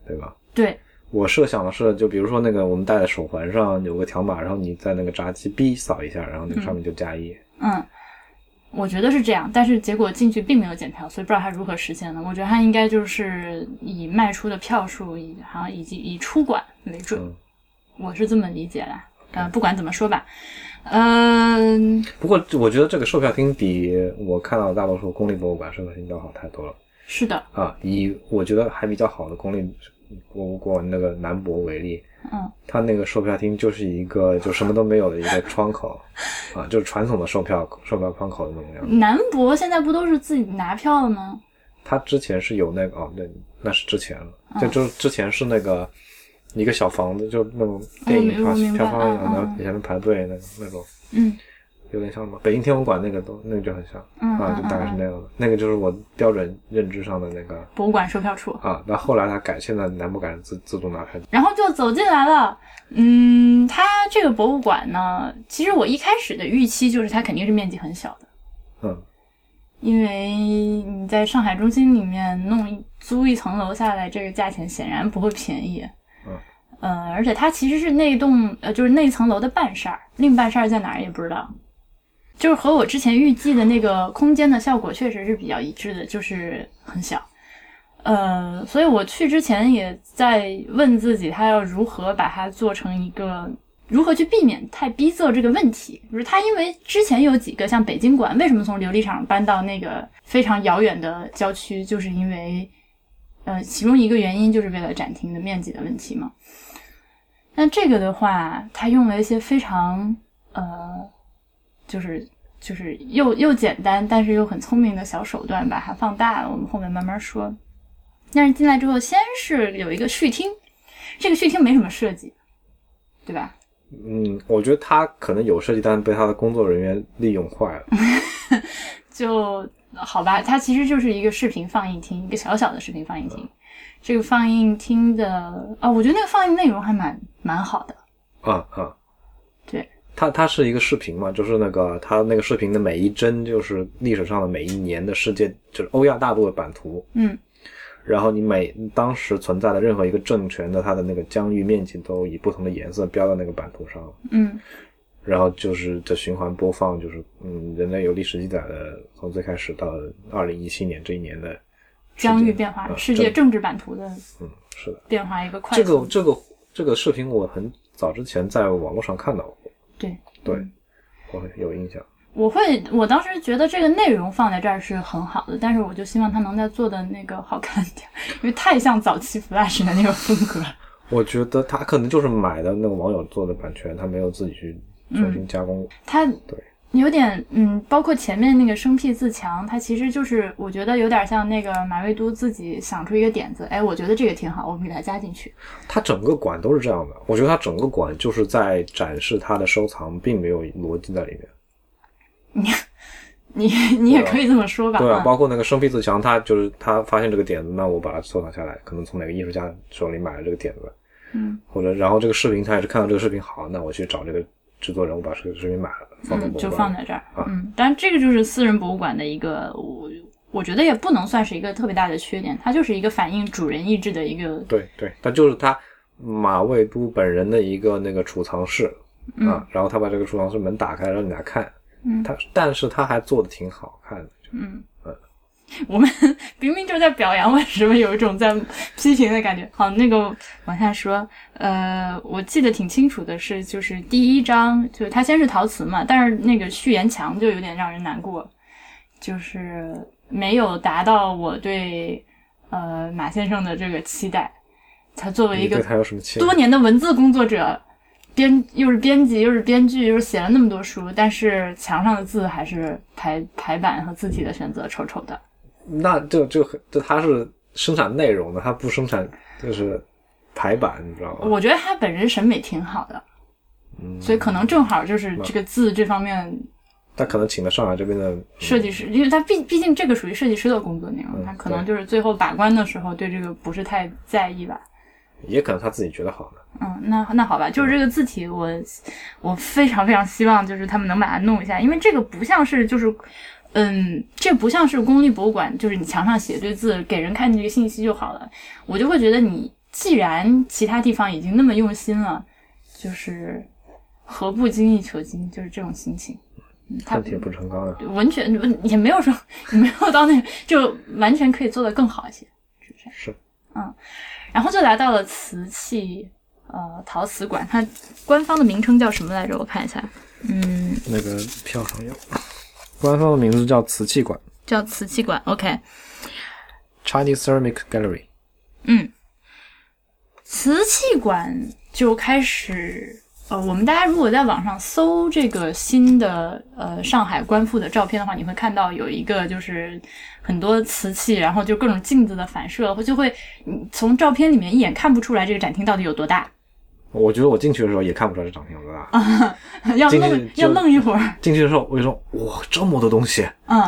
对吧？
对，
我设想的是，就比如说那个我们戴在手环上有个条码，然后你在那个闸机 B 扫一下，然后那个上面就加一。
嗯，我觉得是这样，但是结果进去并没有检票，所以不知道它如何实现的。我觉得它应该就是以卖出的票数，以好像以及以出馆为准，
嗯
我是这么理解的。呃，不管怎么说吧，嗯、
不过我觉得这个售票厅比我看到的大多数公立博物馆售票厅要好太多了
是的，
啊！以我觉得还比较好的公立博物馆那个南博为例，
嗯，
它那个售票厅就是一个就什么都没有的一个窗口啊，就是传统的售票售票窗口的那种样子。
南博现在不都是自己拿票了吗？
他之前是有那个哦，对，那是之前了，
嗯
就就之前是那个一个小房子，就那种电影
嗯我
票
明我明白
票房一
嗯
样，然
嗯
后底下面排队那那种，
嗯，
有点像什么北京天文馆那个都那个就很像
嗯
啊，
嗯
就大概是
嗯
那样的，那个就是我标准认知上的那个
博物馆售票处。
啊。那后来他改，现在南博改成自自动拿票，
然后就走进来了。嗯，它这个博物馆呢，其实我一开始的预期就是它肯定是面积很小的，
嗯，
因为你在上海中心里面弄一租一层楼下来，这个价钱显然不会便宜。
嗯，
呃，而且它其实是那栋呃，就是那层楼的半扇儿，另半扇儿在哪儿也不知道。就是和我之前预计的那个空间的效果确实是比较一致的，就是很小。呃，所以我去之前也在问自己，他要如何把它做成一个，如何去避免太逼仄这个问题。就是他因为之前有几个像北京馆，为什么从琉璃厂搬到那个非常遥远的郊区，就是因为，呃，其中一个原因就是为了展厅的面积的问题嘛。那这个的话，他用了一些非常呃，就是就是又又简单，但是又很聪明的小手段，把它放大了。我们后面慢慢说。但是进来之后，先是有一个序厅，这个序厅没什么设计，对吧？
嗯，我觉得他可能有设计，但是被他的工作人员利用坏了。
就呃好吧，它其实就是一个视频放映厅，一个小小的视频放映厅。这个放映厅的啊、我觉得那个放映内容还蛮蛮好的。
啊啊，
对，
它它是一个视频嘛，就是那个它那个视频的每一帧就是历史上的每一年的世界，就是欧亚大陆的版图，
嗯，
然后你每当时存在的任何一个政权的它的那个疆域面积都以不同的颜色标到那个版图上，
嗯
然后就是这循环播放，就是嗯，人类有历史记载的从最开始到二零一七年这一年的世界
疆域变化、
啊
世界
政
政治版图的
嗯是的，
变化一个快
这
速。
个这个这个视频我很早之前在网络上看到过，
对
对
嗯
我有印象。
我会，我当时觉得这个内容放在这儿是很好的，但是我就希望它能再做的那个好看点，因为太像早期 Flash 的那种风格。
我觉得他可能就是买的那个网友做的版权，他没有自己去重新加工。
它
对
有点嗯，包括前面那个生僻自强，它其实就是我觉得有点像那个马未都自己想出一个点子，哎，我觉得这个挺好，我们给它加进去。
他整个馆都是这样的，我觉得他整个馆就是在展示他的收藏，并没有逻辑在里面。
你你也
对啊
可以这么说吧，
对啊，
嗯
包括那个生僻自强，他就是他发现这个点子，那我把它收藏下来，可能从哪个艺术家手里买了这个点子，
嗯
或者然后这个视频他也是看到这个视频好，那我去找这个制作人，我把这个视频买了，放在
嗯，
博物
就
馆
放
里
在这儿
啊。
嗯，但这个就是私人博物馆的一个，我我觉得也不能算是一个特别大的缺点，它就是一个反映主人意志的一个，
对对，但就是他马未都本人的一个那个储藏室、
嗯
啊，然后他把这个储藏室门打开，让你来看。
嗯
他但是他还做的挺好看的，就
嗯
呃。
我们明明就在表扬，为什么有一种在批评的感觉？好，那个往下说，呃，我记得挺清楚的是，就是第一章，就是他先是陶瓷嘛，但是那个序言墙就有点让人难过，就是没有达到我对呃马先生的这个期待。他作为一
你
个
对他有什么期待
多？年的文字工作者，编又是编辑又是编剧，又是写了那么多书，但是墙上的字还是排排版和字体的选择丑丑的。
那就就很就他是生产内容的，他不生产就是排版，你知道吗？
我觉得他本人审美挺好的，
嗯，
所以可能正好就是这个字这方面
他可能请了上海这边的
设计师，因为他毕毕竟这个属于设计师的工作内容，
嗯
他可能就是最后把关的时候对这个不是太在意吧。
也可能他自己觉得好呢。
嗯，那那好吧，就是这个字体我，我非常非常希望就是他们能把它弄一下，因为这个不像是就是，嗯，这不像是公立博物馆，就是你墙上写对字给人看这个信息就好了。我就会觉得你既然其他地方已经那么用心了，就是何不精益求精，就是这种心情。嗯，它
恨铁不成钢啊！
完全也没有说 也没有到那个，就完全可以做得更好一些。
是
嗯然后就来到了瓷器呃陶瓷馆，它官方的名称叫什么来着？我看一下，嗯，
那个票上有，官方的名字叫瓷器馆
叫瓷器馆。OK，
（Chinese Ceramic Gallery）。
嗯，瓷器馆就开始。呃，我们大家如果在网上搜这个新的呃上海官复的照片的话，你会看到有一个就是很多瓷器，然后就各种镜子的反射，就会你从照片里面一眼看不出来这个展厅到底有多大，
我觉得我进去的时候也看不出来这长什么样子啊。
要
进去
愣
就
要愣一会儿，
进去的时候我就说哇，这么多东西
嗯，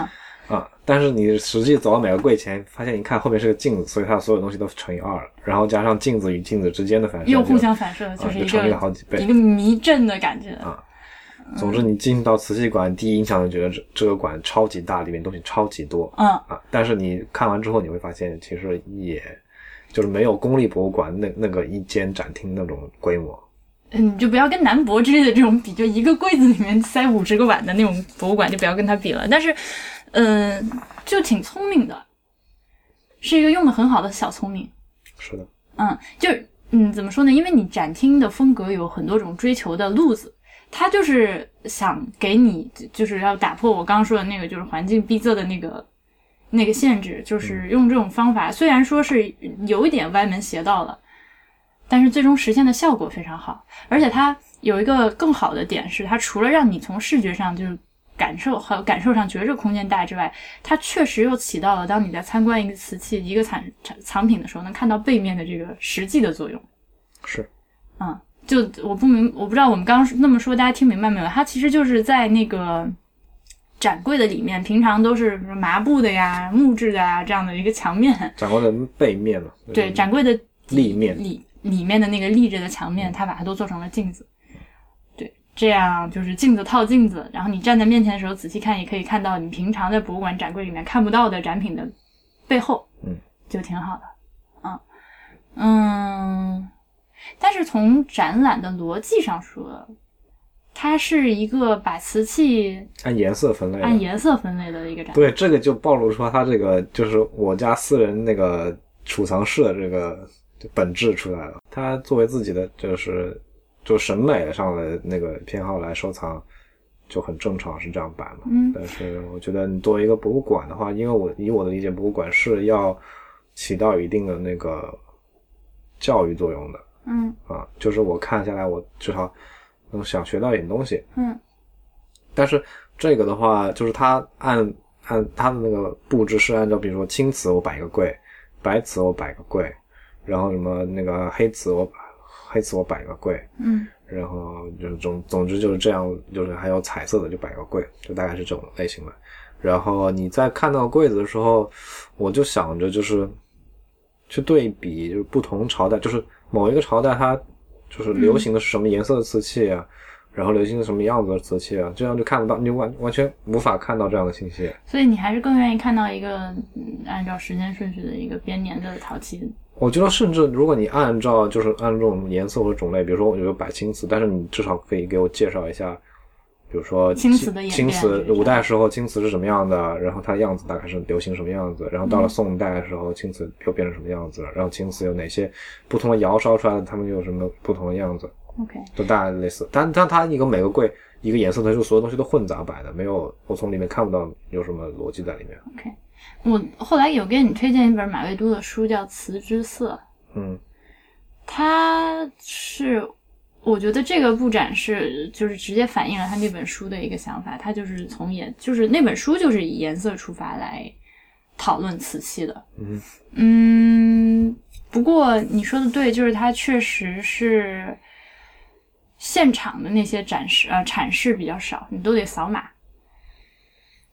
啊！但是你实际走到每个柜前，发现一看后面是个镜子，所以它所有东西都乘以二了，然后加上镜子与镜子之间的反射，
又
就啊
互相反射，就是
就
一
乘以
个、
了好几
一
倍。
个迷阵的感觉。
啊总之，你进到瓷器馆，第一印象就觉得这这个馆超级大，里面东西超级多
嗯，
啊。但是你看完之后，你会发现其实也就是没有公立博物馆那那个一间展厅那种规模。
嗯，你就不要跟南博之类的这种比，就一个柜子里面塞五十个碗的那种博物馆，就不要跟它比了。但是，嗯、就挺聪明的，是一个用的很好的小聪明。
是的，
嗯，就是嗯，怎么说呢？因为你展厅的风格有很多种追求的路子，它就是想给你，就是要打破我刚刚说的那个，就是环境逼仄的那个那个限制，就是用这种方法，虽然说是有一点歪门邪道了，但是最终实现的效果非常好。而且它有一个更好的点是，它除了让你从视觉上就是。感受和感受上觉得这个空间大之外，它确实又起到了当你在参观一个瓷器、一个产产藏品的时候，能看到背面的这个实际的作用。
是
啊、就我不明，我不知道我们刚刚那么说，大家听明白没有？它其实就是在那个展柜的里面，平常都是什么麻布的呀、木质的呀这样的一个墙面，
展馆的背面嘛，
对，展柜的
立面嗯
里里面的那个立着的墙面，它把它都做成了镜子。对，这样就是镜子套镜子，然后你站在面前的时候仔细看，也可以看到你平常在博物馆展柜里面看不到的展品的背后，
嗯，
就挺好的。啊，嗯，但是从展览的逻辑上说，它是一个把瓷器
按颜色分类啊的，
按颜色分类的一个展。
对，这个就暴露出他这个就是我家私人那个储藏室的这个本质出来了。他作为自己的就是就审美上的那个偏好来收藏，就很正常是这样摆嘛。
嗯
但是我觉得你作为一个博物馆的话，因为我以我的理解，博物馆是要起到一定的那个教育作用的
嗯
啊，就是我看下来，我至少能想学到一点东西。
嗯
但是这个的话，就是它按按它的那个布置是按照，比如说青瓷我摆一个柜，白瓷我摆个柜，然后什么那个黑瓷我黑瓷我摆个柜，
嗯
然后就是总总之就是这样，就是还有彩色的就摆个柜，就大概是这种类型的。然后你在看到柜子的时候，我就想着就是去对比，就是不同朝代，就是某一个朝代它就是流行的是什么颜色的瓷器啊，然后流行的什么样子的瓷器啊，这样就看不到，你完完全无法看到这样的信息。啊
所以你还是更愿意看到一个、嗯、按照时间顺序的一个编年的陶器。
我觉得，甚至如果你按照就是按这种颜色或者种类，比如说我有个摆青瓷，但是你至少可以给我介绍一下，比如说
青瓷的演变
青
这
瓷
个是吧
五代时候青瓷是什么样的，然后它的样子大概是流行什么样子，然后到了宋代的时候青瓷又变成什么样子了，然后青瓷有哪些不同的窑烧出来的，它们又有什么不同的样子，
OK，
都大概类似。但但它一个每个柜一个颜色，它就所有东西都混杂摆的，没有我从里面看不到有什么逻辑在里面。
我后来有给你推荐一本马未都的书，叫《瓷之色》，
嗯
它是我觉得这个布展是就是直接反映了他那本书的一个想法，他就是从颜就是那本书就是以颜色出发来讨论瓷器的。
嗯
嗯，不过你说的对，就是它确实是现场的那些展示呃阐释比较少，你都得扫码。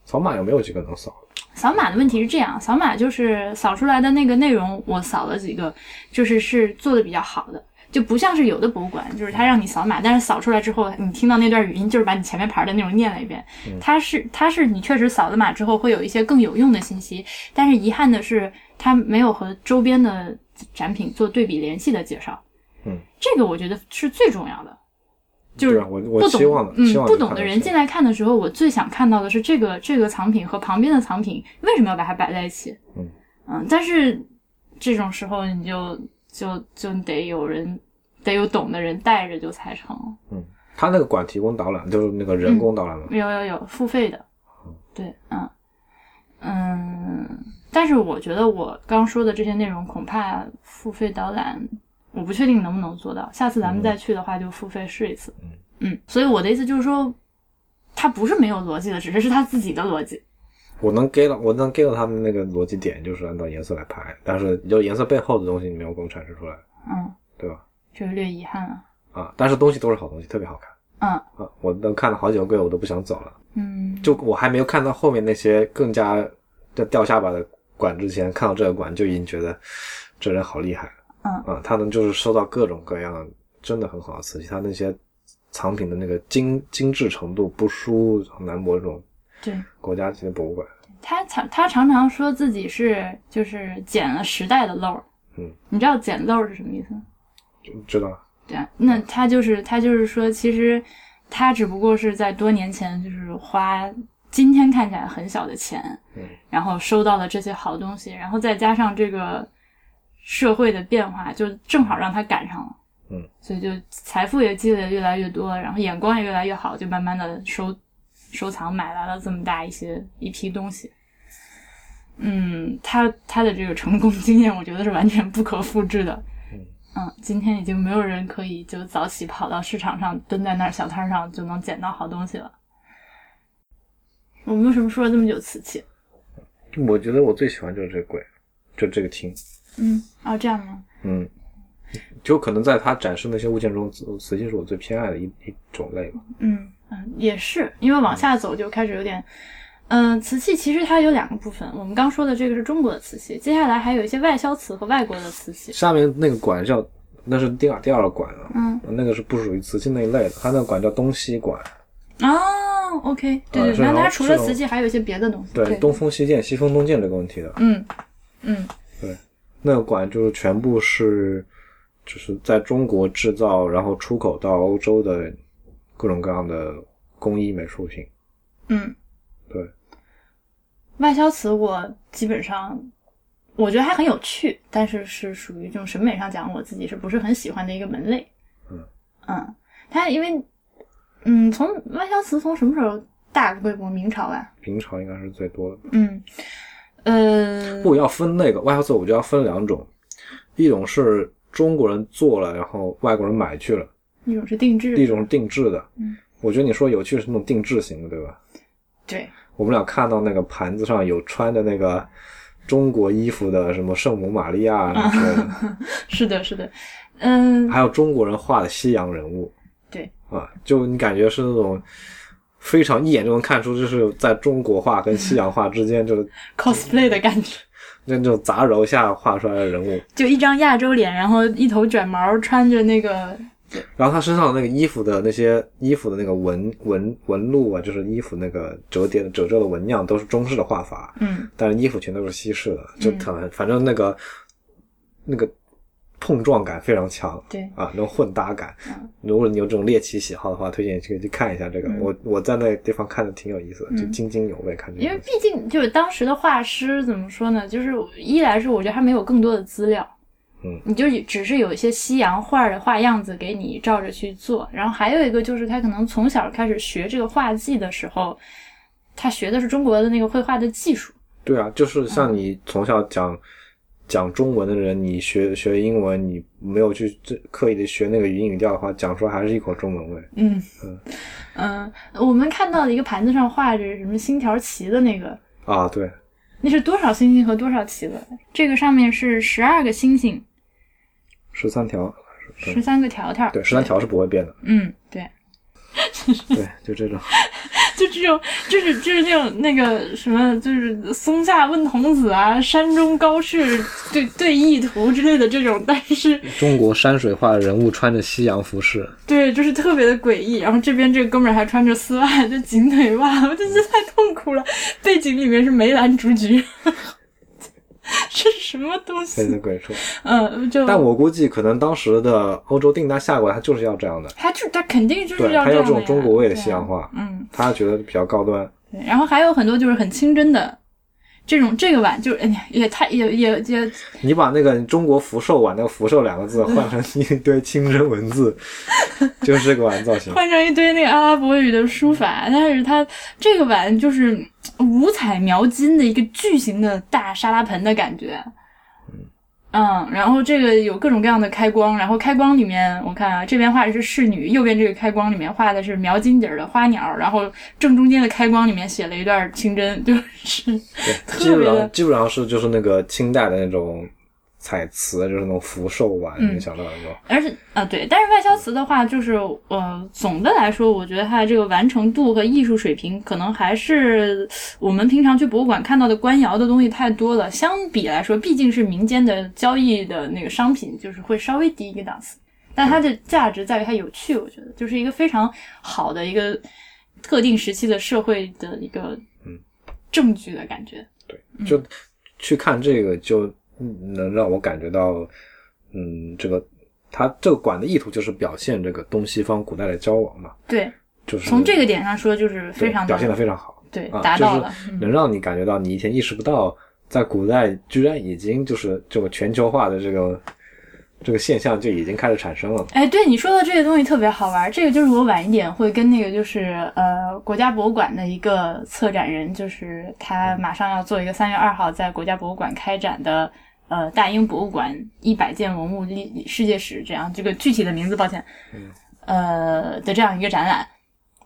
扫码有没有几个能扫？
扫码的问题是这样，扫码就是扫出来的那个内容，我扫了几个，就是是做的比较好的，就不像是有的博物馆，就是他让你扫码，但是扫出来之后，你听到那段语音就是把你前面牌的内容念了一遍。
嗯
它是它是你确实扫了码之后会有一些更有用的信息，但是遗憾的是，它没有和周边的展品做对比联系的介绍。
嗯，
这个我觉得是最重要的。就是
对啊我我
不
期望
懂
的，，
嗯
期，望
不
能
懂
看
的
到
人
这
进来看的时候，我最想看到的是这个这个藏品和旁边的藏品为什么要把它摆在一起？
嗯
但是这种时候你就就就得有人得有懂的人带着就才成。
嗯，他那个馆提供导览，就是那个人工导览嘛。
有有有付费的，对，嗯嗯，但是我觉得我刚说的这些内容恐怕付费导览，我不确定能不能做到。下次
嗯
咱们再去的话，就付费试一次。嗯所以我的意思就是说，它不是没有逻辑的，只是是他自己的逻辑。
我能 get 到，我能 get 到他们那个逻辑点，就是按照颜色来排，但是就颜色背后的东西你没有给我阐释出来，
嗯，
对吧？
就是略遗憾了。
啊，但是东西都是好东西，特别好看
嗯
啊！我都看了好几个柜，我都不想走了。
嗯，
就我还没有看到后面那些更加掉掉下巴的馆之前，看到这个馆就已经觉得这人好厉害。
嗯
啊，他能就是收到各种各样真的很好的瓷器，他那些藏品的那个精精致程度不输南博这种
对。
国家级的博物馆。
他常他常常说自己是就是捡了时代的漏儿，
嗯，
你知道捡漏儿是什么意思吗？
知道，
对啊，那他就是他就是说，其实他只不过是在多年前就是花今天看起来很小的钱，
嗯
然后收到了这些好东西，然后再加上这个社会的变化，就正好让他赶上了。
嗯，
所以就财富也积累得越来越多，然后眼光也越来越好，就慢慢的收收藏买来了这么大一些一批东西。嗯，他他的这个成功经验，我觉得是完全不可复制的。嗯，今天已经没有人可以就早起跑到市场上，蹲在那儿小摊上就能捡到好东西了。我们为什么说了这么久瓷器？
我觉得我最喜欢就是这个柜，就这个厅。
嗯，哦，这样吗？
嗯，就可能在他展示那些物件中，瓷瓷器是我最偏爱的一一种类吧。
嗯嗯，也是，因为往下走就开始有点，嗯、瓷器其实它有两个部分，我们刚说的这个是中国的瓷器，接下来还有一些外销瓷和外国的瓷器。
下面那个馆叫，那是第二第二个馆了、
嗯
那个是不属于瓷器那一类的，它那个馆叫东西馆，
哦，OK，对对，
是
那
然后
它除了
是
瓷器还有一些别的东西。
对，东风西渐，西风东渐这个问题的，
嗯嗯
那个馆就是全部是，就是在中国制造，然后出口到欧洲的各种各样的工艺美术品，
嗯，
对，
外销词我基本上我觉得还很有趣，但是是属于这种审美上讲，我自己是不是很喜欢的一个门类。
嗯
嗯，它因为嗯，从外销瓷从什么时候大规模？明朝吧。
明朝应该是最多的吧。
嗯，呃，
不要分那个外销瓷，我就要分两种，一种是中国人做了，然后外国人买去了；
一种是定制，
一种是定制的。
嗯，
我觉得你说有趣是那种定制型的，对吧？
对，
我们俩看到那个盘子上有穿的那个中国衣服的，什么圣母玛利亚啊之类的，
是的，是的，嗯，
还有中国人画的西洋人物。
对
啊，就你感觉是那种非常一眼就能看出，就是在中国画跟西洋画之间就，就
，cosplay 的感觉，
那种杂糅下画出来的人物。
就一张亚洲脸，然后一头卷毛，穿着那个，
然后他身上那个衣服的那些衣服的那个纹纹纹路啊，就是衣服那个折叠的褶皱的纹样，都是中式的画法，
嗯，
但是衣服全都是西式的，就
嗯
很反正那个那个碰撞感非常强。
对，
啊，那种混搭感
嗯。
如果你有这种猎奇喜好的话，推荐你去去看一下这个。
嗯
我我在那个地方看的挺有意思的，就
嗯
津津有味看这
因
个
为
东
毕
西。
竟就是当时的画师怎么说呢？就是一来是我觉得他没有更多的资料，
嗯
你就只是有一些西洋画的画样子给你照着去做，然后还有一个就是他可能从小开始学这个画技的时候，他学的是中国的那个绘画的技术，
对啊，就是像你从小讲、讲中文的人，你学学英文，你没有去这刻意的学那个语音语调的话，讲出来还是一口中文味。
嗯
嗯
嗯、我们看到的一个盘子上画着什么星条旗的那个，
啊，对，
那是多少星星和多少旗子？这个上面是十二个星星，
十三条，
十三个条条。
嗯对，十三。条是不会 变的。
嗯，对，
对，就这种。
就这种，就是就是那种那个什么，就是松下问童子啊，山中高士对对弈图之类的这种，但是
中国山水画人物穿着西洋服饰，
对，就是特别的诡异。然后这边这个哥们儿还穿着丝袜，就紧腿袜，我就觉得太痛苦了。背景里面是梅兰竹菊， 这是什么东
对对
西？
鬼畜。
嗯，就
但我估计可能当时的欧洲订单下过来，他就是要这样的，
他就他肯定就是
对
要
他
这
要
样
这种
呀
中国味的
对啊
西洋画。
嗯，
他觉得比较高端。
对，然后还有很多就是很清真的，这种这个碗就是哎呀也太也也也
你把那个中国福寿碗那个“福寿”两个字换成一堆清真文 字，就是这个碗造型。
换成一堆那个阿拉伯语的书法，但是它这个碗就是五彩描金的一个巨型的大沙拉盆的感觉。嗯，然后这个有各种各样的开光，然后开光里面我看啊，这边画的是仕女，右边这个开光里面画的是描金底儿的花鸟，然后正中间的开光里面写了一段清真，就是
对，基
特
本
别的
上基本上是就是那个清代的那种彩瓷，就是那种福寿碗，
嗯
你想到那种。
而且啊，对，但是外销瓷的话，就是呃，总的来说，我觉得它的这个完成度和艺术水平，可能还是呃我们平常去博物馆看到的官窑的东西太多了。相比来说，毕竟是民间的交易的那个商品，就是会稍微低一个档次。但它的价值在于它有趣，我觉得就是一个非常好的一个特定时期的社会的一个
嗯
证据的感觉。
对，就去看这个，就能让我感觉到，嗯，这个它这个馆的意图就是表现这个东西方古代的交往嘛，
对，
就是
从这个点上说，就是
对
非常
表现的
的
非常好。
对
啊，
达到了。
就是
嗯
能让你感觉到你以前意识不到，在古代居然已经就是这个全球化的这个这个现象就已经开始产生了。
哎，对你说的这个东西特别好玩儿，这个就是我晚一点会跟那个就是呃国家博物馆的一个策展人，就是他马上要做一个三月二号在国家博物馆开展的呃大英博物馆一百件文物历历世界史这样这个具体的名字抱歉，呃的这样一个展览，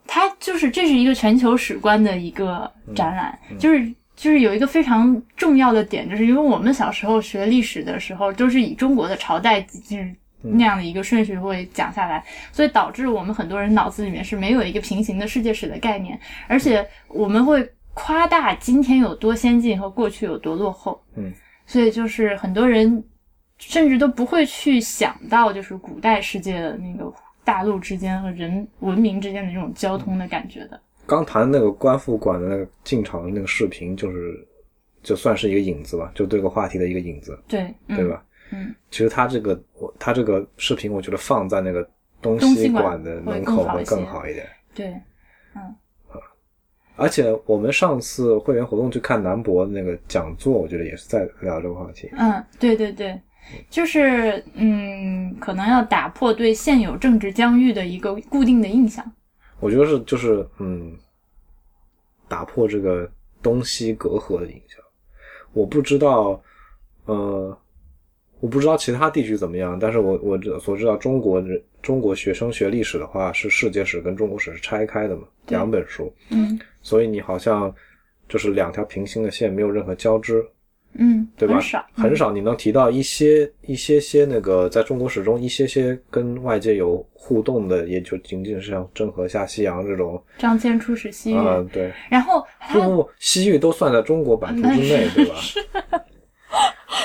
它就是这是一个全球史观的一个展览，就是。就是有一个非常重要的点，就是因为我们小时候学历史的时候，都是以中国的朝代就是
嗯
那样的一个顺序会讲下来，所以导致我们很多人脑子里面是没有一个平行的世界史的概念，而且我们会夸大今天有多先进和过去有多落后。
嗯，
所以就是很多人甚至都不会去想到，就是古代世界的那个大陆之间和人文明之间的这种交通的感觉的。
刚谈那个观复馆的那个进场的那个视频，就是就算是一个引子吧，就对这个话题的一个引子，
对，嗯、
对？吧？
嗯，
其实他这个我他这个视频，我觉得放在那个东
东西馆
馆的门口会更好一点。
对，
而且我们上次会员活动去看南博那个讲座，我觉得也是在聊这个话题。
嗯，对对对，就是嗯，可能要打破对现有政治疆域的一个固定的印象。
我觉得是就是嗯，打破这个东西隔阂的影响。我不知道，呃，我不知道其他地区怎么样，但是我我知所知道中国人中国学生学历史的话，是世界史跟中国史是拆开的嘛，
对
两本书，
嗯
所以你好像就是两条平行的线，没有任何交织。
嗯，
对吧？
很少，
很少你能提到一些一些些那个在中国史中一些些跟外界有互动的，也就仅仅是像郑和下西洋这种。
张骞出使西域，
啊、对，
然后还
不
有
不，西域都算在中国版图之
啊
内，对吧？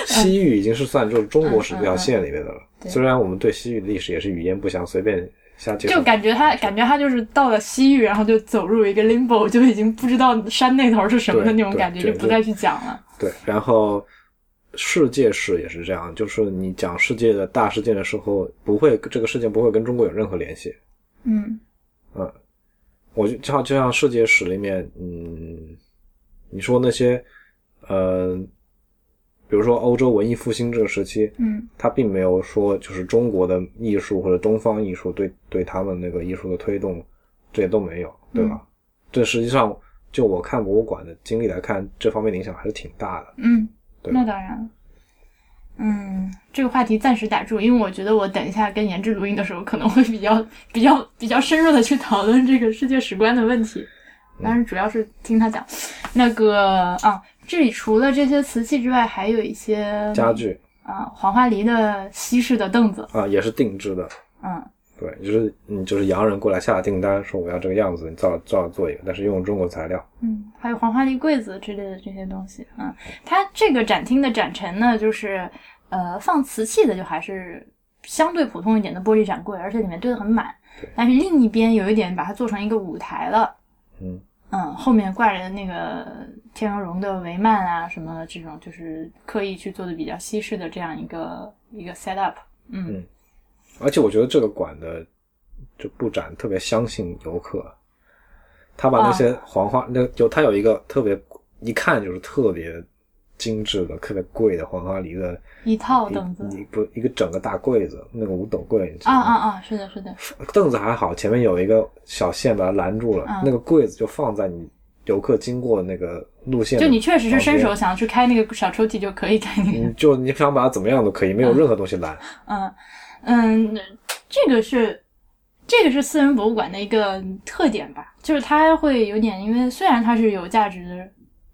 西域已经是算就是中国史这条线里面的了。
嗯对
虽然我们对西域的历史也是语言不详，随便瞎介
就
绍。
感觉他感觉他就是到了西域，然后就走入一个 limbo，就已经不知道山那头是什么的
对
那种
对
感觉，
对
就不再去讲了。
对，然后世界史也是这样，就是你讲世界的大事件的时候，不会这个事件不会跟中国有任何联系。
嗯
我就就像就像世界史里面，嗯，你说那些，呃，比如说欧洲文艺复兴这个时期，
嗯
它并没有说就是中国的艺术或者东方艺术对对他们那个艺术的推动，这些都没有，对
嗯
吧？这实际上就我看博物馆的经历来看，这方面的影响还是挺大的，
嗯，
对
那
吧？
当然了。嗯，这个话题暂时打住，因为我觉得我等一下跟研制录音的时候，可能会比较 比较比较深入的去讨论这个世界史观的问题。
嗯
当然，主要是听他讲。那个啊，这里除了这些瓷器之外，还有一些
家具
啊，黄花梨的西式的凳子，
啊、也是定制的，
嗯，
对，就是嗯，就是洋人过来下了订单，说我要这个样子，你照照着做一个，但是用中国材料。
嗯，还有黄花梨柜子之类的这些东西，嗯，它这个展厅的展陈呢，就是呃放瓷器的就还是相对普通一点的玻璃展柜，而且里面堆得很满
对，
但是另一边有一点把它做成一个舞台了，
嗯
嗯，后面挂着那个天鹅绒的帷幔啊什么的这种，就是刻意去做的比较西式的这样一个一个 set up，嗯
嗯而且我觉得这个馆的就布展特别相信游客，他把那些
哦
黄花，那有他有一个特别一看就是特别精致的、特别贵的黄花梨的
一套凳子
一一不一个整个大柜子，那个五斗柜，你知道
啊
吗
啊啊，是的，是的，
凳子还好，前面有一个小线把它拦住了，
嗯
那个柜子就放在你游客经过那个路线的
就
旁边，
你确实是伸手想要去开那个小抽屉就可以开那个
你就你想把它怎么样都可以，没有任何东西拦。
嗯， 嗯，这个是这个是私人博物馆的一个特点吧，就是它会有点，因为虽然它是有价值、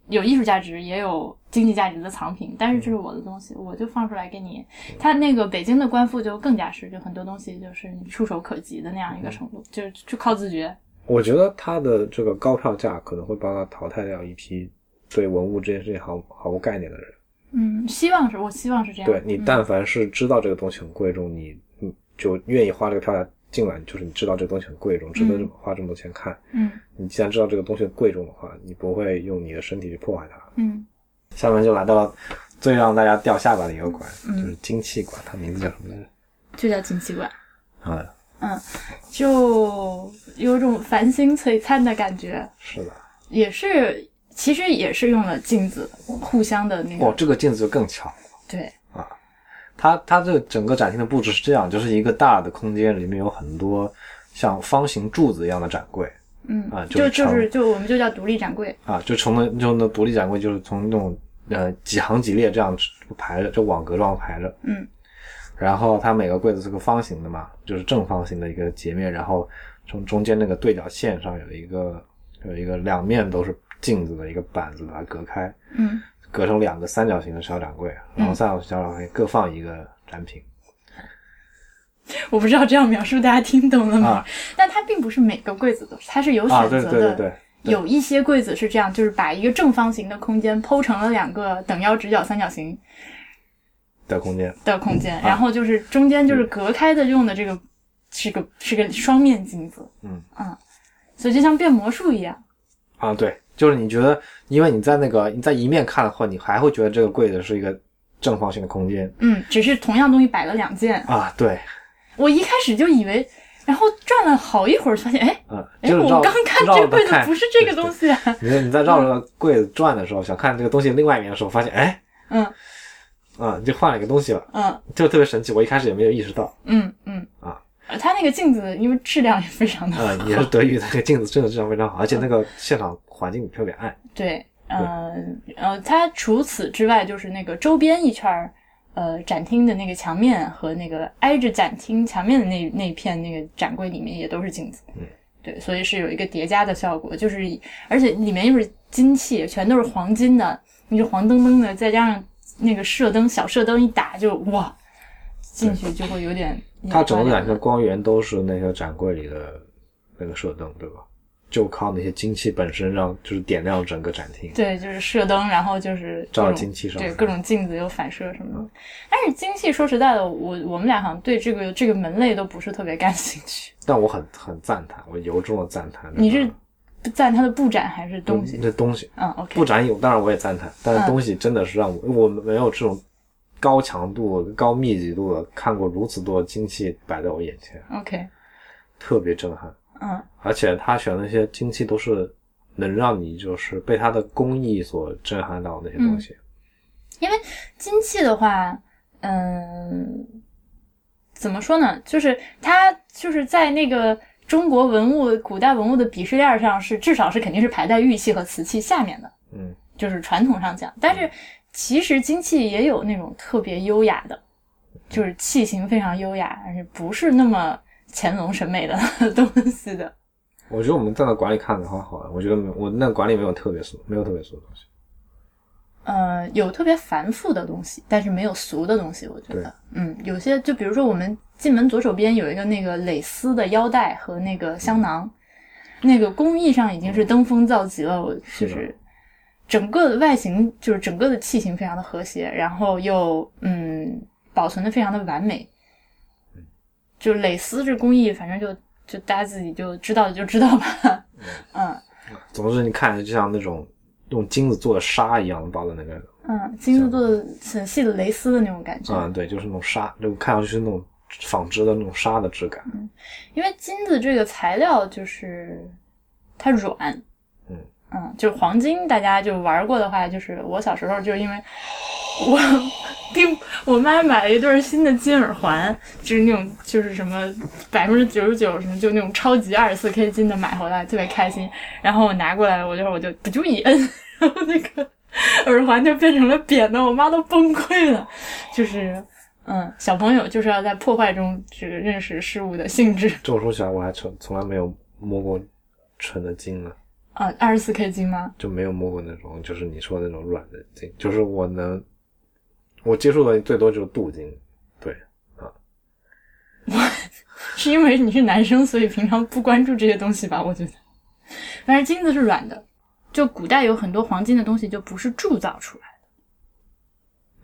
有艺术价值，也有经济价值的藏品，但是
嗯
这是我的东西，我就放出来给你。它那个北京的官复就更加是，就很多东西就是你触手可及的那
嗯
样一个程度，就是就靠自觉。
我觉得它的这个高票价可能会帮他淘汰掉一批对文物这件事情毫毫无概念的人。
嗯，希望是我希望是这样。
对你，
嗯
但凡是知道这个东西很贵重，你嗯就愿意花这个票价进来，就是你知道这个东西很贵重，值得
嗯
花这么多钱看。
嗯
你既然知道这个东西贵重的话，你不会用你的身体去破坏它。
嗯
下面就来到了最让大家掉下巴的一个馆，
嗯
就是金器馆，它名字叫什么来着？
就叫金奇馆。嗯
啊，
就有种繁星璀璨的感觉，
是的。
也是，其实也是用了镜子互相的那个、
哦，这个镜子就更巧了。
对，
它它这整个展厅的布置是这样，就是一个大的空间，里面有很多像方形柱子一样的展柜
嗯，
啊
就
就是
就是就我们就叫独立展柜，
啊，就从那就那独立展柜，就是从那种呃几行几列这样排着，就网格状排着。
嗯
然后它每个柜子是个方形的嘛，就是正方形的一个截面，然后从中间那个对角线上有一个有一个两面都是镜子的一个板子把它隔开，
嗯
隔成两个三角形的小展柜，然后三角形小展柜各放一个展品。
我不知道这样描述大家听懂了没？
啊
但它并不是每个柜子都是，它是嗯有选
啊，对
择的。
对对对。
有一些柜子是这样，就是把一个正方形的空间剖成了两个等腰直角三角形
的空间，
的空间，
嗯啊
然后就是中间就是隔开的用的这个是个是个双面镜子，
嗯
嗯，所以就像变魔术一样，
啊，对，就是你觉得，因为你在那个你在一面看的话，你还会觉得这个柜子是一个正方形的空间
嗯，只是同样东西摆了两件。
啊，对，
我一开始就以为，然后转了好一会儿，发现哎
嗯，
哎，
就是绕
我刚看
绕
这
着
柜子
看
不是这个东。西啊，
对对你你在绕着柜子转的时候，想看这个东西另外一面的时候，发现哎，
嗯
啊，你就换了一个东西了，
嗯
就特别神奇。我一开始也没有意识到，
嗯嗯
啊，
呃它那个镜子因为质量也非常的好，
呃，也是德语的那个镜子真的质量非常好，而且那个现场环境特别暗，
对，呃呃，它除此之外就是那个周边一圈儿，呃，展厅的那个墙面和那个挨着展厅墙面的那那一片那个展柜里面也都是镜子，对，所以是有一个叠加的效果，就是以而且里面又是金器，全都是黄金的，你就黄澄澄的，再加上那个射灯小射灯一打就哇，进去就会有点眼
它整
花
个
缭
展厅
乱
光源都是那个展柜里的那个射灯，对吧？就靠那些精气本身让就是点亮整个展厅。
对，就是射灯，然后就是
照
各种
精气上
对
来嗯
各种镜子有反射什么的。但是精气，说实在的，我我们俩好像对这个这个门类都不是特别感兴趣。
但我很很赞叹，我由衷的赞叹。
你是赞它的布展还是东西？
这东西
嗯，OK，
不展有，当然我也赞叹，但是东西真的是让我、我没有这种高强度、高密集度的看过如此多的精气摆在我眼前，
OK，
特别震撼。
嗯，
而且他选的那些精气都是能让你就是被他的工艺所震撼到的那些
嗯
东西。
金器的话，嗯，怎么说呢？就是它就是在那个中国文物、古代文物的鄙视链上是，至少是肯定是排在玉器和瓷器下面的。
嗯，
就是传统上讲，但是其实金器也有那种特别优雅的，就是器型非常优雅，而且不是那么乾隆审美的 东西的。
我觉得我们站在馆里看的话好玩，我觉得没有我那馆里没有特别俗，没有特别俗的东西。
呃，有特别繁复的东西，但是没有俗的东西。我觉
对
得，嗯，有些就比如说我们进门左手边有一个那个蕾丝的腰带和那个香囊，
嗯
那个工艺上已经是登峰造极了。我就是是整个的外形，就是整个的器型非常的和谐，然后又嗯保存的非常的完美。
嗯
就蕾丝这工艺，反正就就大家自己就知道的就知道吧。嗯
总之，你看就像那种用金子做的纱一样包的那个，
嗯，金子做的很细的蕾丝的那种感觉。
啊、对，就是那种纱，就看上去是那种纺织的那种纱的质感。
因为金子这个材料就是它软，
嗯
就是黄金，大家就玩过的话，就是我小时候就是因为我给我妈买了一对儿新的金耳环，就是那种就是什么百分之九十九什么就那种超级二十四 K 金的买回来，特别开心。然后我拿过来，我就我就不注意 摁，然后那个耳环就变成了扁的，我妈都崩溃了，就是。嗯，小朋友就是要在破坏中这个认识事物的性质
这么说起来，我还从从来没有摸过纯的金呢，
啊。二十四 K 金吗？
就没有摸过那种就是你说的那种软的金，就是我能我接触的最多就是镀金，对，
是因为你是男生，所以平常不关注这些东西吧？我觉得，反正金子是软的，就古代有很多黄金的东西就不是铸造出来，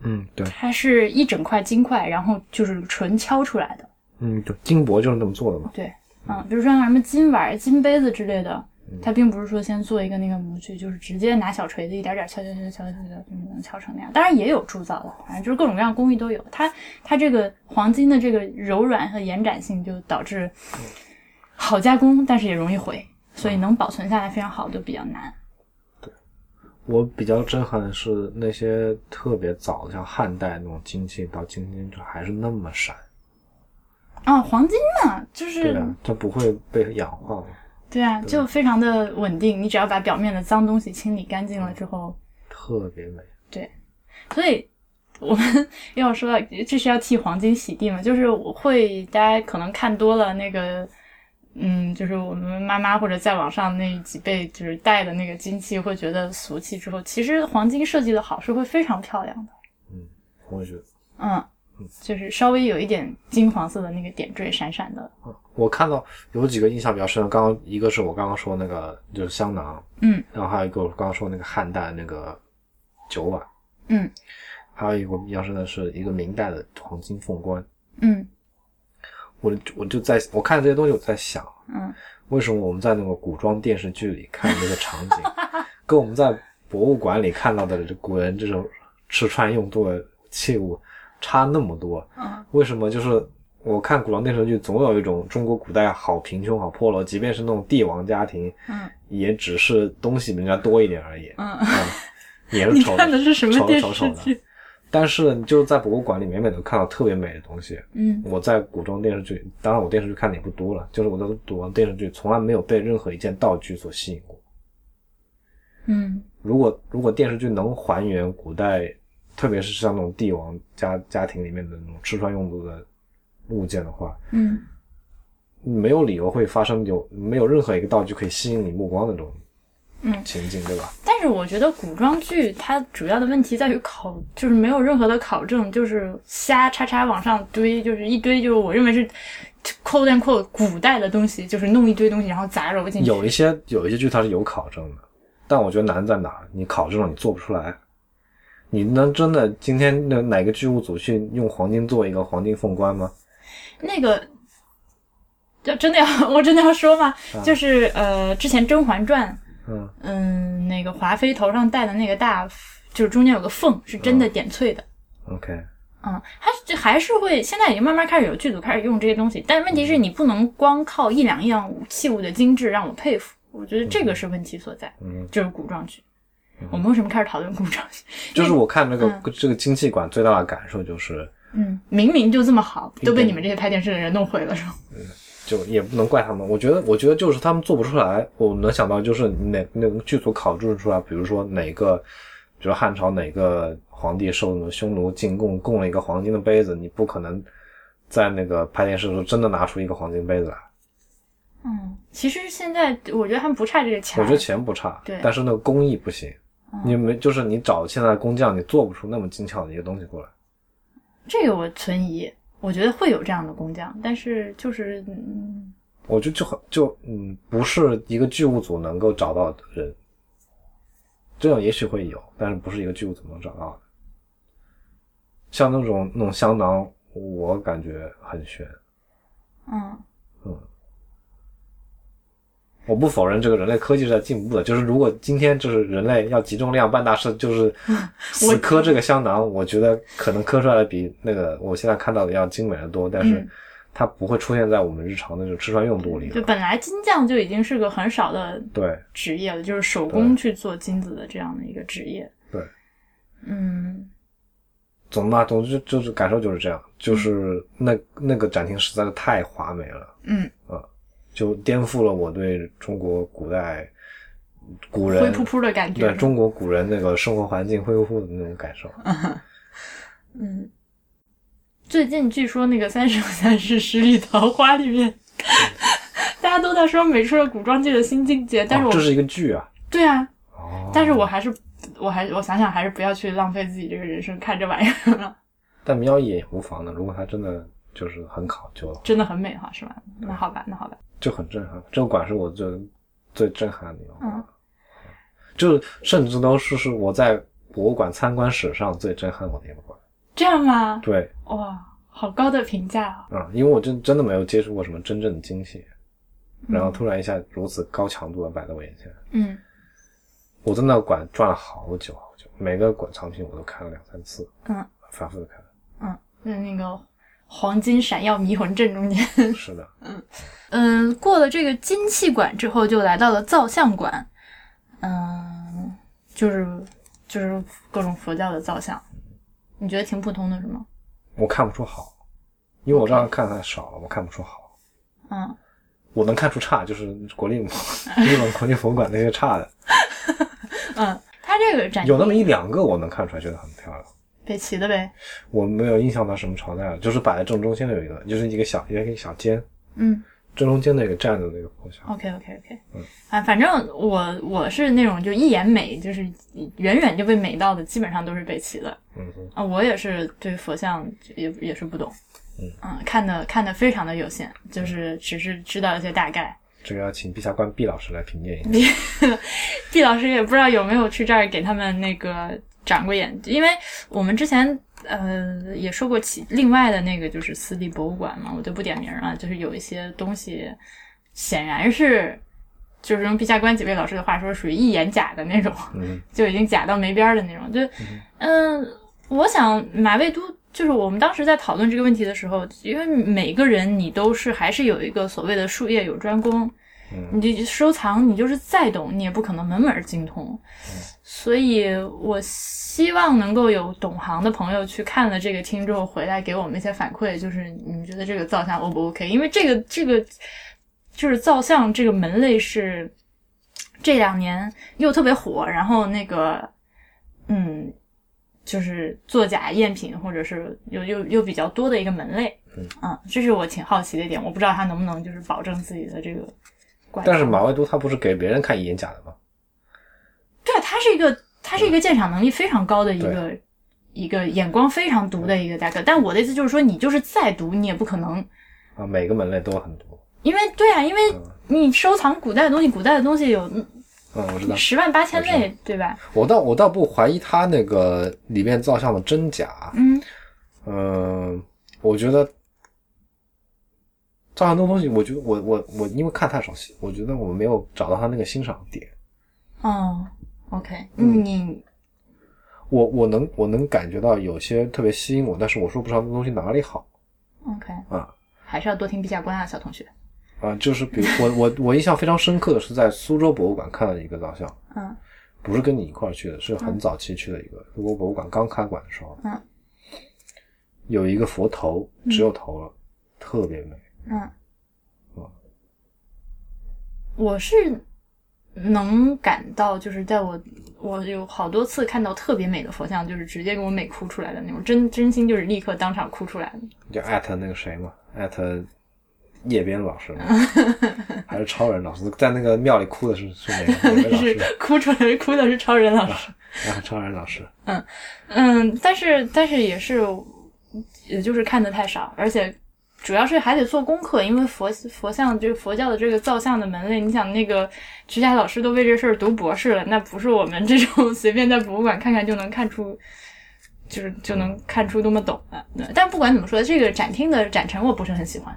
嗯对，
它是一整块金块，然后就是纯敲出来的。
嗯对，金箔就是那么做的嘛，
对，啊，比如说像什么金碗、金杯子之类的，它并不是说先做一个那个模具，就是直接拿小锤子一点点敲敲敲敲敲敲，就能敲成那样。当然也有铸造的，反正就是各种各样工艺都有。它它这个黄金的这个柔软和延展性，就导致好加工，但是也容易毁，所以能保存下来非常好就比较难。
我比较震撼的是那些特别早的，像汉代那种金器到今天就还是那么闪，
啊，黄金嘛，就是
对啊，它不会被氧化嘛，
对啊，就非常的稳定。你只要把表面的脏东西清理干净了之后，
特别美。
所以我们 要说到，这是要替黄金洗地嘛？就是我会，大家可能看多了那个，嗯，就是我们妈妈或者再往上那几辈就是带的那个金器，会觉得俗气。之后，其实黄金设计的好是会非常漂亮的，
我觉得
嗯，就是稍微有一点金黄色的那个点缀，闪闪的，
我看到有几个印象比较深的，刚刚一个是我刚刚说那个就是香囊，
嗯，
然后还有一个我刚刚说那个汉代那个酒碗，
嗯，
还有一个我印象深的是一个明代的黄金凤冠。
嗯
我我就在我看这些东西，我在想，
嗯，
为什么我们在那个古装电视剧里看那些场 景，跟我们在博物馆里看到的古人这种吃穿用度的器物差那么多？
嗯
为什么就是我看古装电视剧，总有一种中国古代好贫穷、好破落，即便是那种帝王家庭，
嗯，
也只是东西比人家多一点而已，
嗯。
也是
你
丑
看的是什么
丑
电
丑
视
丑的
剧？
但是你就是在博物馆里每每能看到特别美的东西。
嗯
我在古装电视剧，当然我电视剧看的也不多了，就是我在古装电视剧从来没有被任何一件道具所吸引过。
嗯
如果如果电视剧能还原古代，特别是像那种帝王家家庭里面的那种吃穿用度的物件的话，
嗯
没有理由会发生有没有任何一个道具可以吸引你目光的这种
嗯
情境，对吧？
但是我觉得古装剧它主要的问题在于考，就是没有任何的考证，就是瞎叉叉往上堆，就是一堆就是我认为是 quote and quote 古代的东西，就是弄一堆东西然后杂糅进去。
有一些有一些剧它是有考证的，但我觉得难在哪儿？你考证了你做不出来，你能真的今天那哪个剧务组去用黄金做一个黄金凤冠吗？
那个，就真的要我真的要说吗？就是呃，之前《甄嬛传》
啊嗯
嗯，那个华妃头上戴的那个大，就是中间有个缝，是
啊
真的点翠的。
，OK，
嗯，它是还是会，现在已经慢慢开始有剧组开始用这些东西，但是问题是你不能光靠一两样器物的精致让我佩服，我觉得这个是问题所在。
嗯，
就是古装剧，我们为什么开始讨论古装剧？
就是我看这个、
嗯
这个经济馆最大的感受就是，
嗯，明明就这么好，都
对
被你们这些拍电视的人弄毁了，是吗？
就也不能怪他们。我觉得，我觉得就是他们做不出来。我能想到就是哪那个剧组考证出来，比如说哪个，比如汉朝哪个皇帝受那个匈奴进贡，供了一个黄金的杯子，你不可能在那个拍电视的时候真的拿出一个黄金杯子来。
嗯，其实现在我觉得他们不差这个钱。
我觉得钱不差
对，嗯
但是那个工艺不行。你没就是你找现在的工匠，你做不出那么精巧的一个东西过来。
这个我存疑，我觉得会有这样的工匠，但是就是嗯，
我觉得就很就嗯，不是一个剧务组能够找到的人。这种也许会有，但是不是一个剧务组能找到的。像那种那种香囊，我感觉很悬。
嗯
我不否认这个人类科技是在进步的，就是如果今天就是人类要集中力量办大事，就是死磕这个香囊，我觉得可能磕出来的比那个我现在看到的要精美的多，但是
嗯
它不会出现在我们日常的这种吃穿用度里了。
就本来金匠就已经是个很少的
对，
职业了，就是手工去做金子的这样的一个职业。
对，
嗯
总吧，总之就是感受就是这样，就是那那个展厅实在是太华美了，啊
嗯，
就颠覆了我对中国古代古人
灰扑扑的感觉。
对中国古人那个生活环境恢复的那种感受。
嗯，最近据说那个《三生三世十里桃花》里面。大家都在说美出了古装剧的新境界，但是
哦
我、
这是一个剧啊，
对啊，
哦，
但是我还是，我还我想想还是不要去浪费自己这个人生看这玩意儿了，
但苗野也无妨的，如果他真的就是很考究的话，
真的很美哈，是吧？那好吧，那好吧，
就很震撼。这个馆是我最最震撼的地方，
嗯
就是甚至都是是我在博物馆参观史上最震撼我的一个馆。
这样吗？
对，
哇，好高的评价啊！
啊、因为我真真的没有接触过什么真正的精细，然后突然一下如此高强度的摆在我眼前，
嗯
我在那个馆转了好久好久，每个馆藏品我都看了两三次，
嗯，
反复的看，
嗯，那那个黄金闪耀迷魂阵中间，
是的，
嗯，过了这个金器馆之后，就来到了造像馆，嗯，就是就是各种佛教的造像，你觉得挺普通的是吗？
我看不出好，因为我这样看太少了，我看不出好，
嗯，
我能看出差，就是国立日本国立博物馆那些差的，
它这个展
有那么一两个我能看出来，觉得很漂亮。
北齐的呗，
我没有印象到什么朝代了，就是摆在正中心的有一个，就是一个小一个小间，
嗯。
正中间的一个站着那个佛像，
OK OK OK，啊，
嗯
反正我我是那种就一眼美，就是远远就被美到的，基本上都是北齐的。
嗯哼，
啊，我也是对佛像也也是不懂，嗯，看的看的非常的有限，就是只是知道一些大概。
这个要请陛下观毕老师来评鉴一下。
毕老师也不知道有没有去这儿给他们那个长过眼，因为我们之前呃也说过其另外的那个就是私立博物馆嘛，我就不点名了，就是有一些东西显然是。就是用毕加关几位老师的话说，属于一眼假的那种，
嗯
就已经假到没边儿的那种。就，嗯、我想马未都就是我们当时在讨论这个问题的时候，因为每个人你都是还是有一个所谓的术业有专攻，
嗯
你这收藏你就是再懂，你也不可能门门儿精通。
嗯
所以我希望能够有懂行的朋友去看了这个听之后回来给我们一些反馈，就是你们觉得这个造像 O 不 OK？因为这个这个就是造像这个门类是这两年又特别火，然后那个嗯，就是作假赝品或者是又又又比较多的一个门类。嗯，这是我挺好奇的一点，我不知道他能不能就是保证自己的这个观察。
但是马未都他不是给别人看一眼假的吗？
对，他是一个他是一个鉴赏能力非常高的一个一个眼光非常毒的一个大哥。但我的意思就是说，你就是再毒，你也不可能，
啊，每个门类都很多。
因为对啊，因为你收藏古代的东西，古代的东西有
嗯，我知道。
十万八千
我知
类，对吧？
我倒我倒不怀疑他那个里面造像的真假。
嗯
嗯，我觉得造像这种东西，我觉得我我我因为看太少戏，我觉得我没有找到他那个欣赏点。
哦，OK，
嗯
你
我我能我能感觉到有些特别吸引我，但是我说不上那东西哪里好
OK
啊。
还是要多听毕加关啊，小同学。
啊，就是比如我我我印象非常深刻的是在苏州博物馆看到一个造像，
嗯，
不是跟你一块儿去的，是很早期去的一个苏州博物馆刚开馆的时候，
嗯，
有一个佛头，只有头了，特别美。
嗯
哦，
我是能感到，就是在我我有好多次看到特别美的佛像，就是直接给我美哭出来的那种，真真心就是立刻当场哭出来的。
你就艾特那个谁嘛，艾特叶边老师嘛，
嗯
还是超人老师，在那个庙里哭的是是哪个哪位老
是
师？
哭出来，哭的是超人老师。
啊，超人老师，
嗯，但是但是也是，也就是看的太少，而且主要是还得做功课，因为佛佛像这个佛教的这个造像的门类，你想那个曲霞老师都为这事儿读博士了，那不是我们这种 随便在博物馆看看就能看出。就是就能看出多么懂的，对但不管怎么说，这个展厅的展陈我不是很喜欢。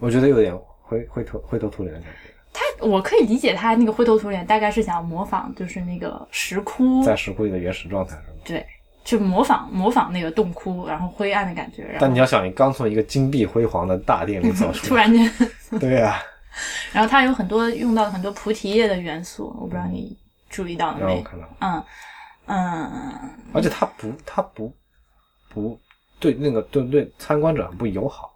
我觉得有点灰灰头灰头土脸的感觉，
我可以理解他那个灰头土脸，大概是想模仿，就是那个石窟，
在石窟里的原始状态是吗？
就模仿模仿那个洞窟，然后灰暗的感觉，然
但
后
你要想，你刚从一个金碧辉煌的大殿里走出来，
突然间
对呀、
然后它有很多用到很多菩提叶的元素，我不知道你
嗯
注意到了
让我
没？
看到，
嗯嗯，
而且他不，他不，不对那个对对参观者很不友好，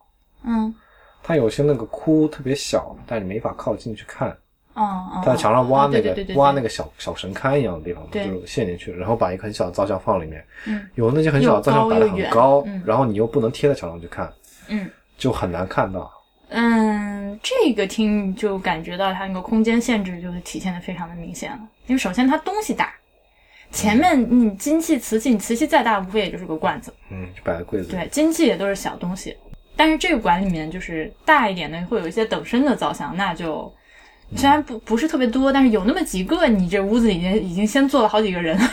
嗯
他有些那个窟特别小，但你没法靠近去看，
哦哦，
他在墙上挖那个、
哦对对对对
挖那个小小神龛一样的地方，就
对
是陷进去，然后把一个很小的造像放里面，
嗯
有那些很小的造像
又高
摆的
又
很
远
高，
嗯
然后你又不能贴在墙上去看，
嗯
就很难看到。
嗯，这个厅就感觉到它那个空间限制就是体现的非常的明显了，因为首先它东西大。前面你金器、瓷器，你瓷器再大，无非也就是个罐子，
嗯，就摆在柜子里，
对，金器也都是小东西。但是这个馆里面就是大一点的，会有一些等身的造像，那就虽然不不是特别多，但是有那么几个，你这屋子里面已经先坐了好几个人 了，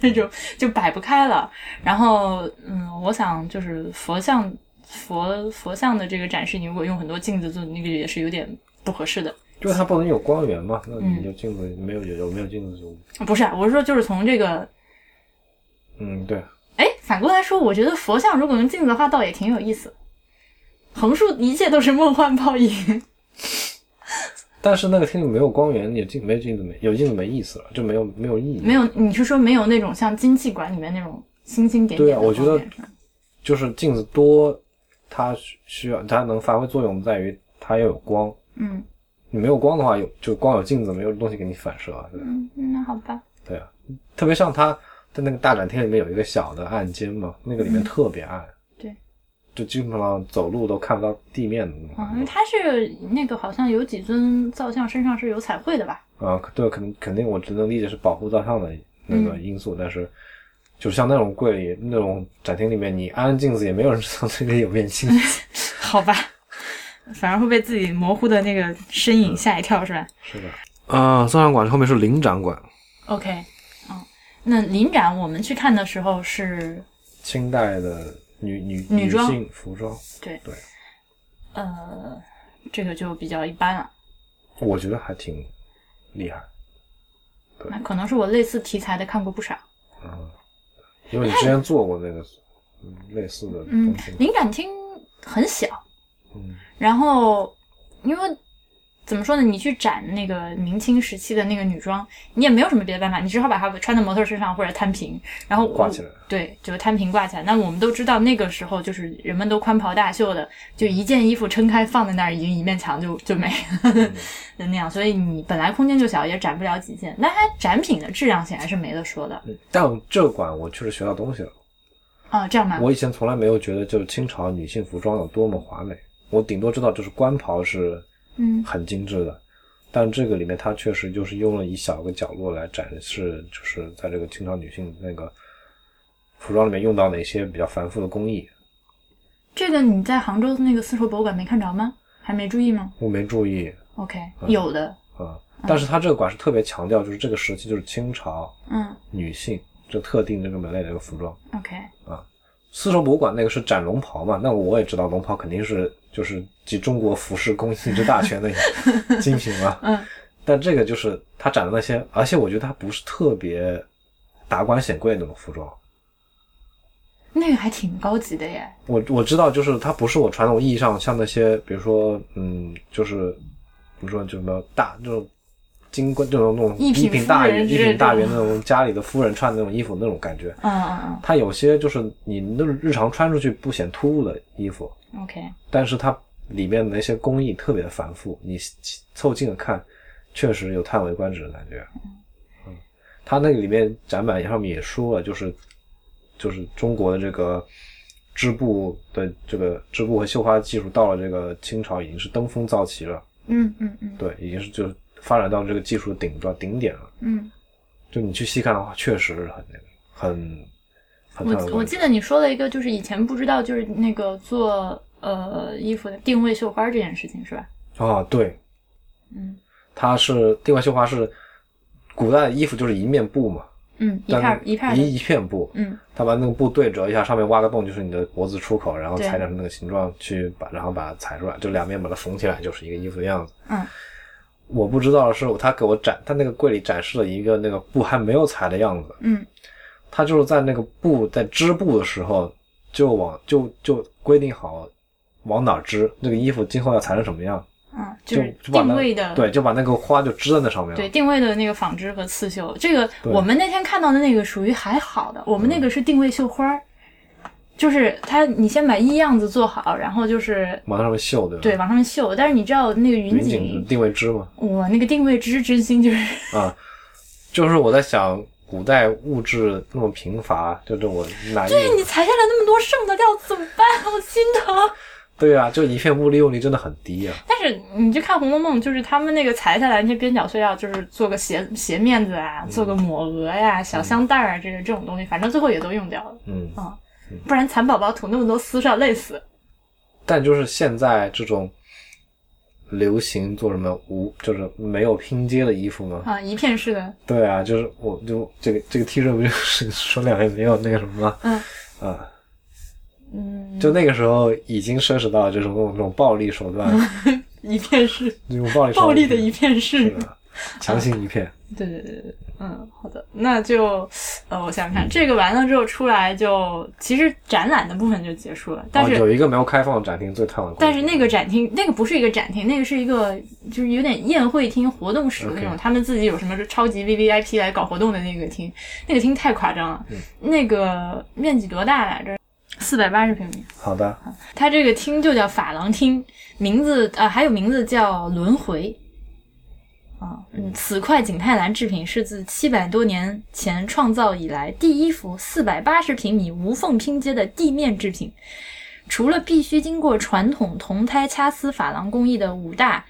那种就摆不开了。然后，嗯，我想就是佛像佛佛像的这个展示，你如果用很多镜子做，那个也是有点不合适的。
就是它不能有光源嘛，那你
嗯
就镜子没有有有没有镜子就，
不是啊，我是说就是从这个，
嗯，对，
哎，反过来说，我觉得佛像如果用镜子的话，倒也挺有意思。横竖一切都是梦幻泡影。
但是那个厅里没有光源，有镜没有镜子没有镜子没意思了，就没有没有意义。
没有，你是说没有那种像金器馆里面那种星星点点
对
的
啊我觉得
光点是吧
就是镜子多，它需需要它能发挥作用在于它要有光。
嗯
你没有光的话，有就光有镜子，没有东西给你反射啊。对吧
嗯，那好吧，
对啊，特别像它在那个大展厅里面有一个小的暗间嘛，那个里面特别暗。
嗯对。
就基本上走路都看不到地面的那种
啊，因
感
为
觉。
它是那个好像有几尊造像身上是有彩绘的吧？
啊，可对，肯定肯定，我只能理解是保护照相的那
嗯
个因素，但是。就像那种柜里、那种展厅里面，你安镜子也没有人知道这里有面 镜子。
好吧，反而会被自己模糊的那个身
嗯
影吓一跳，是吧
是的。啊、造像馆后面是领展馆，
？OK，嗯，那临展我们去看的时候是
清代的女女
女装
性服装，
呃，这个就比较一般了。
我觉得还挺厉害。
那可能是我类似题材的看过不少。
嗯因为你之前做过那个嗯类似的
嗯
东西，，
灵感厅很小，
嗯
然后因为怎么说呢？你去展那个明清时期的那个女装，你也没有什么别的办法，你只好把它穿在模特身上或者摊平，然后我
挂起来。
对，就摊平挂起来。那我们都知道，那个时候就是人们都宽袍大袖的，就一件衣服撑开放在那儿，已经一面墙就就没了
嗯
就那样。所以你本来空间就小，也展不了几件。那它展品的质量显然是没得说的
但这馆我确实学到东西了。
啊。这样吧，
我以前从来没有觉得，就是清朝女性服装有多么华美。我顶多知道，就是官袍是
嗯
很精致的，但这个里面它确实就是用了一小个角落来展示，就是在这个清朝女性那个服装里面用到哪些比较繁复的工艺。
这个你在杭州的那个丝绸博物馆没看着吗？还没注意吗
我没注意
？OK，有的，
啊、但是它这个馆是特别强调，就是这个时期就是清朝
嗯
女性这特定这个门类的一个服装。
，OK，
丝绸博物馆那个是展龙袍嘛，那我也知道龙袍肯定是就是集中国服饰工艺之大全的精品嘛。
嗯。
但这个就是他展的那些，而且我觉得它不是特别达官显贵的那种服装。
那个还挺高级的耶。
我我知道，就是它不是我传统意义上像那些，比如说，嗯，就是比如说就什么大这种金冠这种那种
一品
一品大
夫人
员、一
之类
品大
的
员那种家里的夫人穿的那种衣服那种感觉。
嗯嗯
它有些就是你那种日常穿出去不显突兀的衣服，
嗯，OK，
但是它里面的那些工艺特别的繁复，你凑近了看，确实有叹为观止的感觉。嗯，它那个里面展板上面也说了，就是就是中国的这个织布的这个织布和绣花技术到了这个清朝已经是登峰造极了，
嗯嗯嗯
对，已经是就发展到这个技术的顶端顶点了。
嗯，
就你去细看的话，确实是很那个很很叹为观止
我我记得你说了一个，就是以前不知道，就是那个做呃衣服的定位绣花这件事情是吧？
啊，对，
嗯
它是定外绣花是古代的衣服就是一面布嘛，
嗯，一
但
片儿一片儿的，
一一片布，
嗯
他把那个布对折一下，上面挖个洞就是你的脖子出口，然后
对
裁剪成那个形状去把，然后把它裁出来，就两面把它缝起来，就是一个衣服的样子。
嗯，
我不知道的是他给我展，他那个柜里展示了一个那个布还没有裁的样子，
嗯
他就是在那个布在织布的时候就往就就规定好往哪儿织，那个衣服今后要裁成什么样，
嗯，
就
就是
就把
定
那
位的
对，就把那个花就织在那上面了。
对定位的那个纺织和刺绣，这个
对嗯
我们那天看到的那个属于还好的，我们那个是定位绣花儿，就是它你先把衣样子做好，然后就是
往上面绣，对吧？
对往上面绣，但是你知道那个云
云锦
锦，
定位织嘛，
我那个定位之真心就是
啊，就是我在想，古代物质那么贫乏，就是我难以，
你裁下来那么多剩的料怎么办？啊我心疼。
对啊，就一片物利用率真的很低啊。
但是你去看《红楼梦》，就是他们那个裁下来那些边角碎料，就是做个鞋鞋面子啊，做个抹额呀、小香袋儿啊，这个这种东西，反正最后也都用掉了。
嗯，
不然蚕宝宝吐那么多丝是要累死。
但就是现在这种流行做什么无，就是没有拼接的衣服吗？
啊，一片式的，
对啊，就是我就这个这个 T 恤不就是 说两天没有那个什么吗？
嗯
啊，
嗯，
就那个时候已经涉及到就是用这种暴力手 段，
一片式，
用暴力手段
暴力的一片式。
强行一片，
对对对对，对，嗯，好的，那就呃，我想想
嗯
看，这个完了之后出来就，其实展览的部分就结束了，但
哦
是、
有一个没有开放的展厅最叹为观止。
但是那个展厅，那个不是一个展厅，那个是一个就是有点宴会厅、活动室的那种
OK
他们自己有什么超级 V V I P 来搞活动的那个厅，那个厅太夸张了。
嗯
那个面积多大来着？四百八十平米。
好的，
它这个厅就叫珐琅厅，名字啊、呃还有名字叫轮回。啊，嗯，此块景泰蓝制品是自七百多年前创造以来第一幅四百八十平米无缝拼接的地面制品，除了必须经过传统铜胎掐丝珐琅工艺的五大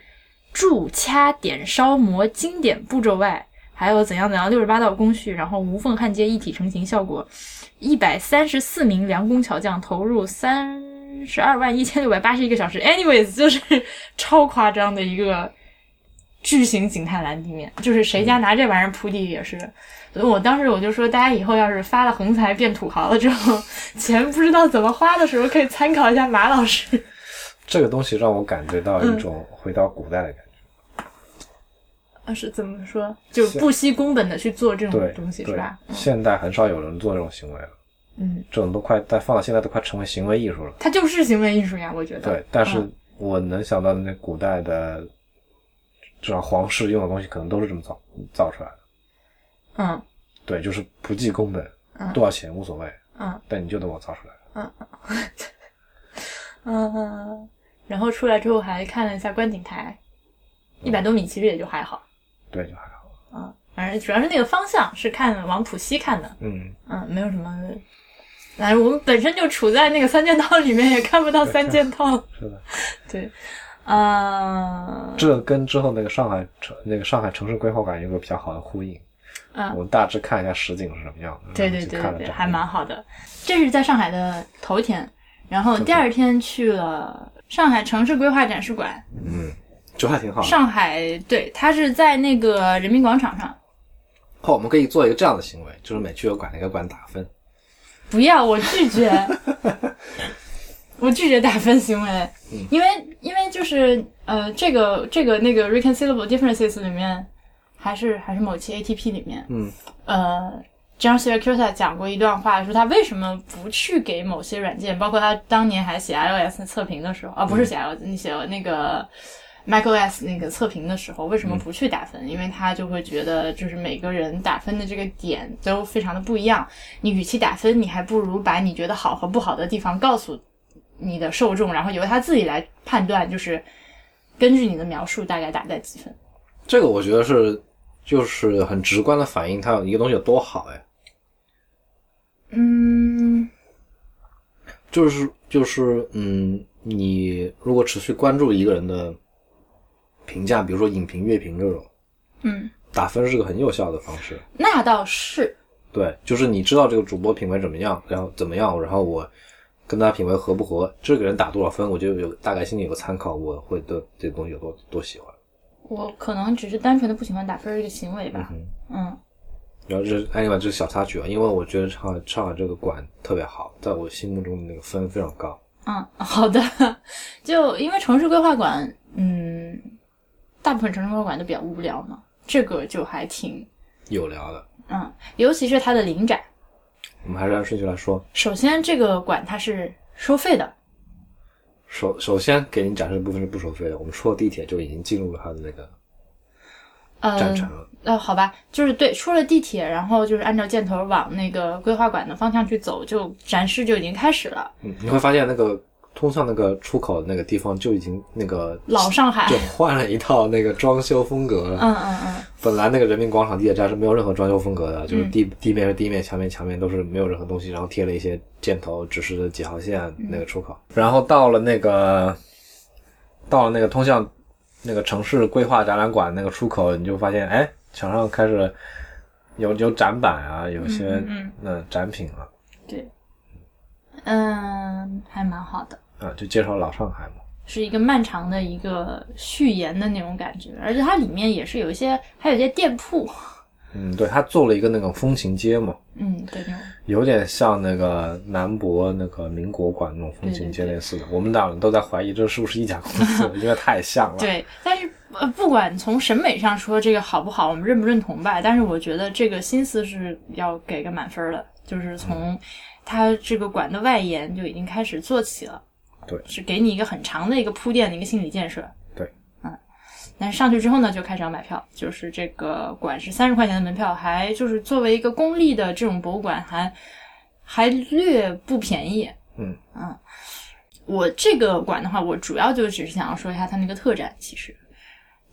铸、掐、点、烧、磨经典步骤外，还有怎样怎样六十八道工序，然后无缝焊接一体成型效果。一百三十四名梁工巧匠投入三十二万一千六百八十一个小时。Anyways，就是 超夸张的一个巨型景泰蓝地面，就是谁家拿这玩意儿铺地也是。我当时我就说，大家以后要是发了横财变土豪了之后，钱不知道怎么花的时候，可以参考一下马老师。
这个东西让我感觉到
嗯
一种回到古代的感觉。
啊，是怎么说？就不惜工本的去做嗯这种
对，
东西，
对
是吧？
现代很少有人做这种行为了，
嗯，
这种都快，但放到现在都快成为行为艺术了。
嗯它就是行为艺术呀，我觉得。
对，但是我能想到的那古代的至少皇室用的东西可能都是这么造造出来的。
嗯
对，就是不计工本，
嗯
多少钱无所谓，
嗯，
但你就等我造出来。
嗯
然后出来之后还看了一下观景台，一百多米其实也就还好，
对，就还好。
反正主要是那个方向是看往浦西看的，
嗯，
嗯，没有什么。反正我们本身就处在那个三件套里面，也看不到三件套。
是的，
对，嗯，
这跟之后那个上海城那个上海城市规划馆有个比较好的呼应。
嗯
我们大致看一下实景是什么样的。
对
然后
对
嗯去
对
看
对
了
对，
展
还
览
蛮好的。这是在上海的头一天，然后第二天去了上海城市规划展示馆。
嗯，就还挺好的。
上海对，它是在那个人民广场上。
后我们可以做一个这样的行为，就是每去一个馆，哪个馆打分。
不要，我拒绝，我拒绝打分行为，因为因为就是呃，这个这个那个 reconcilable differences 里面，还是还是某期 ATP 里面，
嗯，
呃，John Siracusa 讲过一段话，说他为什么不去给某些软件，包括他当年还写 iOS 测评的时候，啊，不是写 iOS，、你写那个 macOS 那个测评的时候，为什么不去打分？因为他就会觉得，就是每个人打分的这个点都非常的不一样。你与其打分，你还不如把你觉得好和不好的地方告诉你的受众，然后由他自己来判断，就是根据你的描述大概打在几分。
这个我觉得是就是很直观的反映它有一个东西有多好哎，
嗯，
就是就是嗯，你如果持续关注一个人的评价，比如说影评、乐评这种，
嗯，
打分是个很有效的方式。
那倒是，
对，就是你知道这个主播品味怎么样，然后怎么样，然后我跟他品味合不合，这个人打多少分，我就有大概心里有个参考，我会对这个东西有多多喜欢。
我可能只是单纯的不喜欢打分儿这个行为吧。嗯
然后这是 anyway 这是小插曲啊，因为我觉得上海上海这个馆特别好，在我心目中的那个分非常高。
嗯好的。 就因为城市规划馆，嗯，大部分城市规划馆都比较无聊嘛，这个就还挺，
有聊的，
嗯，尤其是它的临展。
我们还是按顺序来说。
首先，这个馆它是收费的，
首首先给你展示的部分是不收费的，我们出了地铁就已经进入了它的那个
呃，
站场了。
呃，好吧，就是对，出了地铁，然后就是按照箭头往那个规划馆的方向去走，就展示就已经开始了。
嗯，你会发现那个通向那个出口的那个地方就已经那个
老上海
就换了一套那个装修风格了。
嗯嗯嗯，
本来那个人民广场地铁站是没有任何装修风格的，就是
嗯
地地面是地面，墙面墙面都是没有任何东西，然后贴了一些箭头指示几号线
嗯
那个出口。然后到了那个到了那个通向那个城市规划展览馆那个出口，你就发现哎，墙上开始有有展板啊，有些
嗯嗯
嗯展品了
对，嗯，还蛮好的。
啊，就介绍老上海嘛。
是一个漫长的一个序言的那种感觉，而且它里面也是有一些，还有一些店铺，
嗯，对，他做了一个那种风情街嘛，
嗯，对那种，
有点像那个南博那个民国馆那种风情街类似的，我们俩都在怀疑这是不是一家公 司，因为太像了。
对。但是呃，不管从审美上说这个好不好，我们认不认同吧，但是我觉得这个心思是要给个满分儿的，就是
嗯
从它这个馆的外延就已经开始做起了，
对
是给你一个很长的一个铺垫的一个心理建设，
对，
嗯。但是上去之后呢，就开始要买票，就是这个馆是三十块钱的门票，还就是作为一个公立的这种博物馆，还还略不便宜。
嗯
嗯，我这个馆的话，我主要就只是想要说一下它那个特展，其实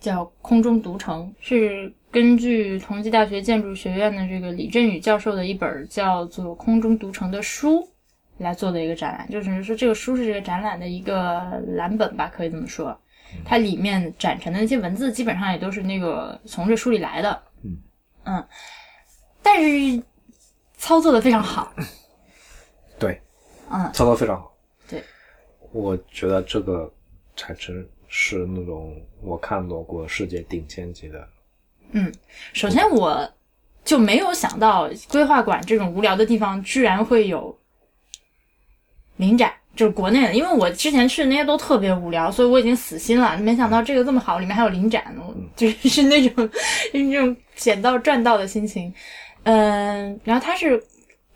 叫“空中独城”，是根据同济大学建筑学院的这个李振宇教授的一本叫做《空中独城》的书来做的一个展览，就只是说这个书是这个展览的一个蓝本吧，可以这么说。它里面展陈的那些文字，基本上也都是那个从这书里来的。嗯嗯，但是操作的非常好。
对，
嗯
操作非常好。
对，
我觉得这个产生是那种我看到过世界顶尖级的，
首先我就没有想到规划馆这种无聊的地方居然会有临展，就是国内的，因为我之前去的那些都特别无聊，所以我已经死心了。没想到这个这么好，里面还有临展，我就是是 那种就是那种捡到赚到的心情。嗯，然后它是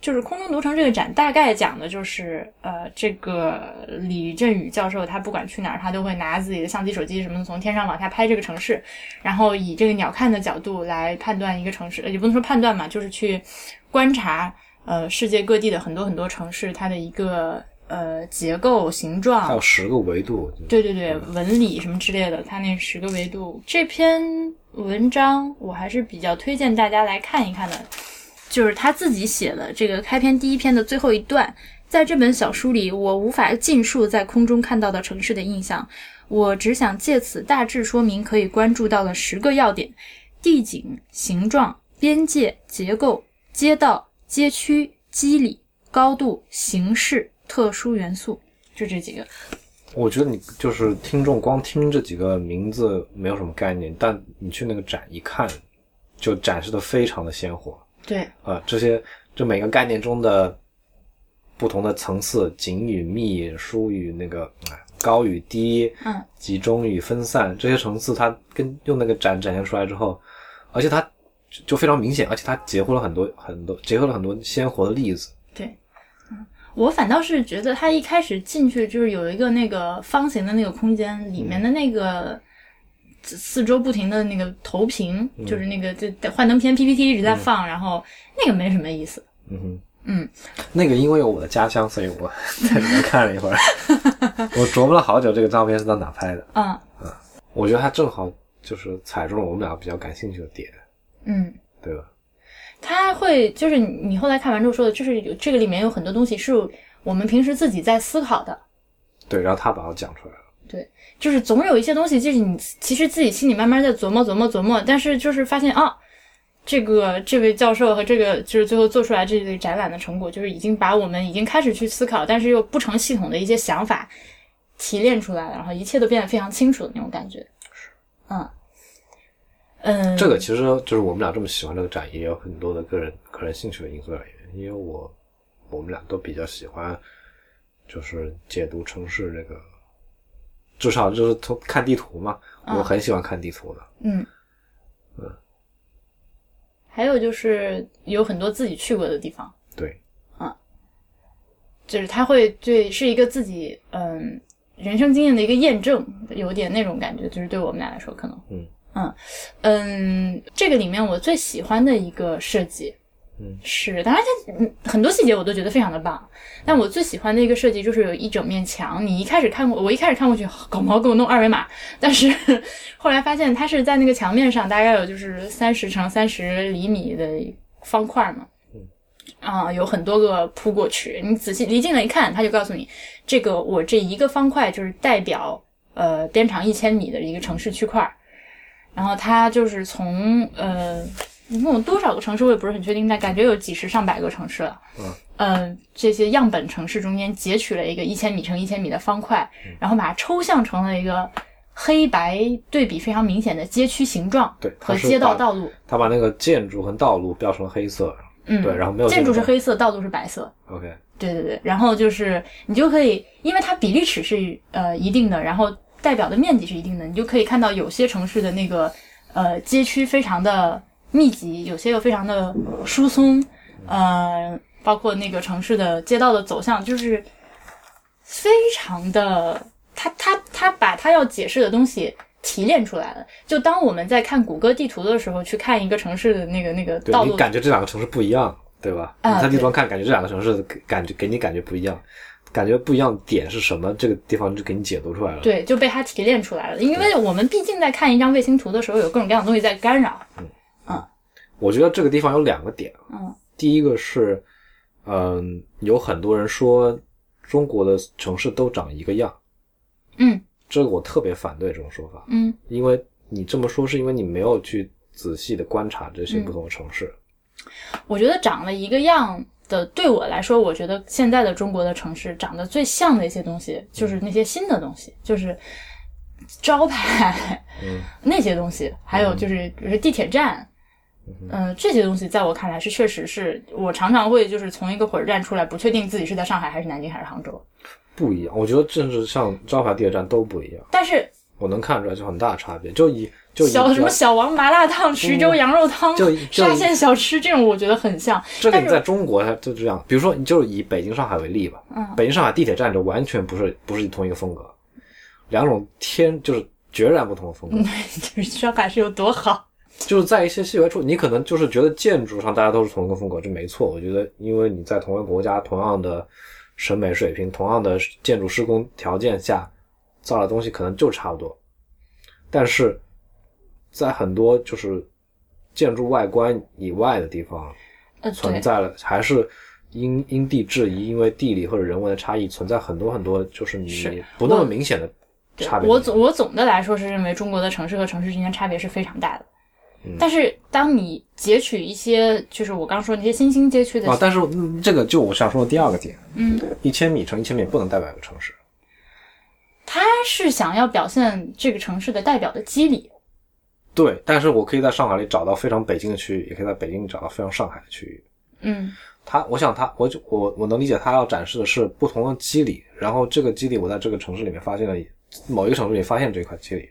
就是《空中独城》这个展，大概讲的就是，呃，这个李振宇教授他不管去哪儿，他都会拿自己的相机、手机什么的，从天上往下拍这个城市，然后以这个鸟瞰的角度来判断一个城市，呃也不能说判断嘛，就是去观察呃世界各地的很多很多城市它的一个呃结构、形状，
还有十个维度，我记得
啊对对对，文理什么之类的，它那十个维度。这篇文章我还是比较推荐大家来看一看的，就是他自己写的这个开篇第一篇的最后一段。在这本小书里，我无法尽述在空中看到的城市的印象，我只想借此大致说明可以关注到的十个要点：地景、形状、边界、结构、街道、街区、肌理、高度、形式、特殊元素，就这几个。
我觉得你就是听众，光听这几个名字没有什么概念，但你去那个展一看，就展示的非常的鲜活
对，
啊、这些这每个概念中的不同的层次，紧与密，疏与那个哎高与低，
嗯，
集中与分散，这些层次它跟用那个展展现出来之后，而且它就就非常明显，而且它结合了很多很多结合了很多鲜活的例子，
嗯我反倒是觉得他一开始进去就是有一个那个方形的那个空间，里面的那个四四周不停的那个投屏，就是那个就幻灯片 PPT 一直在放，然后那个没什么意思。
嗯哼，
嗯，
那个因为有我的家乡，所以我 在里面看了一 会儿，我琢磨了好久这个照片是在哪拍的。
嗯
我觉得它正好就是踩中了我们俩比较感兴趣的点，
嗯，
对吧？
他会就是你你后来看完之后说的，就是有这个里面有很多东西是我们平时自己在思考的，
对，然后他把我讲出来了，
就是总有一些东西，就是你其实自己心里慢慢在琢磨琢磨琢磨，但是就是发现啊，这个这位教授和这个就是最后做出来这个展览的成果，就是已经把我们已经开始去思考，但是又不成系统的一些想法提炼出来了，然后一切都变得非常清楚的那种感觉。嗯，嗯，
这个其实就是我们俩这么喜欢这个展，也有很多的个人个人兴趣的因素在里面，因为我我们俩都比较喜欢就是解读城市这个，至少就是从看地图嘛，
啊
我很喜欢看地图的。
嗯，
嗯
还有就是有很多自己去过的地方，
对，
就是他会对是一个自己嗯人生经验的一个验证，有点那种感觉，就是对我们俩来说可能，
嗯
嗯嗯这个里面我最喜欢的一个设计，
嗯
是当然它嗯很多细节我都觉得非常的棒，但我最喜欢的一个设计就是有一整面墙，你一开始看过，我一开始看过去搞毛给我弄二维码，但是后来发现它是在那个墙面上大概有就是三十乘三十厘米的方块嘛，啊、有很多个扑过去，你仔细离近了一看，它就告诉你，这个我这一个方块就是代表呃边长一千米的一个城市区块儿，然后它就是从呃，你问我多少个城市，我也不是很确定，但感觉有几十上百个城市了。
嗯
呃，这些样本城市中间截取了一个一千米乘一千米的方块，然后把它抽象成了一个黑白对比非常明显的街区形状
对它
和
是
街道嗯
把
道路。
他把那个建筑和道路标成了黑色，
嗯，
对，然后没有
建筑是
这个
黑色，道路是白色。
OK，
对对对，然后就是你就可以，因为它比例尺是呃一定的，然后代表的面积是一定的，你就可以看到有些城市的那个呃街区非常的密集，有些又非常的疏松，呃，包括那个城市的街道的走向，就是非常的，他他他把他要解释的东西。提炼出来了。就当我们在看谷歌地图的时候，去看一个城市的那个那个道
对
路
你感觉这两个城市不一样，对吧？
啊
你在地
对
图上看，感觉这两个城市的感觉给你感觉不一样，感觉不一样点是什么？这个地方就给你解读出来了。，
对，就被它提炼出来了。因为我们毕竟在看一张卫星图的时候，有各种各样的东西在干扰。
我觉得这个地方有两个点，啊
嗯，
第一个是，嗯，有很多人说中国的城市都长一个样，
嗯
这个我特别反对这种说法，
嗯
因为你这么说是因为你没有去仔细的观察这些
嗯
不同的城市。
我觉得长了一个样的，对我来说，我觉得现在的中国的城市长得最像的一些东西，就是那些新的东西，就是招牌，
嗯
那些东西，还有就是比如说地铁站。嗯、这些东西在我看来是确实是我常常会就是从一个火车站出来，不确定自己是在上海还是南京还是杭州，
不一样，我觉得甚至像招牌地铁站都不一样。
但是
我能看出来就很大的差别。就以就一
小
个
什么小王麻辣烫、池州羊肉汤
就一、就一
沙县小吃这种，我觉得很像。
这个
但
你
是
在中国它就这样，比如说你就是以北京、上海为例吧，
嗯
北京、上海地铁站就完全不是不是同一个风格，两种天就是决然不同的风
嗯
格，
就是上海是有多好？
就是在一些细微处，你可能就是觉得建筑上大家都是同一个风格，这没错。我觉得，因为你在同一个国家、同样的审美水平、同样的建筑施工条件下造的东西可能就差不多，但是在很多就是建筑外观以外的地方，
呃，
存
对，
在了，还是因因地制宜，因为地理或者人文的差异，存在很多很多就是你
是
不那么
我
明显的
对
差别。
我总我总的来说是认为中国的城市和城市之间差别是非常大的。
嗯
但是当你截取一些，就是我刚说那些新兴街区的，
啊，但是、嗯这个就我想说的第二个点，
嗯，
一千米乘一千米不能代表一个城市。
他是想要表现这个城市的代表的机理。
对，但是我可以在上海里找到非常北京的区域，也可以在北京里找到非常上海的区域。
嗯，
他，我想他，我就我我能理解他要展示的是不同的机理，然后这个机理我在这个城市里面发现了某一个城市里发现这块机理，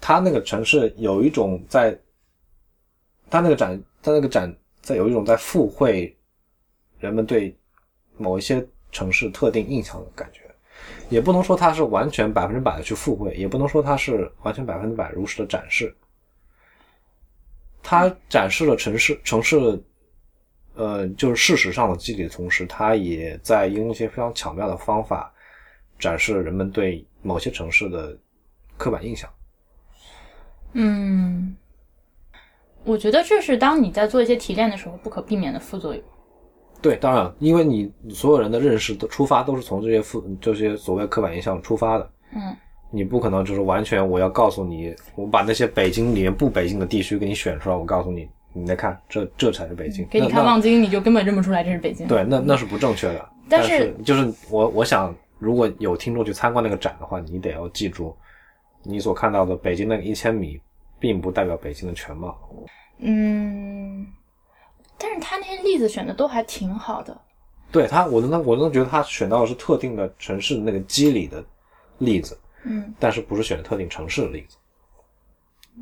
他那个城市有一种在，他那个展，他那个展在有一种在附会人们对某一些城市特定印象的感觉，也不能说它是完全百分之百的去附会，也不能说它是完全百分之百如实的展示，它展示了城市城市呃，就是事实上的机理的同时，它也在用一些非常巧妙的方法展示人们对某些城市的刻板印象。
嗯，我觉得这是当你在做一些提炼的时候不可避免的副作用。
对，当然，因为你你所有人的认识的出发都是从这些负这些所谓刻板印象出发的，
嗯，
你不可能就是完全我要告诉你，我把那些北京里面不北京的地区给你选出来，我告诉你，你来看，这这才是北京。
给你
那
看
那
望京，你就根本认不出来这是北京。
对，那那是不正确的。
但
但
是
就是我我想，如果有听众去参观那个展的话，你得要记住，你所看到的北京那个一千米，并不代表北京的全貌。
嗯，但是他那些例子选的都还挺好的。
对他，我能我能觉得他选到的是特定的城市的那个机理的例子，
嗯
但是不是选的特定城市的例子。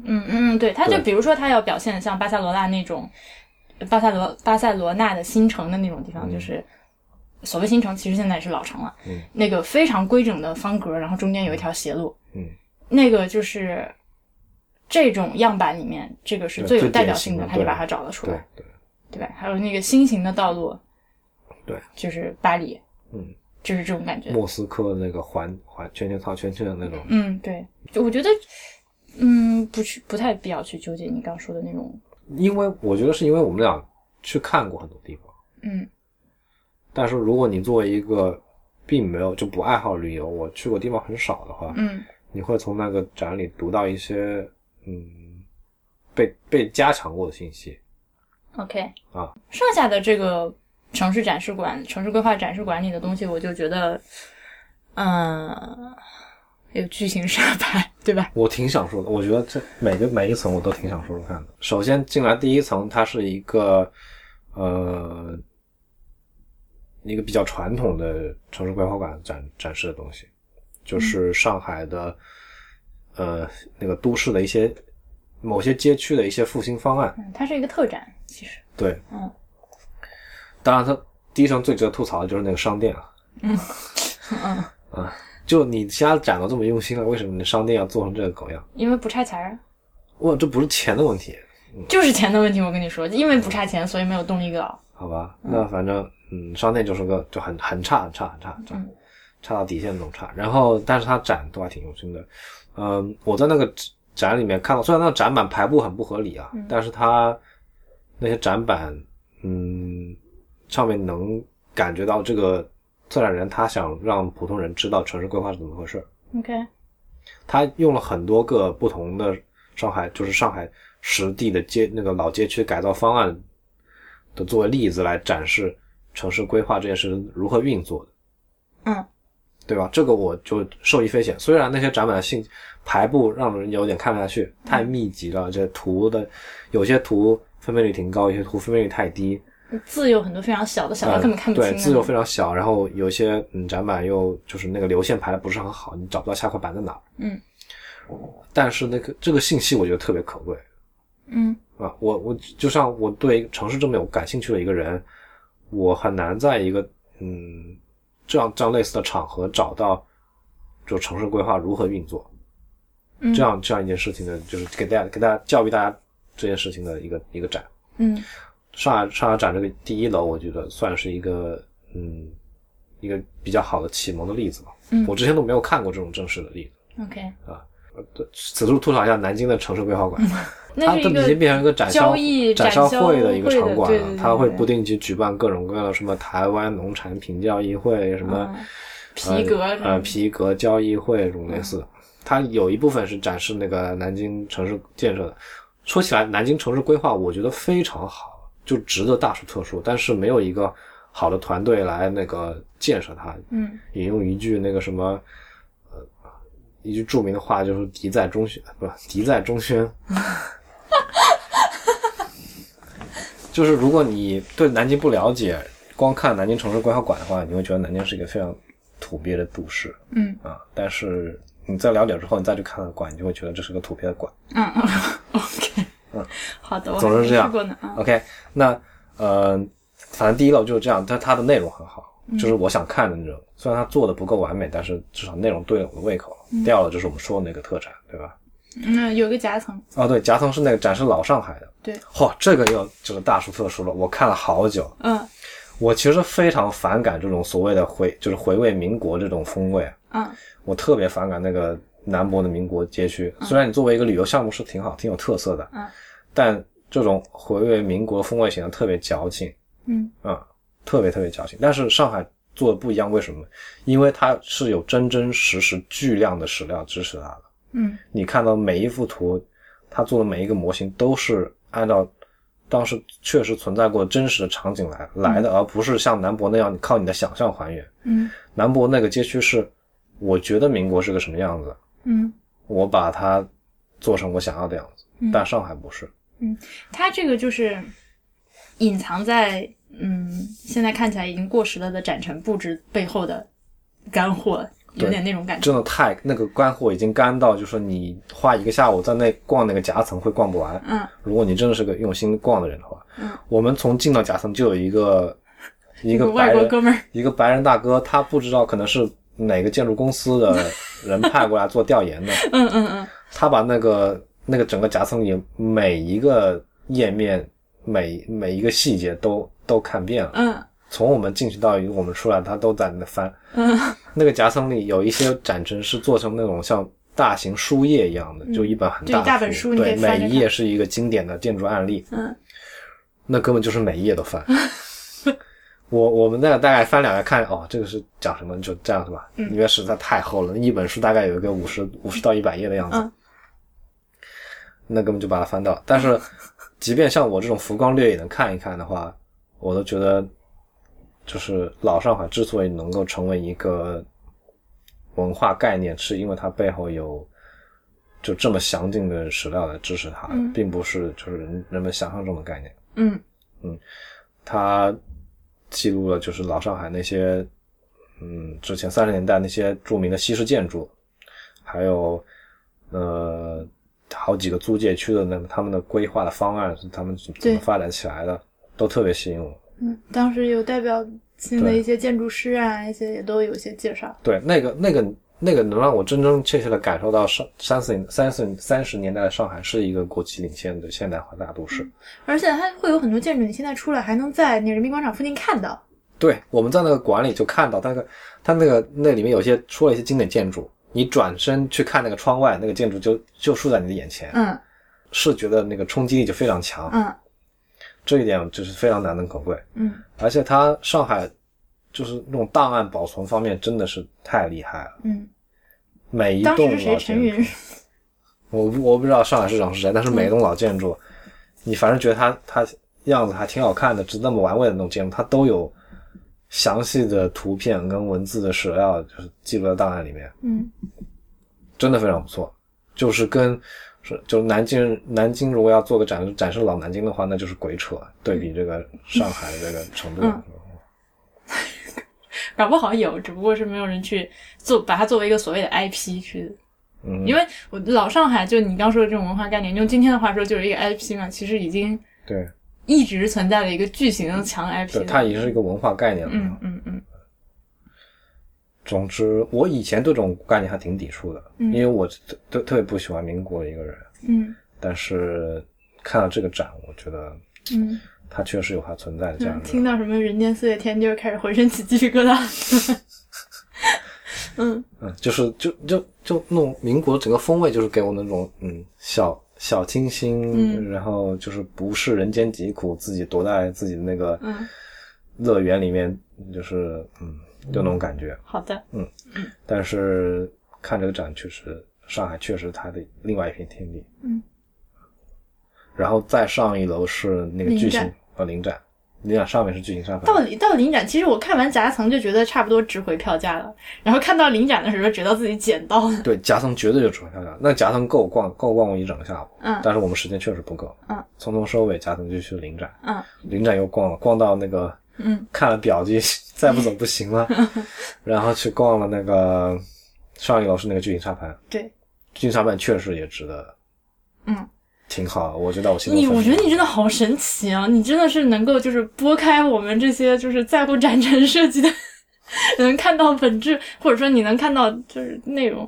嗯嗯，对，他就
对
比如说他要表现的像巴塞罗那那种，巴塞罗巴塞罗那的新城的那种地方，就是所谓新城，其实现在也是老城了。
嗯
那个非常规整的方格，然后中间有一条斜路。
嗯，
那个就是这种样板里面，这个是
对
最有
最
代
典
表
型
性的，
的
他就
对
把它找了出
对
来，
对，
对吧？还有那个新型的道路，
对，
就是巴黎，
嗯，
就是这种感觉。
莫斯科的那个环环圈圈套圈圈的那种。
嗯，对，就我觉得，嗯，不去不太必要去纠结你刚说的那种，
因为我觉得是因为我们俩去看过很多地方，
嗯
但是如果你作为一个并没有就不爱好旅游，我去过地方很少的话，
嗯
你会从那个展里读到一些嗯被被加强过的信息。
，OK，
啊，
剩下的这个城市展示馆、城市规划展示馆里的东西，我就觉得，嗯、有剧情沙盘，对吧？
我挺想说的，我觉得这每个每一层我都挺想说说看的。首先进来第一层，它是一个呃一个比较传统的城市规划馆展展示的东西，就是上海的呃那个都市的一些某些街区的一些复兴方案。
嗯，它是一个特展，其实，
对，
嗯，
当然它第一层最值得吐槽的就是那个商店啊，啊
嗯，
就你其他展都这么用心了，为什么你商店要做成这个狗样？
因为不差钱儿啊，
哇，这不是钱的问题，
就是钱的问题。我跟你说，因为不差钱，所以没有动力搞。
好吧？那反正嗯，商店就是个就很很差很差很差很差，差到底线那种差。然后，但是它展都还挺用心的。嗯，我在那个展展里面看到，虽然那个展板排布很不合理啊，但是它那些展板，嗯，上面能感觉到这个策展人他想让普通人知道城市规划是怎么回事儿。
OK，
他用了很多个不同的上海，就是上海实地的街那个老街区改造方案的作为例子来展示城市规划这件事是如何运作的，
嗯，
对吧？这个我就受益匪浅。虽然那些展板的性排布让人有点看不下去，太密集了，这图的有些图分辨率挺高，有些图分辨率太低，
字有很多非常小的，小
呃
到根本看不清
对，
的。
字又非常小，然后有些嗯展板又就是那个流线排的不是很好，你找不到下块板在哪儿
嗯。
但是那个这个信息我觉得特别可贵
嗯
啊！我我就像我对城市这么有感兴趣的一个人，我很难在一个嗯这样这样类似的场合找到就城市规划如何运作，
嗯
这样这样一件事情的，就是给大家给大家教育大家这件事情的一个一个展。
嗯
上海上海展这个第一楼，我觉得算是一个嗯一个比较好的启蒙的例子吧。
嗯
我之前都没有看过这种正式的例子。
，OK，
此处吐槽一下南京的城市规划馆，它
那是一
都已经
个
变成一个展销
交易
展销会的一个
展销
场
会的
馆
对
了
对对。
它会
对
不定期举办各种各样的什么台湾农产品交易会，什么
啊皮革嗯
呃呃皮革交易会这种类似的。它有一部分是展示那个南京城市建设的。说起来，南京城市规划我觉得非常好，就值得大书特书，但是没有一个好的团队来那个建设它。
嗯，
引用一句那个什么，呃，一句著名的话，就是“敌在中宣”，不是“敌在中宣”。 就是如果你对南京不了解，光看南京城市规划馆的话，你会觉得南京是一个非常土鳖的都市。
嗯
啊，但是你在了解之后，你再去看馆，你就会觉得这是个土鳖的馆。
嗯嗯，OK，好 的，我
嗯总
还
是
没
这样
试过呢啊，
OK，那呃，反正第一楼就是这样，但它的内容很好，
嗯
就是我想看的那种。虽然它做的不够完美，但是至少内容对了我的胃口。第二楼就是我们说的那个特展，对吧？
嗯，有个夹层，
哦，对，夹层是那个展示老上海的。
对
嚯、这个又就是大书特书了，我看了好久。
嗯
我其实非常反感这种所谓的回，就是回味民国这种风味啊。
嗯
我特别反感那个南博的民国街区。虽然你作为一个旅游项目是挺好、挺有特色的，
嗯
但这种回味民国风味显得特别矫情，
嗯
啊、特别特别矫情。但是上海做的不一样，为什么？因为它是有真真实实巨量的史料支持它的。
嗯
你看到每一幅图，它做的每一个模型都是按照。当时确实存在过真实的场景来来的，而不是像南博那样你靠你的想象还原。
嗯
南博那个街区是，我觉得民国是个什么样子，
嗯，
我把它做成我想要的样子。
嗯
但上海不是，
它这个就是隐藏在嗯，现在看起来已经过时了的展陈布置背后的干货，有
对
点那种感觉。
真的太那个干货已经干到，就是你花一个下午在那逛那个夹层会逛不完。
嗯，
如果你真的是个用心逛的人的话，
嗯
我们从进到夹层就有一个一个白
外国
人
哥们儿，
一个白人大哥，他不知道可能是哪个建筑公司的人派过来做调研 的，
嗯嗯嗯
他把那个那个整个夹层里每一个页面、每每一个细节都都看遍了，
嗯
从我们进去到我们出来，他都在那翻。
嗯
那个夹层里有一些展陈是做成那种像大型书页一样的，就一本很
嗯就一大
大
本书你可
对，
以翻
每
着
一页是一个经典的建筑案例，
嗯
那根本就是每一页都翻。 我我们那个大概翻两页看，哦，这个是讲什么，就这样是吧？
嗯
因为实在太厚了，一本书大概有一个五十五十到一百页的样子，
嗯
那根本就把它翻到了。但是，即便像我这种浮光掠影的看一看的话，我都觉得，就是老上海之所以能够成为一个文化概念，是因为它背后有就这么详尽的史料来支持它，
嗯
并不是就是人人们想象中的概念。
嗯
它记录了就是老上海那些，嗯，之前三十年代那些著名的西式建筑，还有呃好几个租界区的那个他们的规划的方案，是他们怎
对
么发展起来的，都特别吸引我。
嗯，当时有代表性的
对
一些建筑师啊，一些也都有一些介绍。
对，那个那个那个能让我真真切切的感受到上三四三四三十年代的上海是一个国际领先的现代化大都市。
而且它会有很多建筑，你现在出来还能在那人民广场附近看到。
对，我们在那个馆里就看到，那个它那个那里面有些出了一些经典建筑，你转身去看那个窗外，那个建筑就就竖在你的眼前，
嗯
视觉的那个冲击力就非常强，
嗯
这一点就是非常难能可贵。
嗯
而且它上海就是那种档案保存方面真的是太厉害了，
嗯，
每一
当
栋
时是谁？
老
陈
建筑
云，嗯
我不我不知道上海市长是谁，但是每一栋老建筑，你反正觉得它它样子还挺好看的，是那么玩味的那种建筑，它都有详细的图片跟文字的史料，就是记录在档案里面，
嗯
真的非常不错。就是跟是就是南京南京如果要做个展展示老南京的话，那就是鬼扯，对比这个上海的这个程度。
嗯搞不好有，只不过是没有人去做，把它作为一个所谓的 IP 去
嗯
因为我老上海就你刚说的这种文化概念，用今天的话说就是一个 IP 嘛，其实已经
对
一直存在了一个巨型的强 IP
对，
了。
它已经是一个文化概念了。
嗯嗯嗯
总之，我以前对这种概念还挺抵触的，
嗯
因为我特特特别不喜欢民国的一个人。
嗯
但是看了这个展，我觉得
嗯
它确实有它存在的价
嗯，
值。
听到什么“人间四月天”就是开始浑身起鸡皮疙瘩。 嗯
嗯，就是就就就那种民国整个风味，就是给我那种嗯小小清新，
嗯
然后就是不是人间疾苦，自己躲在自己的那个
嗯，
乐园里面，就是嗯就那种感觉。
好的，
但是看这个展，确实上海确实它的另外一片天地。
嗯。
然后再上一楼是那个
临
巨
展
型呃临展，临展上面是巨型沙发。
到临到临展，其实我看完夹层就觉得差不多值回票价了，然后看到临展的时候，觉得自己捡到了。
对，夹层绝对就主要价。那夹层够逛，够逛我一整个下午。
嗯
但是我们时间确实不够。
嗯。
从头收尾，夹层就去临展。
嗯。
临展又逛了，逛到那个，
嗯，
看了表就再不走不行 了，然后去逛了那个上一楼是那个巨型沙盘。
对。
巨型沙盘确实也值得。
嗯。
挺好，我觉得我心中
你，
分
我
数
觉得你真的好神奇啊！你真的是能够就是拨开我们这些就是在乎展陈设计的， 能看到本质，或者说你能看到就是内容。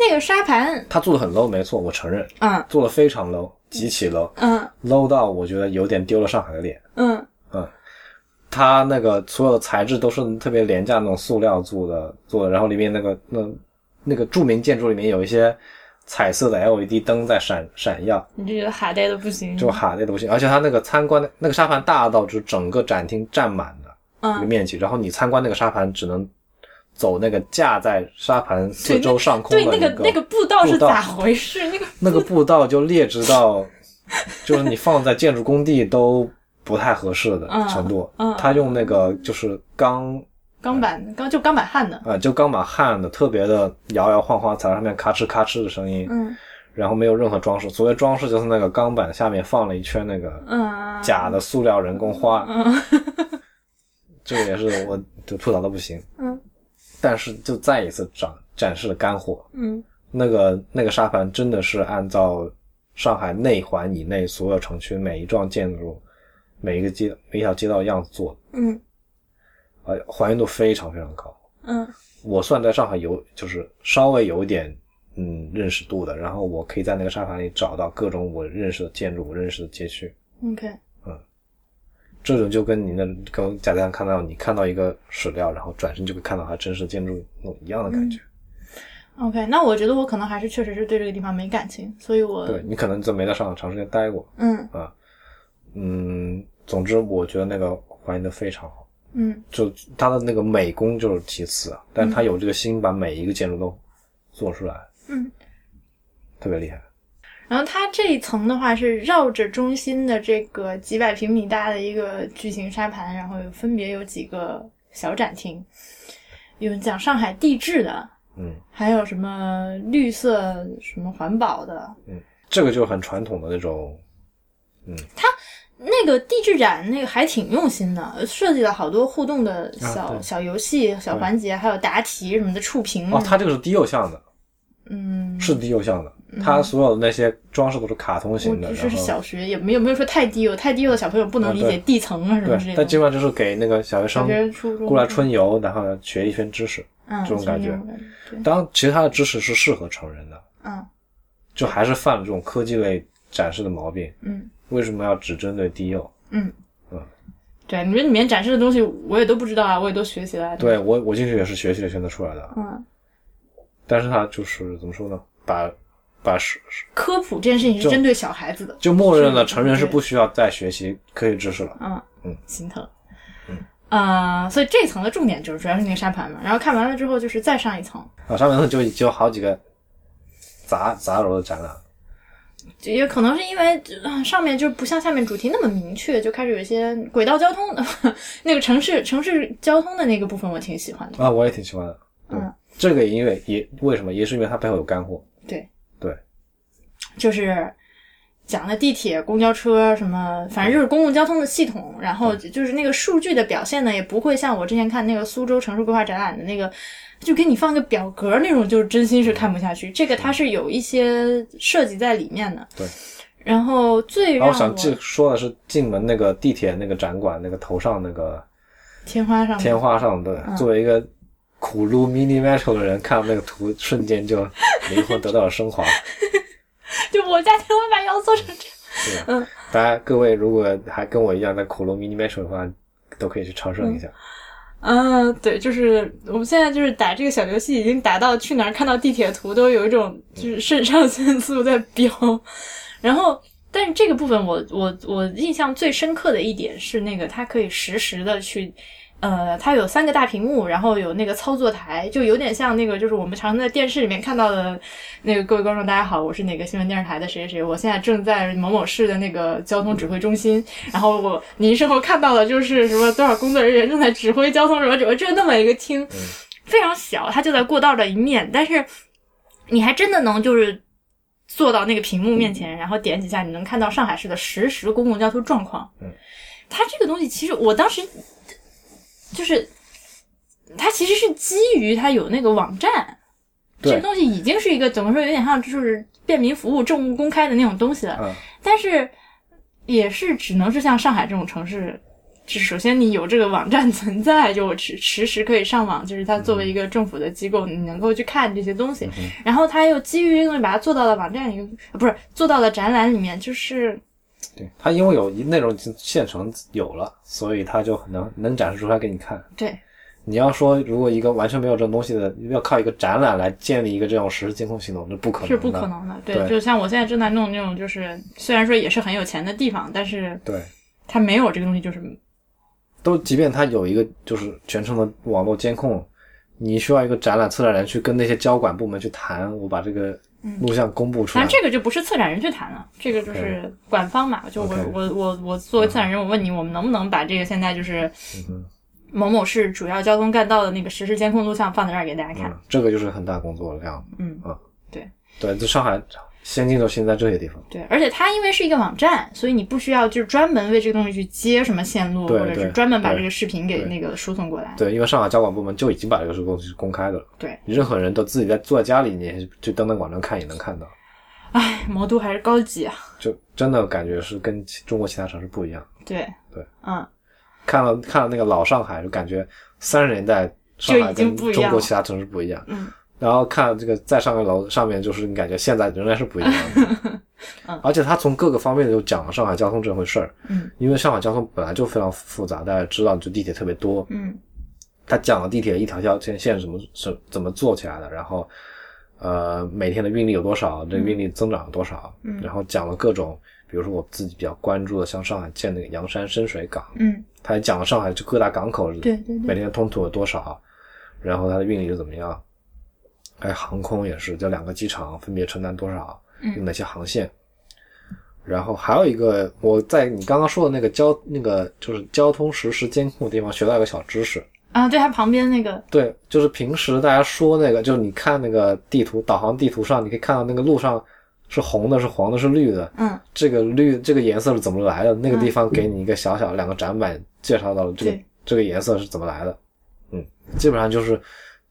那个沙盘，
他做的很 low，没错，我承认
嗯
做的非常 low，极其 low，low、
嗯
low 到我觉得有点丢了上海的脸。
嗯
它那个所有的材质都是特别廉价那种塑料做的，做的，然后里面那个那那个著名建筑里面有一些彩色的 LED 灯在闪闪耀，
你这个海带的不行，
就哈那东西，而且它那个参观的那个沙盘大到就是整个展厅占满了一个
嗯，
面积，然后你参观那个沙盘只能走那个架在沙盘四
对
周上空的
对，那
个
个那个步道是
步道
咋回事？那个
那个步道就劣质到，就是你放在建筑工地都不太合适的程度。
嗯嗯
他用那个就是钢
钢板钢就钢板焊的，
啊、就钢板焊的，特别的摇摇晃晃，踩在上面咔哧咔哧的声音，
嗯
然后没有任何装饰。所谓装饰，就是那个钢板下面放了一圈那个
嗯，
假的塑料人工花，
嗯
这个也是我就吐槽的不行。
嗯，
但是就再一次展展示了干货。
嗯
那个那个沙盘真的是按照上海内环以内所有城区每一幢建筑、每一个街、每一条街道的样子做的，
嗯
呃，还原度非常非常高。
嗯
我算在上海有就是稍微有一点嗯认识度的，然后我可以在那个沙盘里找到各种我认识的建筑、我认识的街区。
，OK，
这种就跟你那跟假象看到你看到一个史料，然后转身就会看到它真实的建筑那种一样的
嗯
感觉。
OK，那我觉得我可能还是确实是对这个地方没感情，所以我
对你可能就没在上海长时间待过，
嗯
嗯，总之我觉得那个还原的非常好，
嗯
就它的那个美工就是其次啊，但它有这个心把每一个建筑都做出来，
嗯，
特别厉害。
然后它这一层的话是绕着中心的这个几百平米大的一个巨型沙盘，然后有分别有几个小展厅，有讲上海地质的，
嗯，
还有什么绿色什么环保的。
这个就是很传统的那种，
那个地质展那个还挺用心的，设计了好多互动的小、
啊对
小游戏、小环节，还有答题什么的触屏。
哦，它这个是低幼向的，
嗯，
是低幼向的，它所有的那些装饰都是卡通
我
型的，
只
然
是
后
小学也没有没有说太低幼，哦太低幼的小朋友不能
啊
理
对
解地层啊什么之
对
类，的。
但基本上就是给那个小学
小
生
学、初中
过来春游，然后学一圈知识。
嗯
这种
就
感
那
觉
种感觉对，
当然，其实它的知识是适合成人的，
嗯
就还是犯了这种科技类展示的毛病。
嗯
为什么要只针对低幼？
嗯
嗯，
对，你们里面展示的东西我也都不知道啊，我也都学习了啊。
对哎我，我进去也是学习学的出来的，
嗯，
但是他就是怎么说呢，把把是是
科普这件事情是
就
针对小孩子的。
就默认了
是
成人是
对
不需要再学习科学知识了。
嗯
嗯，
心疼。呃，所以这一层的重点就是主要是那个沙盘嘛，然后看完了之后就是再上一层，
啊，上面呢就就有好几个杂杂糅的展览，
就也可能是因为、呃上面就不像下面主题那么明确，就开始有一些轨道交通 那个城市城市交通的那个部分，我挺喜欢的。
啊，我也挺喜欢的。对，
嗯
这个因为也为什么，也是因为它背后有干货。
就是讲的地铁、公交车什么，反正就是公共交通的系统。然后就是那个数据的表现呢，也不会像我之前看那个苏州城市规划展览的那个，就给你放个表格那种，就是真心是看不下去。这个它是有一些设计在里面的。
嗯对。
然后最
然后
让
我想进说的是进门那个地铁那个展馆那个头上那个
天花上
天花上的，
嗯
作为一个苦撸 mini metal 的人，看到那个图，瞬间就灵魂得到了升华。
就我家天花板要做成这样。
对
嗯
吧？大家各位如果还跟我一样在苦撸 mini metal 的话，都可以去朝圣一下。
嗯，对，就是我们现在就是打这个小游戏，已经打到去哪儿看到地铁图都有一种就是肾上腺素在飙。然后，但是这个部分我我我印象最深刻的一点是那个它可以实时的去。呃，它有三个大屏幕，然后有那个操作台，就有点像那个，就是我们常在电视里面看到的那个。各位观众，大家好，我是哪个新闻电视台的谁谁谁，我现在正在某某市的那个交通指挥中心，然后我您身后看到的就是什么多少工作人员正在指挥交通什么什么，就那么一个厅，非常小，它就在过道的一面，但是你还真的能就是坐到那个屏幕面前，然后点几下，你能看到上海市的实时公共交通状况。
嗯，
它这个东西其实我当时就是它其实是基于它有那个网站，这
对
个东西已经是一个怎么说，有点像就是便民服务、政务公开的那种东西了。
嗯
但是也是只能是像上海这种城市。就首先，你有这个网站存在，就我实实时可以上网，就是它
嗯
作为一个政府的机构，你能够去看这些东西。然后它又基于这个东西把它做到了网站里，呃不是做到了展览里面，就是
对，它因为有一内容已经现成有了，所以它就能能展示出来给你看。
对
你要说如果一个完全没有这种东西的，要靠一个展览来建立一个这种实时监控系统，这不可能，
是不可。能的。对，
对
就像我现在正在弄那种，就是虽然说也是很有钱的地方，但是
对，
它没有这个东西，就是
啊都即便它有一个就是全程的网络监控，你需要一个展览策展人去跟那些交管部门去谈，我把这个录像公布出
嗯反
来。
正这个就不是策展人去谈了，这个就是馆方嘛。就我
OK 嗯
我我我作为策展人，我问你，我们能不能把这个现在就是某某市主要交通干道的那个实时监控录像放在这儿给大家看？
嗯，这个就是很大工作量。
嗯
啊，
对
对，就上海先进就先在这些地方。
对，而且它因为是一个网站，所以你不需要就是专门为这个东西去接什么线路，
对
或者是
对
专门把
对
这个视频给
对
那个输送过来。
对，因为上海交管部门就已经把这个是公公开的了。
对，
你任何人都自己在坐在家里，你去登登网站看也能看到，
唉，魔都还是高级啊。
就真的感觉是跟其中国其他城市不一样。
对
对，
嗯，
看了看了那个老上海，就感觉三十年代上
就已
海
经
跟
不一样
中国
了
其他城市不一样。
嗯。
然后看这个再上个楼上面，就是你感觉现在仍然是不一样的。 而且他从各个方面就讲了上海交通这回事儿。
嗯。
因为上海交通本来就非常复杂，大家知道，就地铁特别多。
嗯。
他讲了地铁一条条线线怎么是怎么做起来的，然后呃每天的运力有多少，这个运力增长有多少，
嗯
然后讲了各种，比如说我自己比较关注的，像上海建那个洋山深水港，
嗯，
他还讲了上海就各大港口
对对
每
对，
天的通途有多少，然后它的运力是怎么样，还有航空也是，这两个机场分别承担多少，
嗯
有哪些航线。然后还有一个，我在你刚刚说的那个交那个就是交通实时监控的地方学到一个小知识，
啊，对，它旁边那个，
对，就是平时大家说那个，就是你看那个地图导航地图上，你可以看到那个路上是红的、是黄的、是绿的，
嗯，
这个绿这个颜色是怎么来的？那个地方给你一个小小两个展板介绍到了这个
对
这个颜色是怎么来的。嗯，基本上就是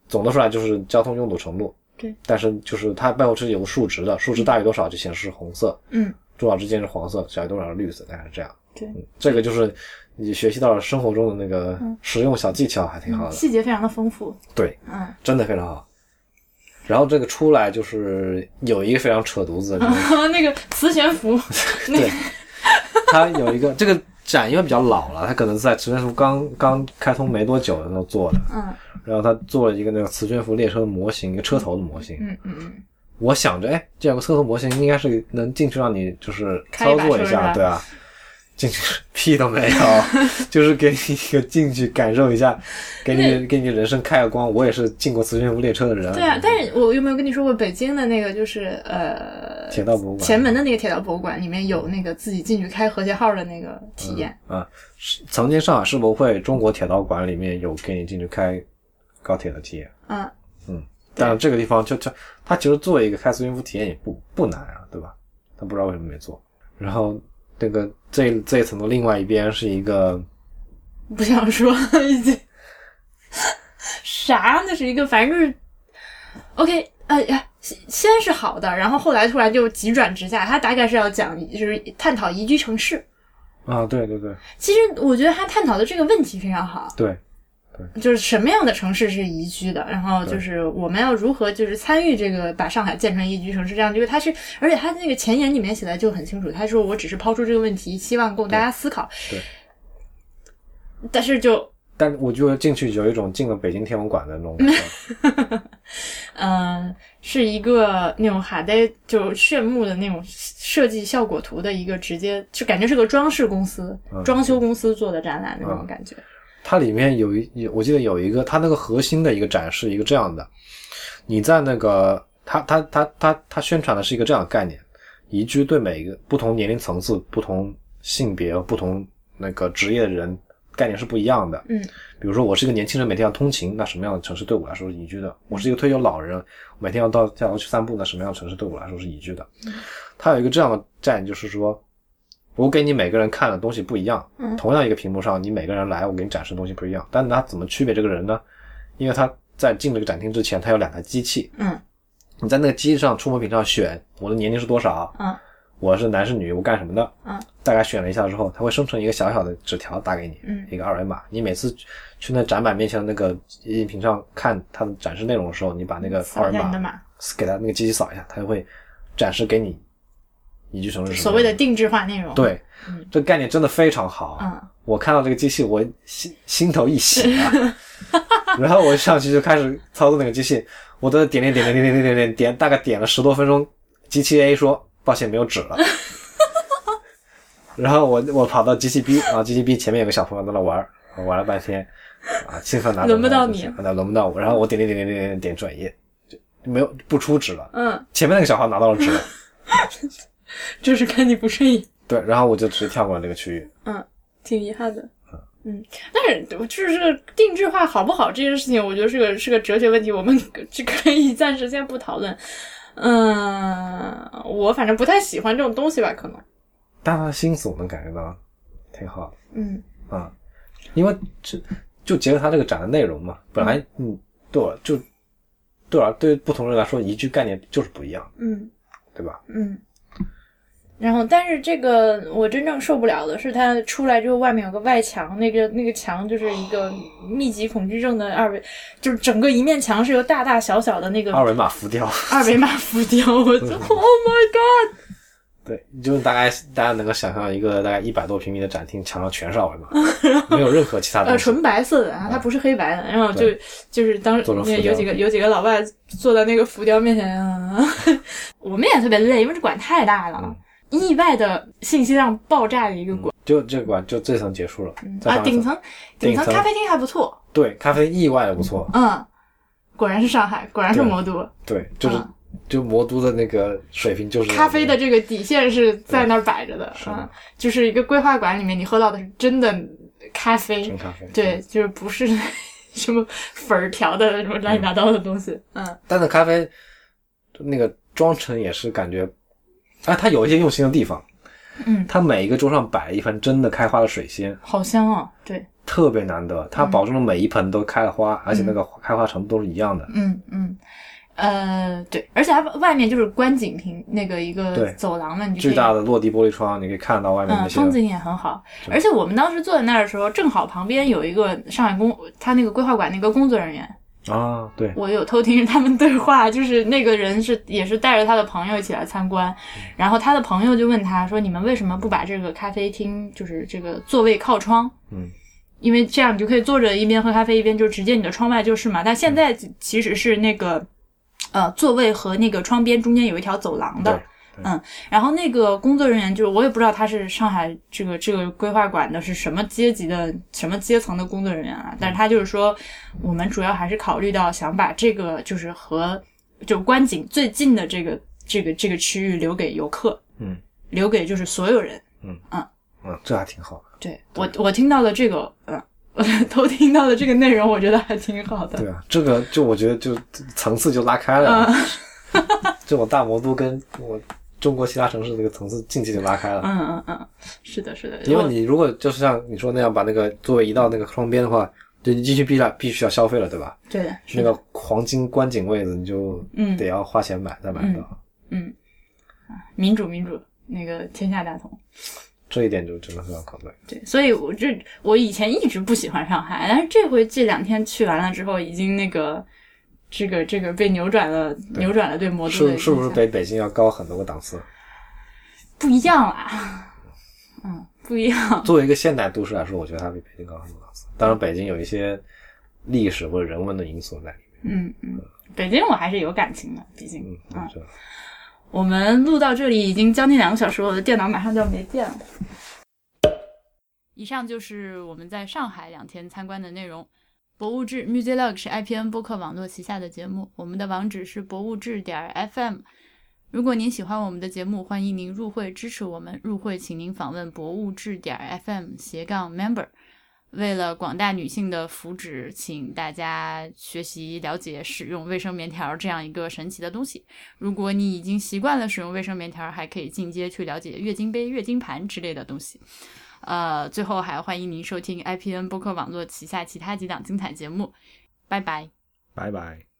总的说来就是交通拥堵程度。
对，
但是就是它背后是有个数值的，数值大于多少就显示红色，
嗯，
多少之间是黄色，小于多少是绿色，大概是这样。
对
嗯，这个就是你学习到了生活中的那个
嗯
实用小技巧，还挺好的。
细节非常的丰富。
对，
嗯，
真的非常好。然后这个出来就是有一个非常扯犊子的地方，
那个磁悬浮，
对，它有一个这个展因为比较老了，它可能在磁悬浮刚刚开通没多久的时候做的，
嗯
然后它做了一个那个磁悬浮列车的模型，一个车头的模型。
嗯嗯嗯，
我想着，哎，这有个车头模型应该是能进去让你就是操
开一把
作
车
一
是吧
下，对啊，进去屁都 没有，就是给你一个进去感受一下，给你给你人生开个光。我也是进过磁悬浮列车的人，
对啊，但是我有没有跟你说过，北京的那个就是呃，
铁道博物馆
前门的那个铁道博物馆里面有那个自己进去开和谐号的那个体验，
啊，是曾经上海世博会中国铁道馆里面有给你进去开高铁的体验，
嗯，
但是这个地方就就它其实作为一个开私云服体验也不不难啊，对吧？他不知道为什么没做。然后这个这这一层的另外一边是一个
不想说已经。啥？那是一个，反正就是，OK，哎呀，先先是好的，然后后来突然就急转直下。他大概是要讲，就是探讨宜居城市。
啊，对对对
其实我觉得他探讨的这个问题非常好，
对，
就是什么样的城市是宜居的，然后就是我们要如何就是参与这个把上海建成宜居城市这样的一个，它是而且他那个前言里面写的就很清楚，他说我只是抛出这个问题，希望供大家思考。
对
但是就
但我觉得进去有一种进了北京天文馆的那种感觉。
嗯，是一个那种海带就炫目的那种设计效果图的一个直接，就感觉是个装饰公司、
嗯
装修公司做的展览那种感觉。
它里面有一，有我记得有一个，它那个核心的一个展示，一个这样的，你在那个，它它它它它宣传的是一个这样的概念，宜居对每一个不同年龄层次、不同性别、不同那个职业的人概念是不一样的。
嗯，
比如说我是一个年轻人，每天要通勤，那什么样的城市对我来说是宜居的？我是一个退休老人，每天要到下楼去散步，那什么样的城市对我来说是宜居的？它有一个这样的站，就是说，我给你每个人看的东西不一样，
嗯
同样一个屏幕上，你每个人来，我给你展示的东西不一样，但他怎么区别这个人呢？因为他在进这个展厅之前，他有两台机器，
嗯，
你在那个机器上触摸屏上选我的年龄是多少，
嗯，
我是男是女，我干什么的，
嗯，
大概选了一下之后，它会生成一个小小的纸条打给你，
嗯
一个二维码，你每次去去那展板面前的那个音频上看它的展示内容的时候，你把那个
扫
二
一
维
下你的
码
码，
给它那个机器扫一下，它就会展示给你一句什么是什么
所谓的定制化内容。，
对
嗯，
这个概念真的非常好。
嗯，
我看到这个机器，我心心头一喜啊， 然后我上去就开始操作那个机器，我在那点点点点点点点点点，大概点了十多分钟，机器 A 说抱歉没有纸 了，然后我我跑到机器 B 啊，机器 B 前面有个小朋友在那玩儿，玩了半天啊，兴奋难
轮不到你
那轮不到我，然后我点点点点点点点转移，就没有不出纸了，
嗯，
前面那个小孩拿到了纸了。
就是看你不顺眼，
对，然后我就直接跳过了那个区域。
挺遗憾的。嗯，但是就是这个定制化好不好这件事情，我觉得是个是个哲学问题，我们 这可以暂时先不讨论。嗯，我反正不太喜欢这种东西吧，可能。
但他的心思我能感觉到，挺好
嗯
的啊、因为这就结合他这个展的内容嘛，本来嗯，对我就对我对于不同人来说，宜居概念就是不一样，
嗯
对吧？
嗯。然后，但是这个我真正受不了的是，它出来之后外面有个外墙，那个那个墙就是一个密集恐惧症的二维，就是整个一面墙是由大大小小的那个
二维码浮 雕，
二维码浮雕，我就 Oh my God！
对，就是大概大家能够想象一个大概一百多平米的展厅，墙上全是二维 码，没有任何其他
呃，
东西。
纯白色的啊，它不是黑白的。然后就就是当时
嗯做成浮雕
有几个有几个老外坐在那个浮雕面前， 啊、我们也特别累，因为这馆太大了，
嗯
意外的信息量爆炸的一个馆、
就这馆就这层结束了，再
啊，
嗯上一
顶层顶
顶
层
层
咖啡厅还不错，
对咖啡意外的不错，
嗯，果然是上海，果然是
对
魔都，
对，就是、
啊
就魔都的那个水平就是
咖啡的这个底线是在那儿摆着的
是
啊
的，
就是一个规划馆里面你喝到的是真的咖啡，
真咖啡，
对，就是不是 什么粉儿调的什么乱七八糟的东西。嗯，
但那咖啡那个装成也是感觉，啊，它有一些用心的地方。
嗯
它每一个桌上摆了一盆真的开花的水仙，
好香
啊
哦。对，
特别难得。它保证了每一盆都开了花，而且那个开花程度都是一样的。
嗯嗯，呃，对，而且它外面就是观景亭那个一个
对
走廊嘛，你就
巨
可以
大的落地玻璃窗，你可以看到外面那
嗯，
些。
风景也很好，而且我们当时坐在那儿的时候，正好旁边有一个上海公，他那个规划馆那个工作人员，
啊，对，
我有偷听他们对话，就是那个人是也是带着他的朋友一起来参观，
嗯
然后他的朋友就问他说：“你们为什么不把这个咖啡厅就是这个座位靠窗？”
嗯。
因为这样你就可以坐着一边喝咖啡一边就直接你的窗外就是嘛，但现在其实是那个，呃，座位和那个窗边中间有一条走廊的嗯
对，
然后那个工作人员就是我也不知道他是上海这个这个规划馆的是什么阶级的什么阶层的工作人员啊，但是他就是说，我们主要还是考虑到想把这个就是和就观景最近的这个这个这个区域留给游客，
嗯，
留给就是所有人。
嗯，这还挺好的。
对我我听到的这个，嗯， 我都听到的这个内容，我觉得还挺好的。
对啊，这个就我觉得就层次就拉开了， 这种大魔都跟我中国其他城市这个层次境界就拉开了。
嗯嗯嗯，是的，是的，
因为
我
你如果就是像你说那样把那个座位移到那个窗边的话，对你进去必了必须要消费了，对吧？
对的，
那个黄金观景位子，你就
嗯
得要花钱买才买得到。
民主民主，那个天下大同。
这一点就真的非常可贵。
对，所以我这我以前一直不喜欢上海，但是这回这两天去完了之后，已经那个这个这个被扭转了，扭转了对魔都的
是
印
是不是
象
比北京要高很多个档 次？
不一样啦？ 嗯，不一样。
作为一个现代都市来说，我觉得它比北京高很多档次。当然，北京有一些历史或者人文的因素在里面。
嗯嗯，北京我还是有感情的，毕竟
嗯，
嗯
是
我们录到这里已经将近两个小时，我的电脑马上就要没电了。
以上就是我们在上海两天参观的内容。博物志 Museolog 是 IPN 播客网络旗下的节目，我们的网址是博物志点儿 FM。如果您喜欢我们的节目，欢迎您入会支持我们。入会，请您访问博物志点儿 FM 斜杠 member。为了广大女性的福祉，请大家学习了解使用卫生棉条这样一个神奇的东西。如果你已经习惯了使用卫生棉条，还可以进阶去了解月经杯、月经盘之类的东西。呃，最后还欢迎您收听 IPN 播客网络旗下其他几档精彩节目，拜拜。
拜拜。